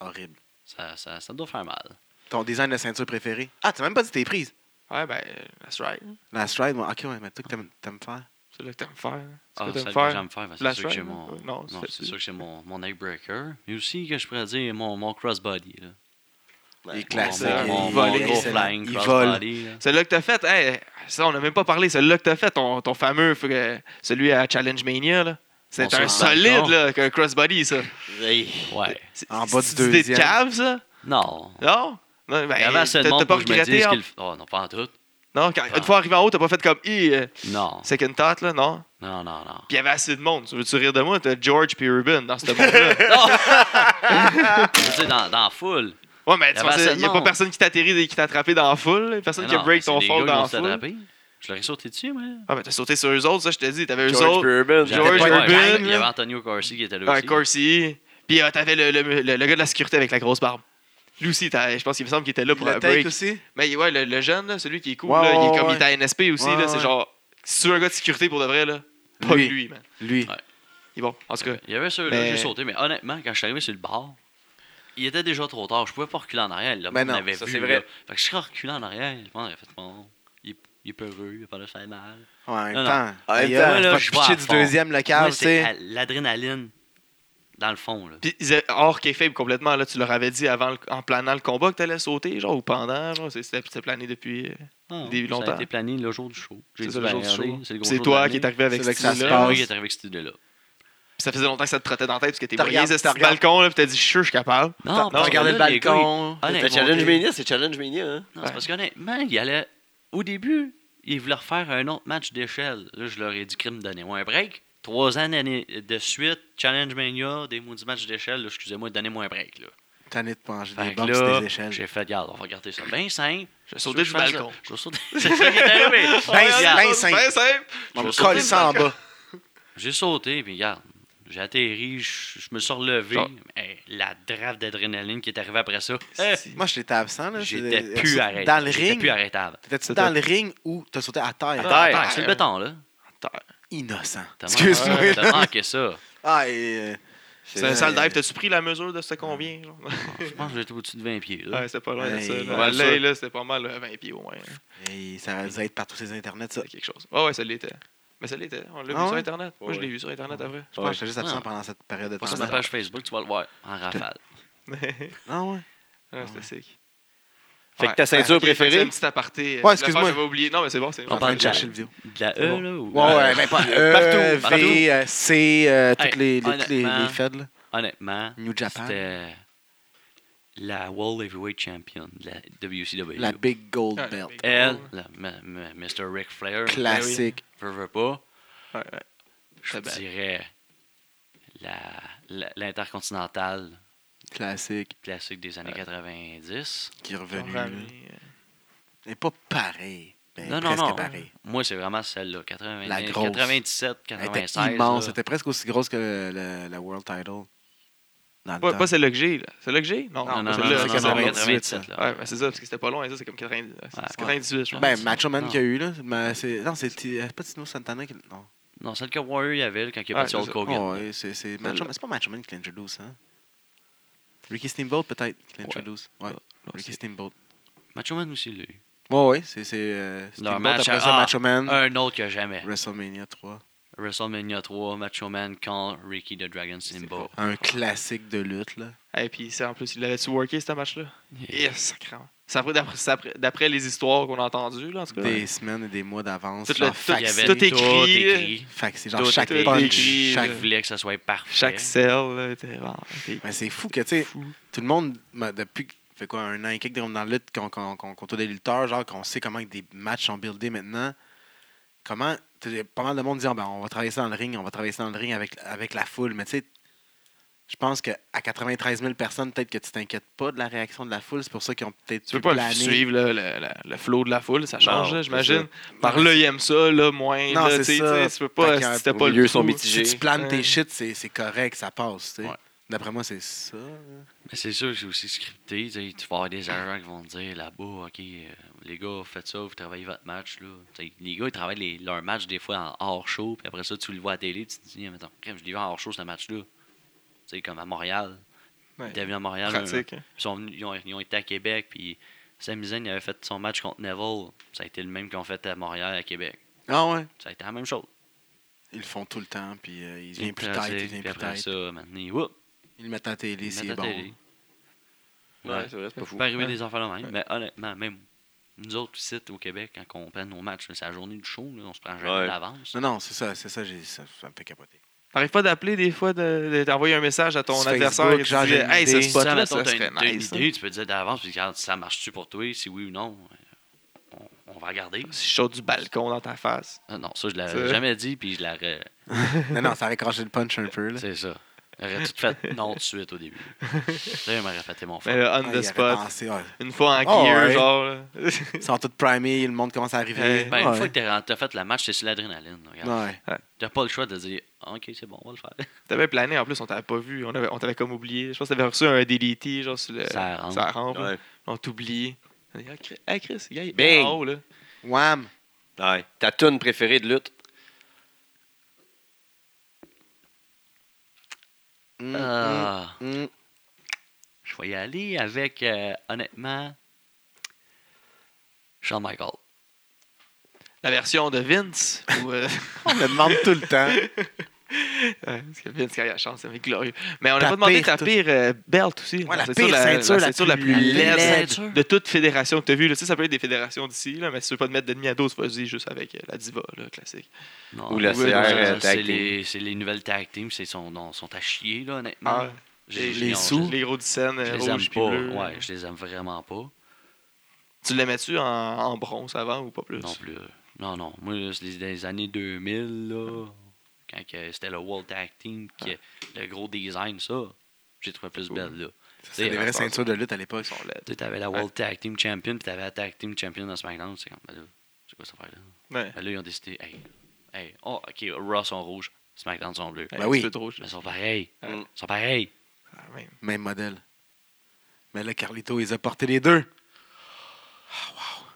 Speaker 2: Horrible.
Speaker 4: Ça, ça, ça doit faire
Speaker 3: Ah,
Speaker 4: mal.
Speaker 2: Ton design de ceinture préféré? Ah, t'as même pas dit tes prises.
Speaker 3: Ouais, ben, that's right.
Speaker 2: Last Ride, moi. Ok, ouais, mais toi que t'aimes- t'aimes faire.
Speaker 3: C'est là que t'aimes faire. C'est quoi
Speaker 4: Ah, celle
Speaker 3: t'aimes
Speaker 4: que
Speaker 3: faire
Speaker 4: j'aime faire, ben, c'est
Speaker 3: Last
Speaker 4: sûr que
Speaker 3: Ride,
Speaker 4: j'ai
Speaker 3: là?
Speaker 4: mon,
Speaker 3: Non,
Speaker 4: non,
Speaker 3: c'est-
Speaker 4: c'est sûr que j'ai mon, mon neckbreaker. Mais aussi, que je pourrais dire, mon, mon crossbody. Là.
Speaker 2: Les classiques.
Speaker 4: Mon, mon,
Speaker 2: il
Speaker 4: mon,
Speaker 2: vole,
Speaker 4: mon gros
Speaker 2: excellent.
Speaker 4: flying
Speaker 2: Il vole.
Speaker 4: crossbody. là.
Speaker 3: Celui-là que t'as fait, hey, ça, on n'a même pas parlé. Celui-là que t'as fait, ton, ton fameux, euh, celui à Challenge Mania, là. C'est
Speaker 4: On
Speaker 3: un
Speaker 4: s'en bat le
Speaker 3: solide,
Speaker 4: corps.
Speaker 3: là, qu'un crossbody, ça.
Speaker 4: Ouais.
Speaker 3: C'est-
Speaker 2: En bas du
Speaker 3: c'est une idée
Speaker 2: deuxième.
Speaker 3: de cave, ça?
Speaker 4: Non.
Speaker 3: Non? Non, ben,
Speaker 4: Il y avait assez de
Speaker 3: t'as-
Speaker 4: monde
Speaker 3: t'as
Speaker 4: pour
Speaker 3: pas
Speaker 4: que je me
Speaker 3: regretté.
Speaker 4: dise
Speaker 3: hein?
Speaker 4: qu'il... Oh non, pas en tout.
Speaker 3: Non, quand,
Speaker 4: Ah.
Speaker 3: une fois arrivé en haut, t'as pas fait comme Hi, euh,
Speaker 4: Non.
Speaker 3: second thought, là, non?
Speaker 4: Non, non, non.
Speaker 3: Puis il y avait assez de monde. Tu veux-tu rire de moi? T'as George puis Ruben dans ce monde-là.
Speaker 4: *laughs* Je veux dire, dans, dans la foule.
Speaker 3: Ouais, mais
Speaker 4: Il y
Speaker 3: tu
Speaker 4: avait assez
Speaker 3: penses,
Speaker 4: de
Speaker 3: il y a pas
Speaker 4: monde.
Speaker 3: personne qui t'atterrit et qui t'a attrapé dans la foule. là. Personne
Speaker 4: Mais
Speaker 3: qui a
Speaker 4: non,
Speaker 3: break
Speaker 4: c'est
Speaker 3: ton
Speaker 4: des
Speaker 3: fall
Speaker 4: gars qui
Speaker 3: dans
Speaker 4: m'ont
Speaker 3: la foule.
Speaker 4: attrapé. Je l'aurais sauté dessus, mais...
Speaker 3: Ah, mais t'as sauté sur eux autres, ça, je te dis. T'avais eux
Speaker 1: George
Speaker 3: autres,
Speaker 1: Urban.
Speaker 4: J'avais
Speaker 3: George
Speaker 4: pas- ouais,
Speaker 3: Urban,
Speaker 4: Il y avait
Speaker 3: là.
Speaker 4: Antonio Corsi qui était là
Speaker 3: un
Speaker 4: aussi.
Speaker 3: Corsi. Puis euh, t'avais le, le, le- le gars de la sécurité avec la grosse barbe. Lui aussi, t'as- je pense qu'il me semble qu'il était là pour
Speaker 2: Le
Speaker 3: un break.
Speaker 2: take aussi.
Speaker 3: Mais ouais, le, le jeune, là, celui qui est cool,
Speaker 2: Ouais,
Speaker 3: là, il est
Speaker 2: ouais,
Speaker 3: comme
Speaker 2: ouais.
Speaker 3: il était à NSP aussi.
Speaker 2: Ouais,
Speaker 3: là, C'est
Speaker 2: ouais.
Speaker 3: genre, si tu veux un gars de sécurité pour de vrai, là, pas
Speaker 2: Lui.
Speaker 3: lui, man.
Speaker 2: Lui.
Speaker 4: Ouais.
Speaker 3: Il est bon, en tout cas.
Speaker 4: Il y avait ceux-là,
Speaker 3: Mais-
Speaker 4: j'ai sauté, mais honnêtement, quand je suis arrivé sur le bar, il était déjà trop tard. Je pouvais pas reculer en arrière. Là,
Speaker 2: Mais non,
Speaker 4: avait
Speaker 1: ça,
Speaker 4: vu,
Speaker 1: c'est vrai.
Speaker 4: là. Fait que je suis reculé en arrière. Le monde avait fait bon. Il, il est peureux, il a pas de faire mal.
Speaker 2: Ouais, en même
Speaker 4: Non, non.
Speaker 2: temps.
Speaker 1: En même
Speaker 2: Aïe,
Speaker 1: temps,
Speaker 2: aïe,
Speaker 4: là,
Speaker 2: pas
Speaker 4: je
Speaker 2: te
Speaker 4: vois
Speaker 2: pitcher
Speaker 4: à
Speaker 2: du
Speaker 4: fond.
Speaker 2: deuxième le
Speaker 4: Moi,
Speaker 2: câble, tu
Speaker 4: c'est
Speaker 2: sais.
Speaker 4: à l'adrénaline dans le fond. Là.
Speaker 3: Puis ils étaient hors kayfabe complètement, là, tu leur avais dit avant, le- en planant le combat que t'allais sauter, genre, ou pendant, genre, c'est- c'était c'était plané depuis. euh,
Speaker 4: Non,
Speaker 3: Des-
Speaker 4: Ah, Ça
Speaker 3: longtemps.
Speaker 4: a été plané le jour du show. J'ai
Speaker 3: C'est
Speaker 4: dit,
Speaker 3: ça, le
Speaker 4: ben,
Speaker 3: jour du show.
Speaker 4: regardez, C'est le gros
Speaker 3: C'est
Speaker 4: jour
Speaker 3: toi
Speaker 4: de
Speaker 3: qui est
Speaker 4: l'année.
Speaker 3: arrivé avec
Speaker 2: C'est là
Speaker 3: cette
Speaker 2: que ça se
Speaker 3: idée-là.
Speaker 4: C'est
Speaker 2: passe.
Speaker 4: moi qui est arrivé avec cette idée-là.
Speaker 3: Puis ça faisait longtemps que ça te trottait dans la tête parce que t'es
Speaker 2: T'as
Speaker 3: voyé
Speaker 2: regardé-
Speaker 3: ce
Speaker 2: t'as
Speaker 3: petit balcon là, puis t'as dit chou, je suis capable.
Speaker 4: Non,
Speaker 3: t'as
Speaker 4: parce que
Speaker 2: Regardez le
Speaker 4: là, les gars,
Speaker 2: balcon.
Speaker 4: ils- honnêtement,
Speaker 1: T'as Challenge
Speaker 4: ils-
Speaker 1: Mania, c'est Challenge Mania, hein?
Speaker 4: Non, c'est parce qu'honnêtement, il allait. Au début, il voulait refaire un autre match d'échelle. Là, je leur ai dit crime, donnez-moi un break. Trois ans d'année- de suite, Challenge Mania, des maudits matchs d'échelle, là, excusez-moi, donnez-moi un break. Là.
Speaker 2: T'en es de manger
Speaker 4: Fait
Speaker 2: des
Speaker 4: que
Speaker 2: bombes
Speaker 4: là,
Speaker 2: sur des échelles.
Speaker 4: j'ai fait, regarde, on va regarder ça bien simple.
Speaker 3: Je
Speaker 4: Tu veux
Speaker 3: sautais
Speaker 4: que
Speaker 3: du
Speaker 4: je fasse
Speaker 3: balcon.
Speaker 4: ça? Je vais sauter. *laughs* C'est ça qui est arrivé.
Speaker 2: Ben,
Speaker 4: Regarde,
Speaker 2: ben,
Speaker 3: Ben
Speaker 2: simple.
Speaker 3: simple.
Speaker 2: On
Speaker 4: je
Speaker 2: me
Speaker 4: vais sauter
Speaker 2: colle ça en
Speaker 3: *laughs*
Speaker 2: bas.
Speaker 4: J'ai sauté, puis regarde, j'ai atterri, je je me suis relevé.
Speaker 3: Genre-
Speaker 4: Hey, la drape d'adrénaline qui est arrivée après ça, hey,
Speaker 3: Si.
Speaker 2: Moi, j'étais absent, là.
Speaker 4: j'étais
Speaker 2: C'est-
Speaker 4: plus arrêtable.
Speaker 2: Dans le
Speaker 4: J'étais
Speaker 2: ring.
Speaker 4: plus arrêtable.
Speaker 2: T'étais-tu
Speaker 3: C'était-
Speaker 2: dans le ring ou t'as sauté à terre?
Speaker 1: terre.
Speaker 4: Ah, sur le béton, là.
Speaker 2: Innocent.
Speaker 4: T'as manqué-
Speaker 2: Excuse-moi.
Speaker 4: T'as
Speaker 2: là.
Speaker 4: manqué ça.
Speaker 2: *laughs* Ah, et. euh,
Speaker 3: C'est un sale dive. T'as-tu pris la mesure de ce combien? genre?
Speaker 4: Je pense que j'étais au-dessus de 20 pieds.
Speaker 3: *laughs*
Speaker 4: Là.
Speaker 3: Ouais, c'était pas loin de
Speaker 2: Hey,
Speaker 3: ça.
Speaker 2: pas
Speaker 3: Là,
Speaker 1: mal
Speaker 3: L'œil,
Speaker 1: sûr.
Speaker 3: là, c'était pas mal, là, 20 pieds au moins. hein.
Speaker 2: Hey, ça aurait dû être par tous ces internets, ça.
Speaker 3: C'est quelque chose. Ouais, ouais, ça l'était. Mais ça l'était. On l'a
Speaker 2: Ah
Speaker 3: vu sur
Speaker 2: ouais?
Speaker 3: Internet. Moi, je
Speaker 1: Ouais.
Speaker 3: l'ai vu sur Internet après.
Speaker 2: Je pense que j'étais juste absent
Speaker 4: Ouais. Ah.
Speaker 2: pendant cette période de temps.
Speaker 4: Pas sur ma page Facebook, tu vas le voir en rafale.
Speaker 3: *laughs*
Speaker 2: Ah ouais.
Speaker 3: Ouais, C'était sick.
Speaker 1: Fait que
Speaker 3: Ouais.
Speaker 1: ta ceinture
Speaker 3: Ok, fait que c'est
Speaker 1: préférée?
Speaker 3: Un petit aparté. euh,
Speaker 2: Ouais,
Speaker 3: l'affaire,
Speaker 2: excuse-moi.
Speaker 3: J'avais oublié. Non, mais c'est bon, c'est
Speaker 4: On
Speaker 3: bon.
Speaker 4: parle de la,
Speaker 2: chercher le vidéo.
Speaker 4: de la E, là? Ou...
Speaker 2: Ouais, ouais, ben pas. Euh,
Speaker 4: *laughs* Partout,
Speaker 2: V, euh, C, euh,
Speaker 4: Hey,
Speaker 2: toutes les, les, toutes les,
Speaker 4: honnêtement.
Speaker 2: les feds, là.
Speaker 4: Honnêtement,
Speaker 2: New Japan.
Speaker 4: c'était la World Heavyweight Champion de la WCW.
Speaker 2: La Big Gold
Speaker 3: Ouais, la
Speaker 2: Belt.
Speaker 3: Big-
Speaker 4: Elle, la, ma- ma- Mr. Ric Flair,
Speaker 2: Classique.
Speaker 4: veux, veux pas,
Speaker 3: Ouais, ouais.
Speaker 4: je
Speaker 3: Très belle.
Speaker 4: dirais la- la- l'intercontinentale
Speaker 2: Classique.
Speaker 4: classique des années 90.
Speaker 2: Qui est revenu. là.
Speaker 3: Ramené, euh,
Speaker 2: Mais pas pareil. Ben,
Speaker 4: Non, non,
Speaker 2: presque
Speaker 4: non.
Speaker 2: pareil.
Speaker 4: Moi, c'est vraiment celle-là, 80
Speaker 2: La grosse.
Speaker 4: 97,
Speaker 2: Elle était
Speaker 4: 96.
Speaker 2: immense.
Speaker 4: là.
Speaker 2: C'était presque aussi grosse que le- la World Title. Dans le
Speaker 3: Pas,
Speaker 2: temps.
Speaker 3: pas celle-là que j'ai, là. Celle-là que j'ai? Non,
Speaker 4: Non,
Speaker 3: pas
Speaker 4: non, non,
Speaker 3: celle-là.
Speaker 4: non,
Speaker 2: c'est
Speaker 4: non, non,
Speaker 2: 98,
Speaker 4: 97, là.
Speaker 3: Ouais, mais c'est ça, parce que c'était pas loin, ça, c'est comme 90, c'est
Speaker 4: Ouais.
Speaker 3: 98, je pense.
Speaker 2: ben, Macho Man
Speaker 4: Non.
Speaker 2: qu'il y a eu, là. mais c'est- Non, c'est Ti- euh, c'est pas Tino Santana qui. Non.
Speaker 4: Non, celle que Warrior y avait là, quand il a
Speaker 3: Ouais,
Speaker 4: battu
Speaker 3: c'est
Speaker 4: Hulk
Speaker 3: ça.
Speaker 4: Hogan.
Speaker 2: Oh, ouais, c'est c'est Macho Man. C'est pas Macho Man qui l'introduce, hein. Ricky Steamboat, peut-être, qui
Speaker 3: Ouais.
Speaker 2: l'introduce. Ouais.
Speaker 3: Non,
Speaker 2: Ricky
Speaker 3: c'est-
Speaker 2: Steamboat.
Speaker 4: Macho Man aussi, lui.
Speaker 2: Ouais, ouais, c'est. c'est, euh, Steamboat,
Speaker 4: match
Speaker 2: après
Speaker 4: à-
Speaker 2: ça,
Speaker 4: ah,
Speaker 2: Macho
Speaker 3: Mm.
Speaker 2: Man.
Speaker 4: Un autre que jamais.
Speaker 2: WrestleMania 3.
Speaker 4: WrestleMania 3, Macho Man contre Ricky the Dragon Steamboat.
Speaker 2: Un classique de lutte, là.
Speaker 3: Et puis, ça, en plus, il l'avait-tu worké, ce match-là? Yes, sacrément. C'est après, d'après, c'est après- d'après les histoires qu'on a entendues, là, en tout cas.
Speaker 2: Des semaines et des mois d'avance.
Speaker 3: Tout le-
Speaker 2: genre
Speaker 3: tout-
Speaker 4: Il y
Speaker 2: faxé.
Speaker 4: avait
Speaker 3: Tout écrit,
Speaker 4: Tout
Speaker 3: là.
Speaker 4: écrit.
Speaker 2: Faxé, genre
Speaker 3: tout
Speaker 2: chaque
Speaker 3: était
Speaker 2: punch,
Speaker 3: écrit,
Speaker 2: chaque
Speaker 3: là.
Speaker 4: voulait que ça soit parfait.
Speaker 3: Chaque cell, là, était vraiment. était
Speaker 2: Mais c'est fou que, tu sais,
Speaker 3: fou.
Speaker 2: tout le monde, ben, depuis que- fait quoi, un an et quelques dans le lutte, qu'on qu'on qu'on- qu'on tourne des lutteurs, genre qu'on sait comment que des matchs sont buildés maintenant, comment, tu sais, pas mal de monde dit, Ah, ben, on va travailler ça dans le ring, on va travailler ça dans le ring avec, avec la foule, mais tu sais, je pense qu'à 93 000 personnes, peut-être que tu t'inquiètes pas de la réaction de la foule, c'est pour ça qu'ils ont peut-être
Speaker 3: Tu peux
Speaker 2: pu
Speaker 3: pas
Speaker 2: planer.
Speaker 3: le suivre là, le, le, le flow de la foule, ça change,
Speaker 1: Non,
Speaker 3: là,
Speaker 1: c'est
Speaker 3: j'imagine.
Speaker 1: ça.
Speaker 3: Par là, il aime ça, là, moins.
Speaker 2: Non,
Speaker 3: là,
Speaker 2: c'est
Speaker 3: tu sais,
Speaker 2: ça.
Speaker 3: tu sais, Tu peux
Speaker 2: Fait qu'il y
Speaker 3: pas,
Speaker 2: a-
Speaker 3: si c'était
Speaker 1: au
Speaker 3: pas
Speaker 1: milieu,
Speaker 3: le
Speaker 1: ils sont
Speaker 3: coup.
Speaker 1: mitigés.
Speaker 2: Si tu planes tes
Speaker 3: Ouais.
Speaker 2: shit, c'est c'est correct, ça passe, tu sais.
Speaker 4: Ouais.
Speaker 2: D'après moi, c'est ça.
Speaker 4: Mais c'est sûr que c'est aussi scripté. tu sais, Tu vas avoir des erreurs qui vont te dire là-bas, OK, euh, les gars, faites ça, vous travaillez votre match. Là. Tu sais, Les gars, ils travaillent les- leur match des fois en hors-show, puis après ça, tu le vois à la télé, tu te dis, ah, mettons, crème, je l'ai vu en hors-show, ce match-là. Tu sais, comme à Montréal.
Speaker 3: Ouais.
Speaker 4: Ils étaient venus à Montréal. un-
Speaker 2: euh,
Speaker 3: Pratique. hein.
Speaker 4: Ils, sont venus- ils ont, ils ont été à Québec, puis Sami Zayn il avait fait son match contre Neville. Ça a été le même qu'ils ont fait à Montréal, à Québec.
Speaker 2: Ah ouais?
Speaker 4: Ça a été la même chose.
Speaker 2: Ils le font tout le temps, puis euh, il
Speaker 4: Ils
Speaker 2: vient plus
Speaker 4: le
Speaker 2: tard,
Speaker 4: pratiquent,
Speaker 2: il vient
Speaker 4: puis
Speaker 2: plus
Speaker 4: après
Speaker 2: tard.
Speaker 4: ça, maintenant, whoop,
Speaker 2: Ils le mettent à la télé,
Speaker 4: ils
Speaker 2: c'est
Speaker 4: mettent
Speaker 2: bon.
Speaker 4: à télé.
Speaker 1: Ouais, c'est vrai, c'est pas fou.
Speaker 4: peut arriver
Speaker 3: Ouais.
Speaker 4: des affaires là même. Mais honnêtement, même nous autres ici au Québec, quand on prend nos matchs, là, c'est la journée du show, là, on se prend jamais
Speaker 1: Ouais.
Speaker 4: d'avance.
Speaker 2: Non, non, c'est ça, c'est ça, j'ai- ça, ça me fait capoter.
Speaker 3: T'arrives pas d'appeler des fois, de, de t'envoyer un message à ton
Speaker 2: Sur
Speaker 3: adversaire
Speaker 2: Facebook,
Speaker 3: et tu
Speaker 2: genre,
Speaker 3: dis
Speaker 2: j'ai une
Speaker 3: Hey,
Speaker 2: idée.
Speaker 3: ce
Speaker 4: Si ça,
Speaker 3: spot-là,
Speaker 4: mettons,
Speaker 3: ça
Speaker 4: t'as
Speaker 3: serait
Speaker 4: une, t'as une
Speaker 3: nice. hein.
Speaker 4: idée, tu peux dire d'avance, puis regarde, ça marche-tu pour toi, si oui ou non, euh, on, on va regarder.
Speaker 3: Si je saute du balcon dans ta face.
Speaker 4: Ah non, ça, je
Speaker 3: C'est-
Speaker 4: l'avais jamais dit, puis je l'aurais.
Speaker 2: non, non, ça raccrochait le punch un peu, là.
Speaker 4: C'est ça. J'aurais tout
Speaker 2: *laughs*
Speaker 4: fait non tout de suite au début. Ça, il m'aurait fait mon
Speaker 3: Mais
Speaker 4: frère.
Speaker 3: le on
Speaker 2: Ah, il
Speaker 3: the
Speaker 2: aurait
Speaker 3: spot.
Speaker 2: pensé, ouais.
Speaker 3: Une fois en
Speaker 2: Oh,
Speaker 3: gear,
Speaker 2: ouais.
Speaker 3: genre. là. *laughs*
Speaker 2: Ils sont tous primés, le monde commence à arriver.
Speaker 3: Eh,
Speaker 4: Ben, une
Speaker 2: Ouais.
Speaker 4: fois que t'as t'as fait le match, c'est sur l'adrénaline. là, regarde.
Speaker 2: Ouais.
Speaker 4: T'as pas le choix de dire, OK, c'est bon, on va le faire.
Speaker 3: T'avais plané, en plus, on t'avait pas vu. On avait- on t'avait comme oublié. Je pense que t'avais reçu un DDT, genre, sur le.
Speaker 4: Ça rentre.
Speaker 3: Ça rentre. là.
Speaker 1: Ouais.
Speaker 3: On t'oubliait. On dit, Ah, Chris- Hey, Chris, il est
Speaker 1: Bing!
Speaker 3: en haut, là.
Speaker 2: Wham!
Speaker 1: Ouais. Ta tune préférée de lutte?
Speaker 2: Mm,
Speaker 4: Ah.
Speaker 2: mm, mm.
Speaker 4: Je vais y aller avec, euh, honnêtement, Shawn Michaels.
Speaker 3: La version de Vince. ou, euh, *laughs*
Speaker 2: On me demande tout le temps.
Speaker 3: Ouais, parce que Vince, quand il a la chance, c'est un mec glorieux. Mais on n'a
Speaker 2: Ta
Speaker 3: pas demandé
Speaker 2: pire,
Speaker 3: ta
Speaker 2: tout-
Speaker 3: pire euh, belt aussi.
Speaker 2: Ouais, la
Speaker 3: C'est
Speaker 2: pire
Speaker 3: sûr,
Speaker 2: ceinture la plus
Speaker 3: laide
Speaker 2: laide.
Speaker 4: Ceinture.
Speaker 3: de toute fédération que tu as vue. là. Tu sais, ça peut être des fédérations d'ici, là, mais si tu veux pas te mettre d'ennemis à dos, vas-y juste avec euh, la diva là, classique.
Speaker 4: Non,
Speaker 1: Ou la CR,
Speaker 4: oui, non,
Speaker 1: euh,
Speaker 4: c'est
Speaker 1: tag
Speaker 4: les, c'est les nouvelles tag teams, c'est sont, non, sont à chier, là, honnêtement.
Speaker 3: Ah,
Speaker 4: J'ai-
Speaker 3: les-
Speaker 4: j'ai-
Speaker 2: les
Speaker 4: non,
Speaker 2: sous.
Speaker 4: je-
Speaker 3: Les héros du scène,
Speaker 4: Je
Speaker 3: euh,
Speaker 4: les aime
Speaker 3: rouge puis
Speaker 4: pas.
Speaker 3: bleu.
Speaker 4: Ouais, je les aime vraiment pas.
Speaker 3: Tu l'aimais-tu en, en bronze avant ou pas plus?
Speaker 4: Non plus. euh, Non, non. Moi, là, c'est les- dans les années 2000, là, quand que c'était le World Tag Team, que le gros design, ça, j'ai trouvé plus
Speaker 3: Cool.
Speaker 4: belle, là.
Speaker 2: C'est des vraies ceintures de lutte à l'époque.
Speaker 3: Ils sont laides.
Speaker 4: Tu sais, t'avais la
Speaker 3: Ouais.
Speaker 4: World Tag Team Champion, puis t'avais la Tag Team Champion dans SmackDown. C'est comme, ben là, c'est quoi cette affaire-là?
Speaker 3: Ouais.
Speaker 4: Ben là, ils ont décidé, hey, hey, oh, ok, Raw sont rouges, SmackDown sont bleus.
Speaker 3: Ouais,
Speaker 2: Ben
Speaker 3: un
Speaker 2: oui.
Speaker 3: petit peu trop, je-
Speaker 4: Mais ils sont pareils.
Speaker 3: Ouais.
Speaker 4: Ils sont pareils.
Speaker 3: Ah, même.
Speaker 2: Même modèle. Mais là, Carlito, ils ont porté les deux. Ah, wow.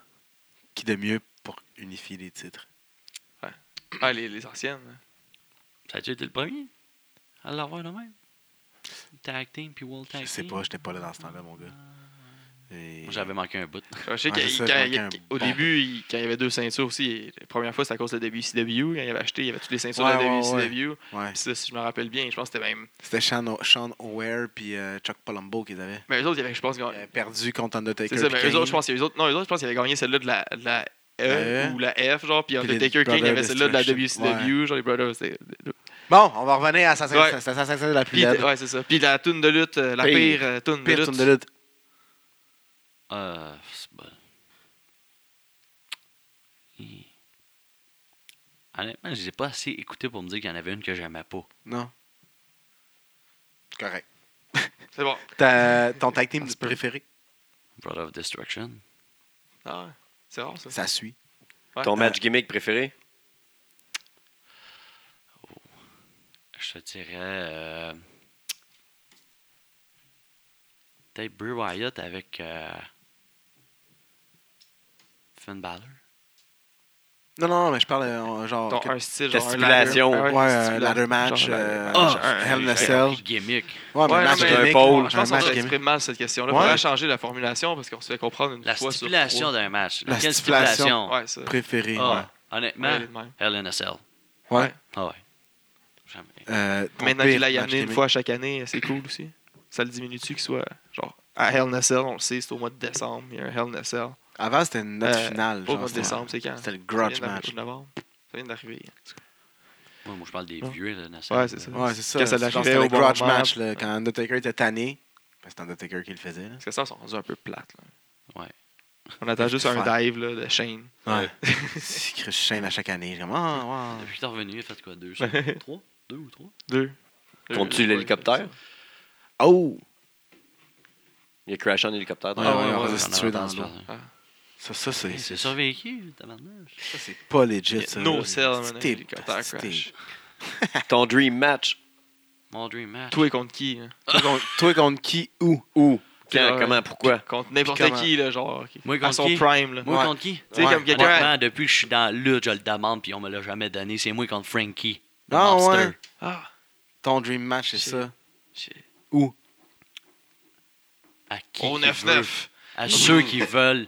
Speaker 2: Qui de mieux pour unifier les titres?
Speaker 3: Ah, les, les anciennes.
Speaker 4: Ça a-tu été le premier à l'avoir de même? Tag team puis World Tag
Speaker 2: Je
Speaker 4: Team.
Speaker 2: sais pas, j'étais pas là dans ce temps-là, mon gars. Et-
Speaker 3: Ah.
Speaker 4: Moi, J'avais manqué un bout.
Speaker 3: Je sais
Speaker 2: Ouais, c'est ça,
Speaker 3: qu'au
Speaker 2: je manquais un bon
Speaker 3: début, il- quand il y avait deux ceintures aussi, la première fois, c'était à cause de la WCW. Quand il avait acheté, il y avait toutes les ceintures de
Speaker 2: Ouais,
Speaker 3: la
Speaker 2: ouais,
Speaker 3: WCW.
Speaker 2: Ouais.
Speaker 3: Puis ça, si je me rappelle bien, je pense que c'était même.
Speaker 2: C'était Sean, O- Sean O'Hare puis euh, Chuck Palumbo qu'ils avaient.
Speaker 3: Mais eux autres, il y avait, je pense,
Speaker 2: Ils avaient
Speaker 3: gagné.
Speaker 2: perdu contre Undertaker.
Speaker 3: C'est ça,
Speaker 2: puis
Speaker 3: mais eux
Speaker 2: Kane.
Speaker 3: autres, je pense, qu'il y a eux autres. Non, eux autres, je pense qu'ils avaient gagné celle-là de la, de la E
Speaker 2: Euh,
Speaker 3: ou la F, genre. Puis
Speaker 2: puis les
Speaker 3: Undertaker King, il y
Speaker 2: Brothers
Speaker 3: avait celle-là de la
Speaker 2: Destruction.
Speaker 3: WCW, genre les Brothers. c'est-
Speaker 2: Bon, on va revenir à sa
Speaker 3: Ouais.
Speaker 2: sa- sa- sa- sa- sa- la plus
Speaker 3: Puis,
Speaker 2: laide.
Speaker 3: ouais, c'est ça. Puis la toune de lutte, euh, la
Speaker 2: Pire.
Speaker 3: pire, euh, toune de
Speaker 2: Pire
Speaker 3: lutte.
Speaker 2: tourne de lutte.
Speaker 4: Euh, c'est bon. Hi. Honnêtement, je les ai pas assez écoutés pour me dire qu'il y en avait une que j'aimais pas.
Speaker 2: Non. Correct.
Speaker 3: C'est bon.
Speaker 2: Ta- ton tag team préféré?
Speaker 4: Brother of Destruction.
Speaker 3: Ah, ouais. c'est rare, ça.
Speaker 2: Ça suit.
Speaker 3: Ouais.
Speaker 1: Ton
Speaker 2: Euh,
Speaker 1: match gimmick préféré?
Speaker 4: Je te dirais. euh, peut-être Bray Wyatt avec euh, Finn Balor.
Speaker 2: Non, non, mais je parle euh, genre.
Speaker 3: Ton-
Speaker 2: que-
Speaker 3: un style, genre.
Speaker 1: la
Speaker 3: un
Speaker 1: stipulation.
Speaker 3: ladder-
Speaker 2: Ouais,
Speaker 3: une
Speaker 2: un
Speaker 3: stipulation,
Speaker 2: ladder match,
Speaker 3: genre un
Speaker 2: euh,
Speaker 3: ladder
Speaker 4: ah,
Speaker 3: match, un-
Speaker 2: Hell in a
Speaker 3: un-
Speaker 2: Cell.
Speaker 4: Quel gimmick.
Speaker 2: Ouais, Ah, mais
Speaker 3: Ouais,
Speaker 2: match
Speaker 3: non, mais-
Speaker 2: gimmick,
Speaker 1: Paul,
Speaker 3: Je pense
Speaker 2: un
Speaker 3: qu'on
Speaker 2: match
Speaker 3: s'exprime
Speaker 2: gimmick.
Speaker 3: mal cette question-là.
Speaker 2: Ouais.
Speaker 3: Faudrait changer la formulation parce qu'on se fait comprendre une
Speaker 4: La
Speaker 3: fois sur
Speaker 4: stipulation d'un match.
Speaker 2: La
Speaker 4: Quelle
Speaker 2: stipulation.
Speaker 4: stipulation?
Speaker 3: trois. Ouais, ça.
Speaker 2: préféré.
Speaker 4: Ah,
Speaker 3: Ouais,
Speaker 4: Honnêtement,
Speaker 3: de même.
Speaker 4: Hell in a Cell.
Speaker 2: Ouais.
Speaker 3: ouais.
Speaker 4: Ah ouais. Jamais.
Speaker 2: Euh, ton
Speaker 3: Maintenant
Speaker 2: pire
Speaker 3: qu'il a
Speaker 2: match
Speaker 3: gagné une
Speaker 2: gimmick.
Speaker 3: fois à chaque année, c'est cool aussi. Ça le diminue-tu qu'il soit genre à Hell in a Cell, on le sait, c'est au mois de décembre, il y a un Hell in a Cell.
Speaker 2: Avant, c'était une note
Speaker 3: Euh,
Speaker 2: finale.
Speaker 3: Pas au
Speaker 2: genre,
Speaker 3: mois de
Speaker 2: c'était-
Speaker 3: décembre, c'est quand
Speaker 2: C'était le
Speaker 3: Ça vient
Speaker 2: grudge
Speaker 3: d'arriver
Speaker 2: match.
Speaker 3: au novembre. Ça vient d'arriver.
Speaker 4: Moi, moi, je parle des
Speaker 3: Ouais.
Speaker 4: vieux, Hell in a Cell.
Speaker 3: Ouais, c'est ça.
Speaker 2: Ouais, c'est ça.
Speaker 3: Quand ça
Speaker 2: c'est genre,
Speaker 3: l'arrivait
Speaker 2: C'était
Speaker 3: au
Speaker 2: le
Speaker 3: bon
Speaker 2: grudge
Speaker 3: moment.
Speaker 2: match là, quand Undertaker était tanné. Ben, C'était Undertaker qui le faisait. là.
Speaker 3: Parce que ça, ils sont rendus un peu plates. Là.
Speaker 4: Ouais.
Speaker 3: On attend juste un
Speaker 2: Faire.
Speaker 3: dive là, de Shane.
Speaker 2: Ouais. *laughs* C'est que je chaîne à chaque année. Je comme, ah, ouais.
Speaker 4: Depuis qu'il est revenu, il a fait quoi? Deux, ou trois? Deux ou trois?
Speaker 3: Deux. Deux,
Speaker 1: Comptes-tu
Speaker 3: ouais,
Speaker 1: l'hélicoptère?
Speaker 2: Oh!
Speaker 1: Il a crashé en hélicoptère.
Speaker 2: Ouais,
Speaker 1: Ah,
Speaker 2: ouais,
Speaker 3: ouais,
Speaker 2: on
Speaker 3: ouais,
Speaker 2: va
Speaker 4: J'en
Speaker 2: se
Speaker 4: ai
Speaker 2: tuer dans
Speaker 4: entendu
Speaker 2: le lot.
Speaker 4: parler.
Speaker 2: Ça, ça c'est
Speaker 4: Hey, C'est survécu, tabarnouche.
Speaker 2: ça, c'est pas legit,
Speaker 3: c'est ça.
Speaker 2: ça.
Speaker 3: No
Speaker 2: là.
Speaker 3: cell, man, un
Speaker 2: C'était-
Speaker 3: hélicoptère
Speaker 2: c'était-
Speaker 3: crash.
Speaker 1: c'est- Ton dream match.
Speaker 4: Mon dream match.
Speaker 3: Toi contre qui hein?
Speaker 2: *laughs* Toi contre- Toi contre qui? Où?
Speaker 1: Où?
Speaker 3: C'est
Speaker 1: Quand?
Speaker 3: vrai.
Speaker 1: Comment? Pourquoi?
Speaker 3: Contre n'importe
Speaker 2: comment?
Speaker 3: qui, là, genre. qui-
Speaker 4: Moi,
Speaker 3: à
Speaker 4: contre
Speaker 3: son
Speaker 4: qui?
Speaker 3: prime. Là.
Speaker 4: Moi
Speaker 2: Ouais.
Speaker 4: contre qui?
Speaker 3: Tu sais,
Speaker 2: Ouais.
Speaker 3: comme quelqu'un.
Speaker 4: Honnêtement, depuis que je suis dans la lutte, je le demande, puis on me l'a jamais donné. C'est moi contre Frankie. le
Speaker 2: Ah,
Speaker 4: mobster.
Speaker 2: ouais.
Speaker 3: Ah,
Speaker 2: Ton dream match, c'est
Speaker 4: Shit.
Speaker 2: ça.
Speaker 4: C'est-
Speaker 2: Où?
Speaker 4: À qui?
Speaker 3: au
Speaker 4: qui veut.
Speaker 3: 9-9.
Speaker 4: À
Speaker 2: *laughs*
Speaker 4: ceux qui veulent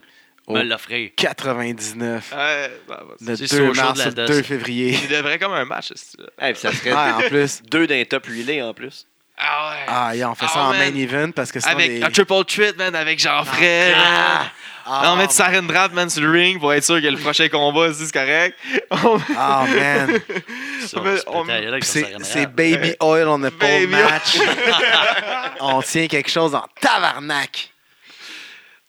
Speaker 2: Oh.
Speaker 4: me l'offrir.
Speaker 2: 99.
Speaker 3: Ouais, bah, bah,
Speaker 2: Le 2
Speaker 4: C'est sur le show
Speaker 2: mars
Speaker 4: de la
Speaker 2: au
Speaker 4: DOS.
Speaker 2: 2
Speaker 3: *laughs*
Speaker 2: février.
Speaker 3: Il devrait comme un match. c'est-
Speaker 1: Hey, puis ça serait
Speaker 2: Ouais, en plus.
Speaker 1: deux d'un top relay en plus.
Speaker 3: Ah ouais.
Speaker 2: Ah, yeah, on fait
Speaker 3: Ah,
Speaker 2: ça en
Speaker 3: man.
Speaker 2: main event parce que sinon.
Speaker 3: Avec
Speaker 2: les-
Speaker 3: un triple threat, man, avec Jean-Fred. man.
Speaker 2: Ah,
Speaker 3: Non, on met du sarin wrap, man, sur le ring pour être sûr que le prochain combat, c'est correct. *laughs* On-
Speaker 2: Ah, man.
Speaker 4: Ça,
Speaker 3: Mais
Speaker 4: on se peut
Speaker 3: on-
Speaker 4: tailler là avec
Speaker 2: C'est-
Speaker 4: ton
Speaker 2: C'est
Speaker 4: Saran Wrap.
Speaker 2: Baby Oil on a pas
Speaker 3: Baby *laughs*
Speaker 2: match. on tient quelque chose en tabarnak.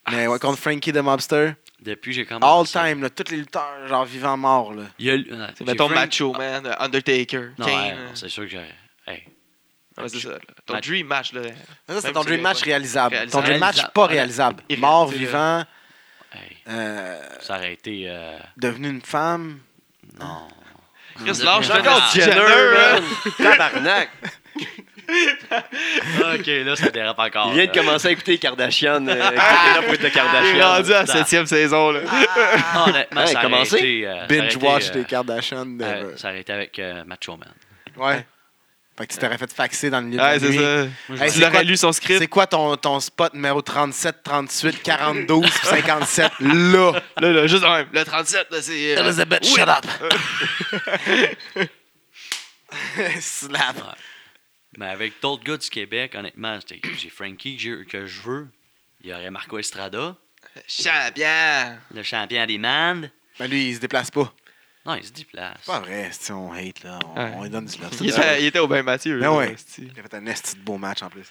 Speaker 3: Ah,
Speaker 2: Mais ouais, contre Frankie the Mobster,
Speaker 4: Depuis, j'ai commencé.
Speaker 2: all time, là, tous les lutteurs, genre vivant mort. Là.
Speaker 4: Il y a eu- non, j'ai
Speaker 3: Mettons
Speaker 4: Frank-
Speaker 3: Macho, man, euh, Undertaker,
Speaker 4: Non, ouais,
Speaker 3: Kane.
Speaker 4: non, c'est sûr que j'ai. Hey,
Speaker 3: Ah, ouais, c'est ça, là. Ton
Speaker 4: Match.
Speaker 3: dream match, là.
Speaker 2: Ça, c'est
Speaker 3: Même
Speaker 2: ton
Speaker 3: si
Speaker 2: dream
Speaker 3: c'est
Speaker 2: match
Speaker 3: pas-
Speaker 2: réalisable.
Speaker 3: réalisable.
Speaker 2: Ton dream match
Speaker 4: Réalisable.
Speaker 2: pas réalisable.
Speaker 3: Irréel-
Speaker 2: Mort,
Speaker 3: c'est le-
Speaker 2: vivant,
Speaker 4: hey,
Speaker 2: euh,
Speaker 4: ça aurait été. euh,
Speaker 2: devenu une femme. *laughs*
Speaker 4: non.
Speaker 3: Chris, lâche
Speaker 4: Encore
Speaker 3: encore
Speaker 1: Jenner,
Speaker 3: Jenner, hein. man.
Speaker 1: man. Tabarnak!
Speaker 4: ok, là, ça dérape encore. euh,
Speaker 1: Il vient de
Speaker 4: là.
Speaker 1: commencer à écouter Kardashian. Euh, écoutez-la pour être de
Speaker 3: Ah, Il est
Speaker 1: Kardashian.
Speaker 3: rendu à
Speaker 4: Ça-
Speaker 3: 7 saison, là.
Speaker 4: Non, honnêtement,
Speaker 1: Hey,
Speaker 4: ça aurait
Speaker 1: commencez.
Speaker 4: été. euh, ça aurait été,
Speaker 2: Binge-watch
Speaker 4: euh,
Speaker 2: des Kardashian. de-
Speaker 4: euh, Ça aurait été avec euh, Macho Man.
Speaker 2: Ouais. Fait que tu t'aurais fait faxer dans le milieu
Speaker 3: Ouais,
Speaker 2: de la nuit.
Speaker 3: c'est ça.
Speaker 4: Moi, je
Speaker 2: Hey,
Speaker 4: vois-
Speaker 3: Tu
Speaker 2: c'est quoi-
Speaker 3: l'aurais lu son
Speaker 2: C'est
Speaker 3: script.
Speaker 2: quoi ton, ton spot numéro 37, 38, 42, puis 57?
Speaker 3: *laughs*
Speaker 2: Là!
Speaker 3: Là, là, juste un. Le 37, là, c'est. euh,
Speaker 2: Elizabeth,
Speaker 3: oui.
Speaker 2: shut up! *laughs* Slap!
Speaker 4: Mais avec d'autres gars du Québec, honnêtement, c'était- j'ai Frankie que j'ai- que je veux. Il y aurait Marco Estrada,
Speaker 3: *laughs* Champion.
Speaker 4: le champion des Mandes.
Speaker 2: Ben lui, il se déplace pas.
Speaker 4: Non, il se déplace.
Speaker 2: C'est pas vrai, si on hate, là. On,
Speaker 3: Ouais.
Speaker 2: on lui donne du love.
Speaker 3: Il était, il était au bain Mathieu.
Speaker 2: Mais
Speaker 3: là,
Speaker 2: ouais.
Speaker 3: hostie.
Speaker 2: Il a fait un esti de beau match en plus.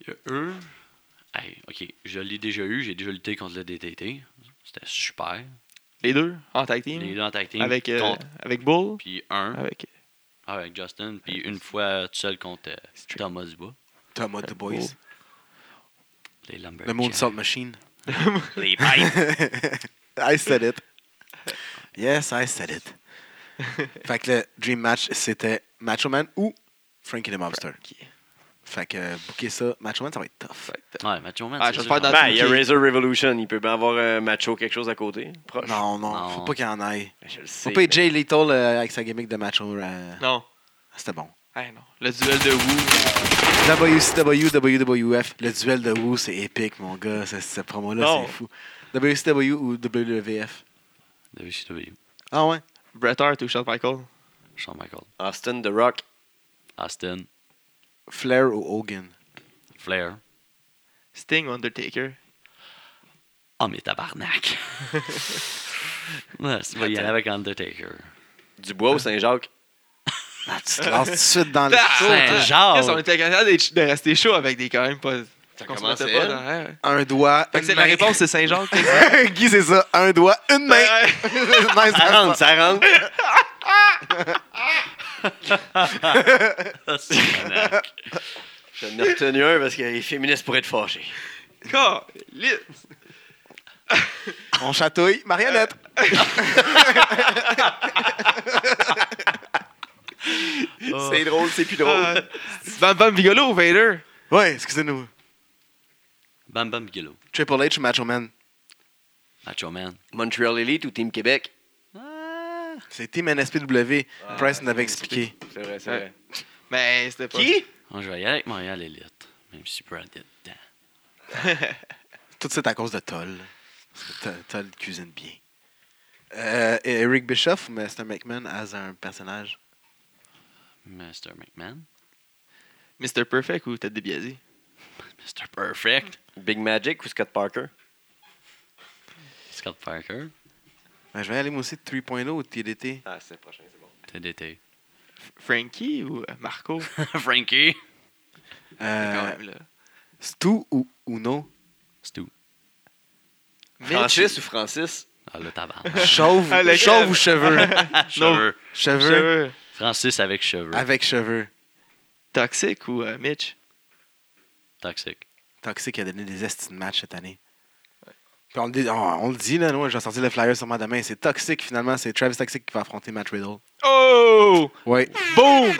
Speaker 4: Il y a eux. Hey, ok, je l'ai déjà eu, j'ai déjà lutté contre le DTT. C'était super.
Speaker 3: Les deux, en tag team.
Speaker 4: Les deux en tag team.
Speaker 3: Avec, euh,
Speaker 4: contre-
Speaker 3: avec Bull.
Speaker 4: Puis un Ah,
Speaker 3: Avec
Speaker 4: avec Justin, puis une fois tout seul contre euh,
Speaker 3: Street.
Speaker 4: Thomas Dubois.
Speaker 2: Thomas The Boys.
Speaker 4: Les Lumberjacks.
Speaker 2: Le Moonsault Machine.
Speaker 1: Les pipes.
Speaker 2: *laughs* I said it. Yes, I said it. fait que le dream match, c'était Macho Man ou Frankie the Mobster. Fait que euh, booker ça, Macho Man, ça va être tough.
Speaker 4: Ouais, Macho Man.
Speaker 3: Ah,
Speaker 4: c'est
Speaker 3: je vais
Speaker 4: sûr,
Speaker 3: faire
Speaker 4: j'en-
Speaker 3: dans-
Speaker 1: Ben, il y a Razor Revolution. Il peut bien avoir un macho quelque chose à côté. Proche.
Speaker 2: Non, non,
Speaker 4: Non.
Speaker 2: faut pas qu'il y en aille.
Speaker 1: Je le sais.
Speaker 2: Faut pas
Speaker 1: mais-
Speaker 2: Jay Little euh, avec sa gimmick de Macho. euh,
Speaker 3: Non.
Speaker 2: C'était bon.
Speaker 3: Hey, non. Le duel de Wu.
Speaker 2: WCW, WWF, le duel de Wu, c'est épique, mon gars. Cette, cette promo-là,
Speaker 3: Non.
Speaker 2: c'est fou. WCW ou WWF?
Speaker 4: WCW.
Speaker 2: Ah ouais?
Speaker 3: Bret Hart ou Shawn Michaels.
Speaker 4: Shawn Michaels.
Speaker 1: Austin The Rock.
Speaker 4: Austin.
Speaker 2: Flair ou Hogan?
Speaker 4: Flair.
Speaker 3: Sting ou Undertaker.
Speaker 4: Oh, mais
Speaker 1: *laughs*
Speaker 4: tabarnak. ouais, tu vas y aller avec Undertaker.
Speaker 1: Dubois ou Saint-Jacques.
Speaker 2: Ah, tu te lances tout de suite dans le...
Speaker 3: *laughs* Ah,
Speaker 4: Saint-Jean.
Speaker 3: Chris, on était capable d'être- de rester chaud avec des quand même pas.
Speaker 1: Ça
Speaker 3: qu'on se
Speaker 1: commence
Speaker 3: mettait
Speaker 1: à
Speaker 3: pas
Speaker 1: elle.
Speaker 3: dans- ouais, ouais.
Speaker 2: Un doigt,
Speaker 3: Fait que
Speaker 2: une
Speaker 3: c'est la
Speaker 2: main.
Speaker 3: réponse, c'est Saint-Jean. Chris.
Speaker 2: *laughs* Guy, c'est ça. Un doigt, une main.
Speaker 3: Ouais,
Speaker 2: *laughs*
Speaker 3: *laughs*
Speaker 2: Nice,
Speaker 1: Ça rentre, ça rentre.
Speaker 4: Ah, tabarnak.
Speaker 1: J'en ai retenu un parce que les féministes pourraient être
Speaker 3: *laughs*
Speaker 1: fâchés.
Speaker 3: Car- lit.
Speaker 2: On chatouille. Marionnette. c'est drôle, c'est plus drôle.
Speaker 1: Ah.
Speaker 3: Ah, Bam Bam Bigolo ou Vader? Euh,
Speaker 2: Ouais, excusez-nous.
Speaker 4: Bam Bam Bigelow.
Speaker 2: Triple H ou Macho Man?
Speaker 4: Macho Man.
Speaker 1: *laughs* Montreal Elite ou Team Québec?
Speaker 4: Ah.
Speaker 2: C'est Team NSPW. Price nous avait expliqué.
Speaker 1: C'est vrai, c'est
Speaker 3: vrai. Mais c'était pas.
Speaker 1: Qui?
Speaker 4: Bon, je vais y aller avec Montréal Elite, même si Brad est dedans.
Speaker 3: *laughs*
Speaker 2: Tout ça, c'est à cause de Toll. Parce que Toll- Toll cuisine bien. Euh, et Eric Bischoff ou Mr. McMahon as un personnage?
Speaker 4: Mr. McMahon.
Speaker 3: Mr. Perfect ou Ted DiBiase?
Speaker 4: Mr. Perfect.
Speaker 1: Big Magic ou Scott Parker?
Speaker 4: Scott Parker.
Speaker 2: Ben, je vais aller moi aussi de 3.0 ou de TDT.
Speaker 1: Ah, c'est prochain, c'est bon.
Speaker 4: TDT.
Speaker 3: Frankie ou euh, Marco?
Speaker 4: *laughs* Frankie.
Speaker 3: Quand
Speaker 2: Euh,
Speaker 3: même, là.
Speaker 2: Stu ou Uno?
Speaker 4: Stu.
Speaker 1: Francis ou Francis?
Speaker 4: Ah, le tabac. *laughs*
Speaker 2: Chauve,
Speaker 3: *laughs* Ah, lequel?
Speaker 2: chauve ou
Speaker 3: *laughs*
Speaker 2: cheveux?
Speaker 4: Cheveux.
Speaker 2: cheveux?
Speaker 3: Cheveux.
Speaker 4: Francis avec cheveux.
Speaker 2: Avec cheveux.
Speaker 3: Toxic ou euh, Mitch?
Speaker 4: Toxique.
Speaker 2: Toxic a donné des estimes de match cette année. Puis on, le dit, on, on le dit, là, nous, je vais sortir le flyer sûrement demain. C'est Toxic, finalement. C'est Travis Toxic qui va affronter Matt Riddle.
Speaker 3: Oh!
Speaker 2: Oui.
Speaker 3: Boom!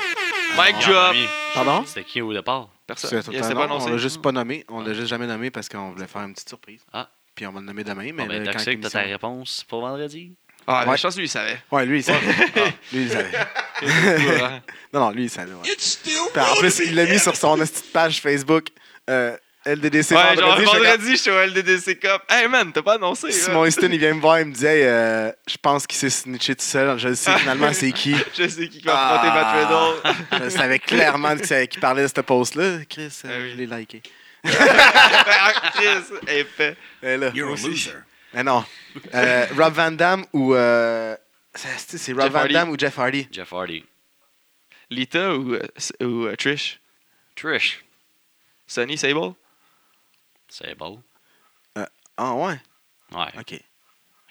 Speaker 3: Ah, Mic drop!
Speaker 2: Pardon?
Speaker 4: Ah, C'était qui au départ?
Speaker 3: Personne.
Speaker 2: C'est
Speaker 3: Il s'est
Speaker 2: totalement-
Speaker 3: pas
Speaker 2: on l'a
Speaker 3: annoncé.
Speaker 2: juste pas nommé. On l'a juste jamais nommé parce qu'on voulait faire une petite surprise.
Speaker 4: Ah.
Speaker 2: Puis on va le nommer demain. Mais
Speaker 4: Bon, ben,
Speaker 2: là, quand
Speaker 4: toxique, t'as ta
Speaker 2: l'émission-
Speaker 4: réponse pour vendredi?
Speaker 3: Ah, la
Speaker 2: Ouais.
Speaker 3: chance, lui, il *laughs* savait.
Speaker 2: Ouais, lui, il savait.
Speaker 3: Ah.
Speaker 2: *laughs* Lui, il
Speaker 3: *laughs*
Speaker 2: savait.
Speaker 3: Ouais.
Speaker 2: *laughs* Non, non, lui, il savait. ouais. Puis en plus, il l'a mis sur son petite page Facebook. Euh, LDDC
Speaker 3: ouais, genre
Speaker 2: vendredi. je fais comme-
Speaker 3: vendredi, je suis au LDDC Cup. Hey man, t'as pas annoncé. là.
Speaker 2: Simon
Speaker 3: *laughs*
Speaker 2: Easton, il vient me voir, il me dit Hey, euh, Je pense qu'il s'est snitché tout seul. Je le sais finalement, c'est qui.
Speaker 3: Je sais qui va affronter Matt Riddle.
Speaker 2: Je savais clairement que c'est- qu'il parlait de ce post-là. Chris, euh,
Speaker 3: Ah oui.
Speaker 2: je l'ai liké.
Speaker 3: Ah, *laughs* Chris, épais.
Speaker 2: Et là,
Speaker 3: a
Speaker 2: aussi.
Speaker 3: loser.
Speaker 2: Mais non. Euh, Rob Van Damme ou. euh, c'est- c'est c'est Rob
Speaker 3: Jeff
Speaker 2: Van
Speaker 3: Hardy.
Speaker 2: Damme ou Jeff Hardy
Speaker 4: Jeff Hardy.
Speaker 3: Lita ou, euh, S- ou euh, Trish?
Speaker 4: Trish.
Speaker 3: Sonny Sable?
Speaker 4: C'est beau.
Speaker 2: Ah ouais
Speaker 4: Ouais.
Speaker 2: Ok.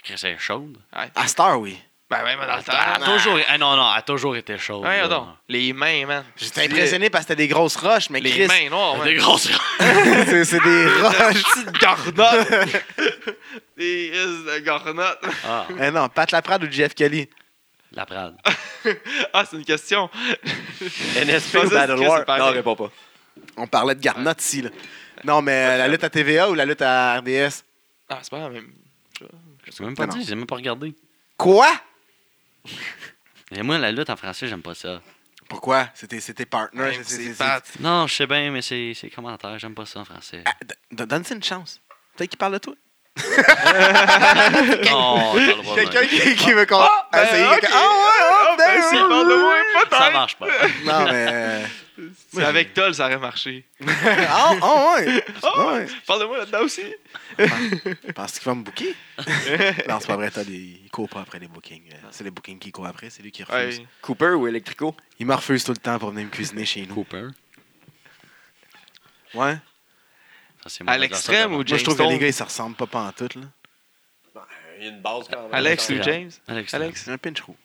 Speaker 4: Chris, elle est chaude.
Speaker 2: À Star, oui.
Speaker 3: Ben ouais, mais dans le temps.
Speaker 4: Elle a toujours... ah, non, non, elle a toujours été chaude.
Speaker 3: Ouais,
Speaker 4: là.
Speaker 3: attends. Les mains, man.
Speaker 2: J'étais impressionné parce que c'était des grosses roches, mais
Speaker 3: Les
Speaker 2: Chris.
Speaker 3: mains noires, man.
Speaker 4: Des grosses...
Speaker 2: *laughs*
Speaker 4: *laughs*
Speaker 2: c'est c'est
Speaker 3: *laughs*
Speaker 2: des roches.
Speaker 3: petites garnottes.
Speaker 1: *laughs*
Speaker 3: Des risques de garnottes. *laughs*
Speaker 4: ah,
Speaker 2: Eh non, Pat Laprade ou Jeff Kelly
Speaker 4: la prade.
Speaker 3: Ah, c'est
Speaker 1: *laughs*
Speaker 3: une question.
Speaker 1: NSP
Speaker 3: Francis,
Speaker 1: ou Battle
Speaker 3: Chris,
Speaker 1: War?
Speaker 3: c'est pareil.
Speaker 1: Non, réponds pas.
Speaker 2: On parlait de garnottes ici, là. Non, mais euh, la lutte à TVA ou la lutte à RDS
Speaker 3: Ah, c'est pas la même.
Speaker 4: Je peux même pas
Speaker 2: Non,
Speaker 4: dire, j'ai même pas regardé.
Speaker 2: Quoi
Speaker 4: Mais moi, la lutte en français, j'aime pas ça.
Speaker 2: Pourquoi C'était c'était partner.
Speaker 3: Même
Speaker 2: c'est-
Speaker 3: si
Speaker 2: c'est-
Speaker 3: c'est Pat.
Speaker 4: Non, je sais bien, mais c'est c'est commentaire, j'aime pas ça
Speaker 3: *laughs*
Speaker 4: en français.
Speaker 2: Ah, d- d- Donne-lui une chance. Peut-être qu'il parle de toi.
Speaker 4: non, on parle pas de
Speaker 2: Quelqu'un
Speaker 4: même.
Speaker 2: qui, qui veut qu'on
Speaker 3: Ah, ben,
Speaker 2: essayer.
Speaker 3: ok.
Speaker 2: quelqu'un- Ah ouais, ah,
Speaker 3: ben,
Speaker 2: ben,
Speaker 3: s'il
Speaker 2: oui.
Speaker 3: parle de moi,
Speaker 4: Ça
Speaker 3: peut-être.
Speaker 4: marche pas.
Speaker 2: Non, mais.
Speaker 3: C'est avec Toll, ça aurait marché.
Speaker 2: euh, *laughs* Ah ah ouais.
Speaker 3: Ah,
Speaker 2: ouais.
Speaker 3: Parle de moi
Speaker 1: *laughs*
Speaker 3: là-dedans aussi.
Speaker 2: Parce qu'il va me booker. non, c'est pas vrai. Todd, il, il court pas après les bookings. Euh, C'est les bookings qui courent après. C'est lui qui refuse.
Speaker 3: Ouais.
Speaker 1: Cooper ou Electrico?
Speaker 2: Il me refuse tout le temps pour venir me cuisiner chez nous.
Speaker 4: Cooper.
Speaker 2: Ouais.
Speaker 4: Ça, c'est
Speaker 3: À
Speaker 4: mon adversaire
Speaker 3: l'extrême ou
Speaker 4: d'abord.
Speaker 2: Moi,
Speaker 3: James
Speaker 2: je trouve que les
Speaker 3: Stone?
Speaker 2: gars, ils se ressemblent pas pantoute. Là.
Speaker 1: Ben, Il y a une base quand même.
Speaker 3: Alex ou
Speaker 4: Alexandre.
Speaker 3: James?
Speaker 4: À l'extrême.
Speaker 3: Alex?
Speaker 2: C'est un pinch roux.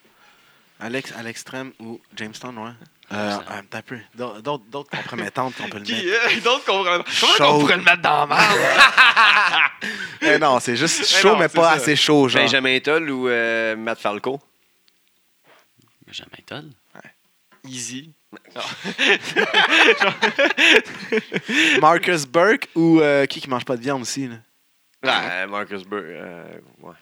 Speaker 2: Alex à l'extrême ou Jamestown, ouais. Euh,
Speaker 4: Jamestown.
Speaker 2: un petit peu. D'autres d'autres compromettantes qu'on peut le mettre.
Speaker 3: Qui est? D'autres qu'on pourrait... Comment
Speaker 2: Chaud.
Speaker 3: on pourrait le mettre dans la
Speaker 2: *laughs*
Speaker 3: merde?
Speaker 2: Eh non, c'est juste
Speaker 3: Eh
Speaker 2: chaud,
Speaker 3: non,
Speaker 2: mais
Speaker 3: c'est
Speaker 2: pas
Speaker 3: ça.
Speaker 2: assez chaud, genre.
Speaker 1: Benjamin Toll ou euh, Matt Falco?
Speaker 4: Jamais Toll.
Speaker 3: Easy. *laughs*
Speaker 2: Marcus Burke ou euh, qui qui mange pas de viande aussi, là?
Speaker 3: Ah.
Speaker 1: Euh, Marcus Burke. euh, ouais.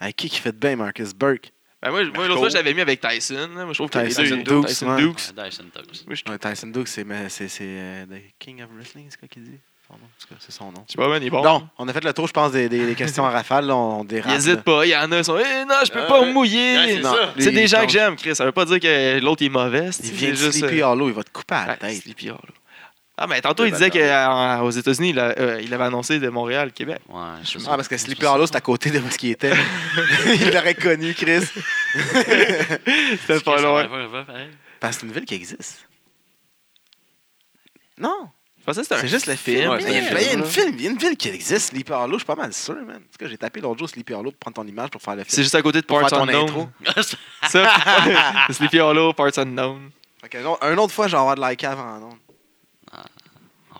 Speaker 2: Ah, qui qui fait de bien, Marcus Burke?
Speaker 3: Ben moi, moi l'autre
Speaker 1: Marco.
Speaker 3: fois, je l'avais mis avec Tyson. là. Moi, je trouve que les
Speaker 2: Tyson
Speaker 3: deux,
Speaker 2: Dukes,
Speaker 3: Tyson
Speaker 2: ouais.
Speaker 3: Dukes.
Speaker 4: Ah, Dyson Tox.
Speaker 3: Moi, je
Speaker 2: Ouais, Tyson Duke, c'est mais c'est- c'est, euh, The King of Wrestling, c'est quoi qu'il dit? Son nom, en tout cas, c'est son nom.
Speaker 3: je sais pas, man, il est bon.
Speaker 2: Non, on a fait le tour, je pense, des, des- des questions à rafale. là, on
Speaker 3: Il
Speaker 2: dérape.
Speaker 3: hésite
Speaker 2: là.
Speaker 3: pas. Il y en a, ils sont Eh, non, je peux
Speaker 1: Ah,
Speaker 3: pas
Speaker 1: ouais.
Speaker 3: me mouiller.
Speaker 1: Ouais, c'est
Speaker 3: Non.
Speaker 1: ça.
Speaker 2: Lui,
Speaker 3: C'est des
Speaker 2: il
Speaker 3: gens que
Speaker 2: change.
Speaker 3: j'aime, Chris. Ça veut pas dire que l'autre est mauvais.
Speaker 2: Il
Speaker 3: c'est
Speaker 2: vient de
Speaker 3: juste,
Speaker 2: Sleepy
Speaker 3: euh,
Speaker 2: Hollow, il va te couper à la
Speaker 3: ouais,
Speaker 2: tête.
Speaker 3: Sleepy Hollow. Ah, mais tantôt,
Speaker 1: Le
Speaker 3: il disait
Speaker 1: bâtard.
Speaker 3: qu'aux États-Unis, il, a- euh, il avait annoncé de Montréal, Québec.
Speaker 4: Ouais, c'est ça.
Speaker 2: Ah, parce que Sleepy Hollow, c'est à côté de où ce qu'il *laughs* était. il l'aurait connu, Chris.
Speaker 3: C'était pas loin.
Speaker 4: *laughs*
Speaker 2: Parce que c'est une ville qui existe. Non,
Speaker 3: Je pensais que c'était un
Speaker 2: c'est juste le film.
Speaker 1: Ouais,
Speaker 2: il,
Speaker 1: c'est
Speaker 2: y a
Speaker 1: un film,
Speaker 2: une, il y a une
Speaker 1: là.
Speaker 2: film, il y a une ville qui existe, Sleepy Hollow, je suis pas mal sûr, man. En tout cas, j'ai tapé l'autre jour Sleepy Hollow pour prendre ton image pour faire le
Speaker 3: *laughs* C'est
Speaker 2: film.
Speaker 3: juste à côté de
Speaker 2: Pour
Speaker 3: Parts
Speaker 2: faire ton
Speaker 3: Unknown.
Speaker 2: intro.
Speaker 3: *laughs*
Speaker 4: Ah,
Speaker 3: Ça, *laughs* Sleepy Hollow, Parts Unknown.
Speaker 2: Fait que non, un autre fois, je vais avoir de la cave en ondes.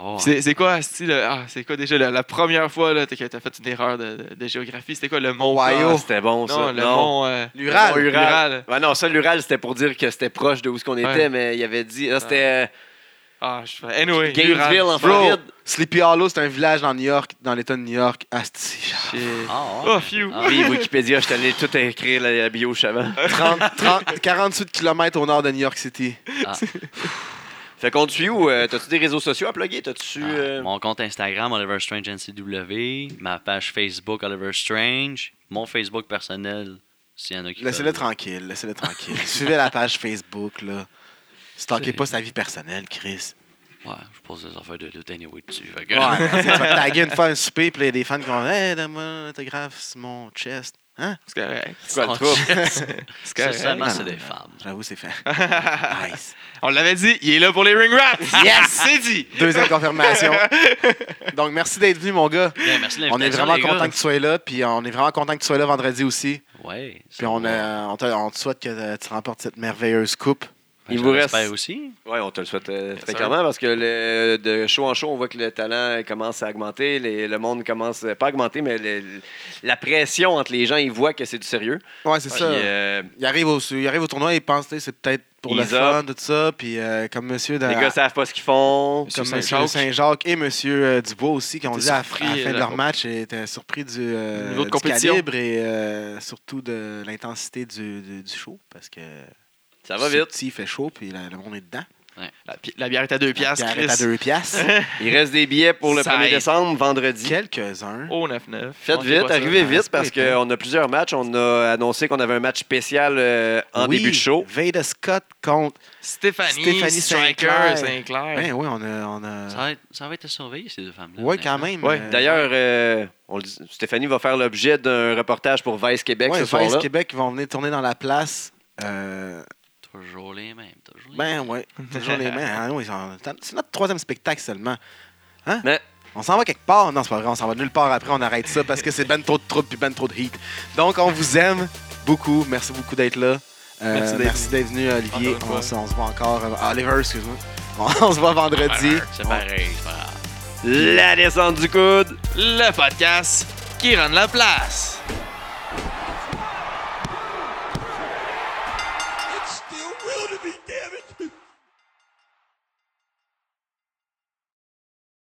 Speaker 4: Oh, ouais.
Speaker 3: C'est c'est quoi, asti, le- ah, c'est quoi déjà la, la première fois là, que t'as fait une erreur de, de- de géographie? C'était quoi le mont?
Speaker 1: Ah,
Speaker 2: Ohio.
Speaker 1: c'était bon, ça.
Speaker 3: oh. Non, le mont... euh,
Speaker 2: L'Ural.
Speaker 1: Bon, Ural.
Speaker 3: L'Ural.
Speaker 1: Ouais, non, ça, l'Ural, ah, c'était pour dire que c'était proche de où ce qu'on était,
Speaker 3: Ouais.
Speaker 1: mais il avait dit. là, c'était. euh,
Speaker 3: Ah, je fais. Anyway,
Speaker 1: Gainesville,
Speaker 3: Durham.
Speaker 1: en
Speaker 2: Bro,
Speaker 1: Floride.
Speaker 2: Sleepy Hollow, c'est un village dans New York, dans l'État de New York. Asti.
Speaker 3: Shit.
Speaker 4: Ah, ouais.
Speaker 3: Oh, phew.
Speaker 4: Ah.
Speaker 1: Vive Wikipédia, je t'allais tout écrire la, la bio, je savais.
Speaker 2: 30, 30, 48 km au nord de New York City.
Speaker 1: Fait qu'on te suit où? euh, T'as-tu des réseaux sociaux à plugger? T'as-tu...
Speaker 4: Ah,
Speaker 1: euh,
Speaker 4: Mon compte Instagram, Oliver Strange NCW. Ma page Facebook, Oliver Strange. Mon Facebook personnel, s'il y en a qui.
Speaker 2: Laissez-le
Speaker 4: veulent.
Speaker 2: tranquille, laissez-le *laughs* tranquille. Suivez la page Facebook, là. Stockez pas sa vie personnelle, Chris.
Speaker 4: Ouais, je pose des affaires de lutte anyway dessus. fait que-
Speaker 2: Ouais,
Speaker 4: *laughs*
Speaker 2: tu *laughs* vas te taguer une fois un souper, puis il y a des fans qui vont Hey, donne-moi un autographe sur mon chest. Hein?
Speaker 3: C'est correct.
Speaker 1: quoi, le
Speaker 4: Oh,
Speaker 1: trouble?
Speaker 4: *laughs*
Speaker 3: C'est
Speaker 4: C'est
Speaker 3: correct.
Speaker 4: seulement
Speaker 2: non,
Speaker 4: c'est
Speaker 2: non,
Speaker 4: des
Speaker 2: non.
Speaker 4: femmes.
Speaker 2: J'avoue, c'est fait. Nice.
Speaker 3: *laughs* On l'avait dit, il est là pour les ring rats. Yes, c'est dit.
Speaker 2: Deuxième confirmation. Donc, merci d'être venu, mon gars.
Speaker 4: Bien, merci de
Speaker 2: On est
Speaker 4: l'invitation,
Speaker 2: vraiment
Speaker 4: les gars.
Speaker 2: content que tu sois là, puis on est vraiment content que tu sois là vendredi aussi.
Speaker 4: Ouais. Ben,
Speaker 2: Puis on, euh, on, te, on te souhaite que euh, tu remportes cette merveilleuse coupe.
Speaker 1: Il vous reste-
Speaker 4: aussi.
Speaker 1: Ouais, on te le souhaite euh, très
Speaker 3: sûr.
Speaker 1: clairement parce que le- de show en show, on voit que le talent commence à augmenter, les- le monde commence, euh, pas à augmenter, mais le- la pression entre les gens, ils voient que c'est du sérieux.
Speaker 2: Ouais, c'est
Speaker 1: Puis, euh,
Speaker 2: Il arrive, au, il arrive au tournoi et il pense que c'est peut-être pour le
Speaker 1: Ils ont-
Speaker 2: fun, tout ça. Puis euh, comme monsieur de,
Speaker 1: les gars savent pas ce qu'ils font.
Speaker 2: comme
Speaker 3: Monsieur
Speaker 2: monsieur
Speaker 3: Saint-Jacques.
Speaker 2: Saint-Jacques et monsieur euh, Dubois aussi, qui ont
Speaker 3: T'es
Speaker 2: dit à la fin
Speaker 3: surpris,
Speaker 2: de
Speaker 3: euh,
Speaker 2: leur
Speaker 3: la-
Speaker 2: match, étaient surpris du, euh,
Speaker 3: Du niveau de
Speaker 2: du
Speaker 3: compétition.
Speaker 2: calibre et euh, surtout de l'intensité du, du- du show. Parce que
Speaker 1: Ça va
Speaker 2: c'est
Speaker 1: vite.
Speaker 2: petit, il fait chaud, puis la- le monde est dedans.
Speaker 3: *laughs* La, pi- la bière est à deux piastres,
Speaker 2: Puis arrête à
Speaker 3: Ah, Chris.
Speaker 2: deux
Speaker 3: *laughs*
Speaker 2: piastres.
Speaker 1: Il reste des billets pour le
Speaker 3: Ça
Speaker 1: 1er
Speaker 3: aide.
Speaker 1: décembre, vendredi.
Speaker 2: Quelques-uns.
Speaker 3: Au 9-9.
Speaker 1: Faites
Speaker 3: On sait
Speaker 1: vite,
Speaker 3: pas ça.
Speaker 1: arrivez vite parce
Speaker 2: Oui, oui.
Speaker 1: qu'on a plusieurs matchs. On a annoncé qu'on avait un match spécial euh, en
Speaker 2: Oui,
Speaker 1: début de show.
Speaker 2: Veda Scott contre.
Speaker 3: Stéphanie,
Speaker 2: Stéphanie Saint-Clair.
Speaker 3: Striker, Saint-Clair.
Speaker 2: Ben oui, on a. On a...
Speaker 4: Ça va, être, ça va être surveillé, ces deux femmes-là.
Speaker 2: Oui, quand même.
Speaker 3: Ouais.
Speaker 2: euh,
Speaker 1: D'ailleurs, euh, on le dit- Stéphanie va faire l'objet d'un reportage pour Vice Québec
Speaker 2: ouais,
Speaker 1: ce soir-là.
Speaker 2: Vice Québec ils vont venir tourner dans la place. Euh,
Speaker 4: Toujours les mêmes. Toujours les
Speaker 2: ben
Speaker 3: *laughs*
Speaker 2: ouais, toujours les mêmes. Ah oui, ils sont- c'est notre troisième spectacle seulement. Hein?
Speaker 1: Mais-
Speaker 2: On s'en va quelque part. Non, c'est pas vrai, on s'en va nulle part après, on arrête ça parce que c'est ben trop de troubles puis ben trop de heat. Donc, on vous aime beaucoup. Merci beaucoup d'être là. Euh,
Speaker 3: Merci d'être
Speaker 2: merci d'être venu, Olivier.
Speaker 3: Encore une
Speaker 2: On,
Speaker 3: fois.
Speaker 2: se- on se voit encore. euh, Oliver, excuse-moi. *laughs* On, on se voit vendredi.
Speaker 4: mêmes. C'est pareil, c'est pas grave.
Speaker 1: La descente du coude.
Speaker 3: Le podcast qui rend la place.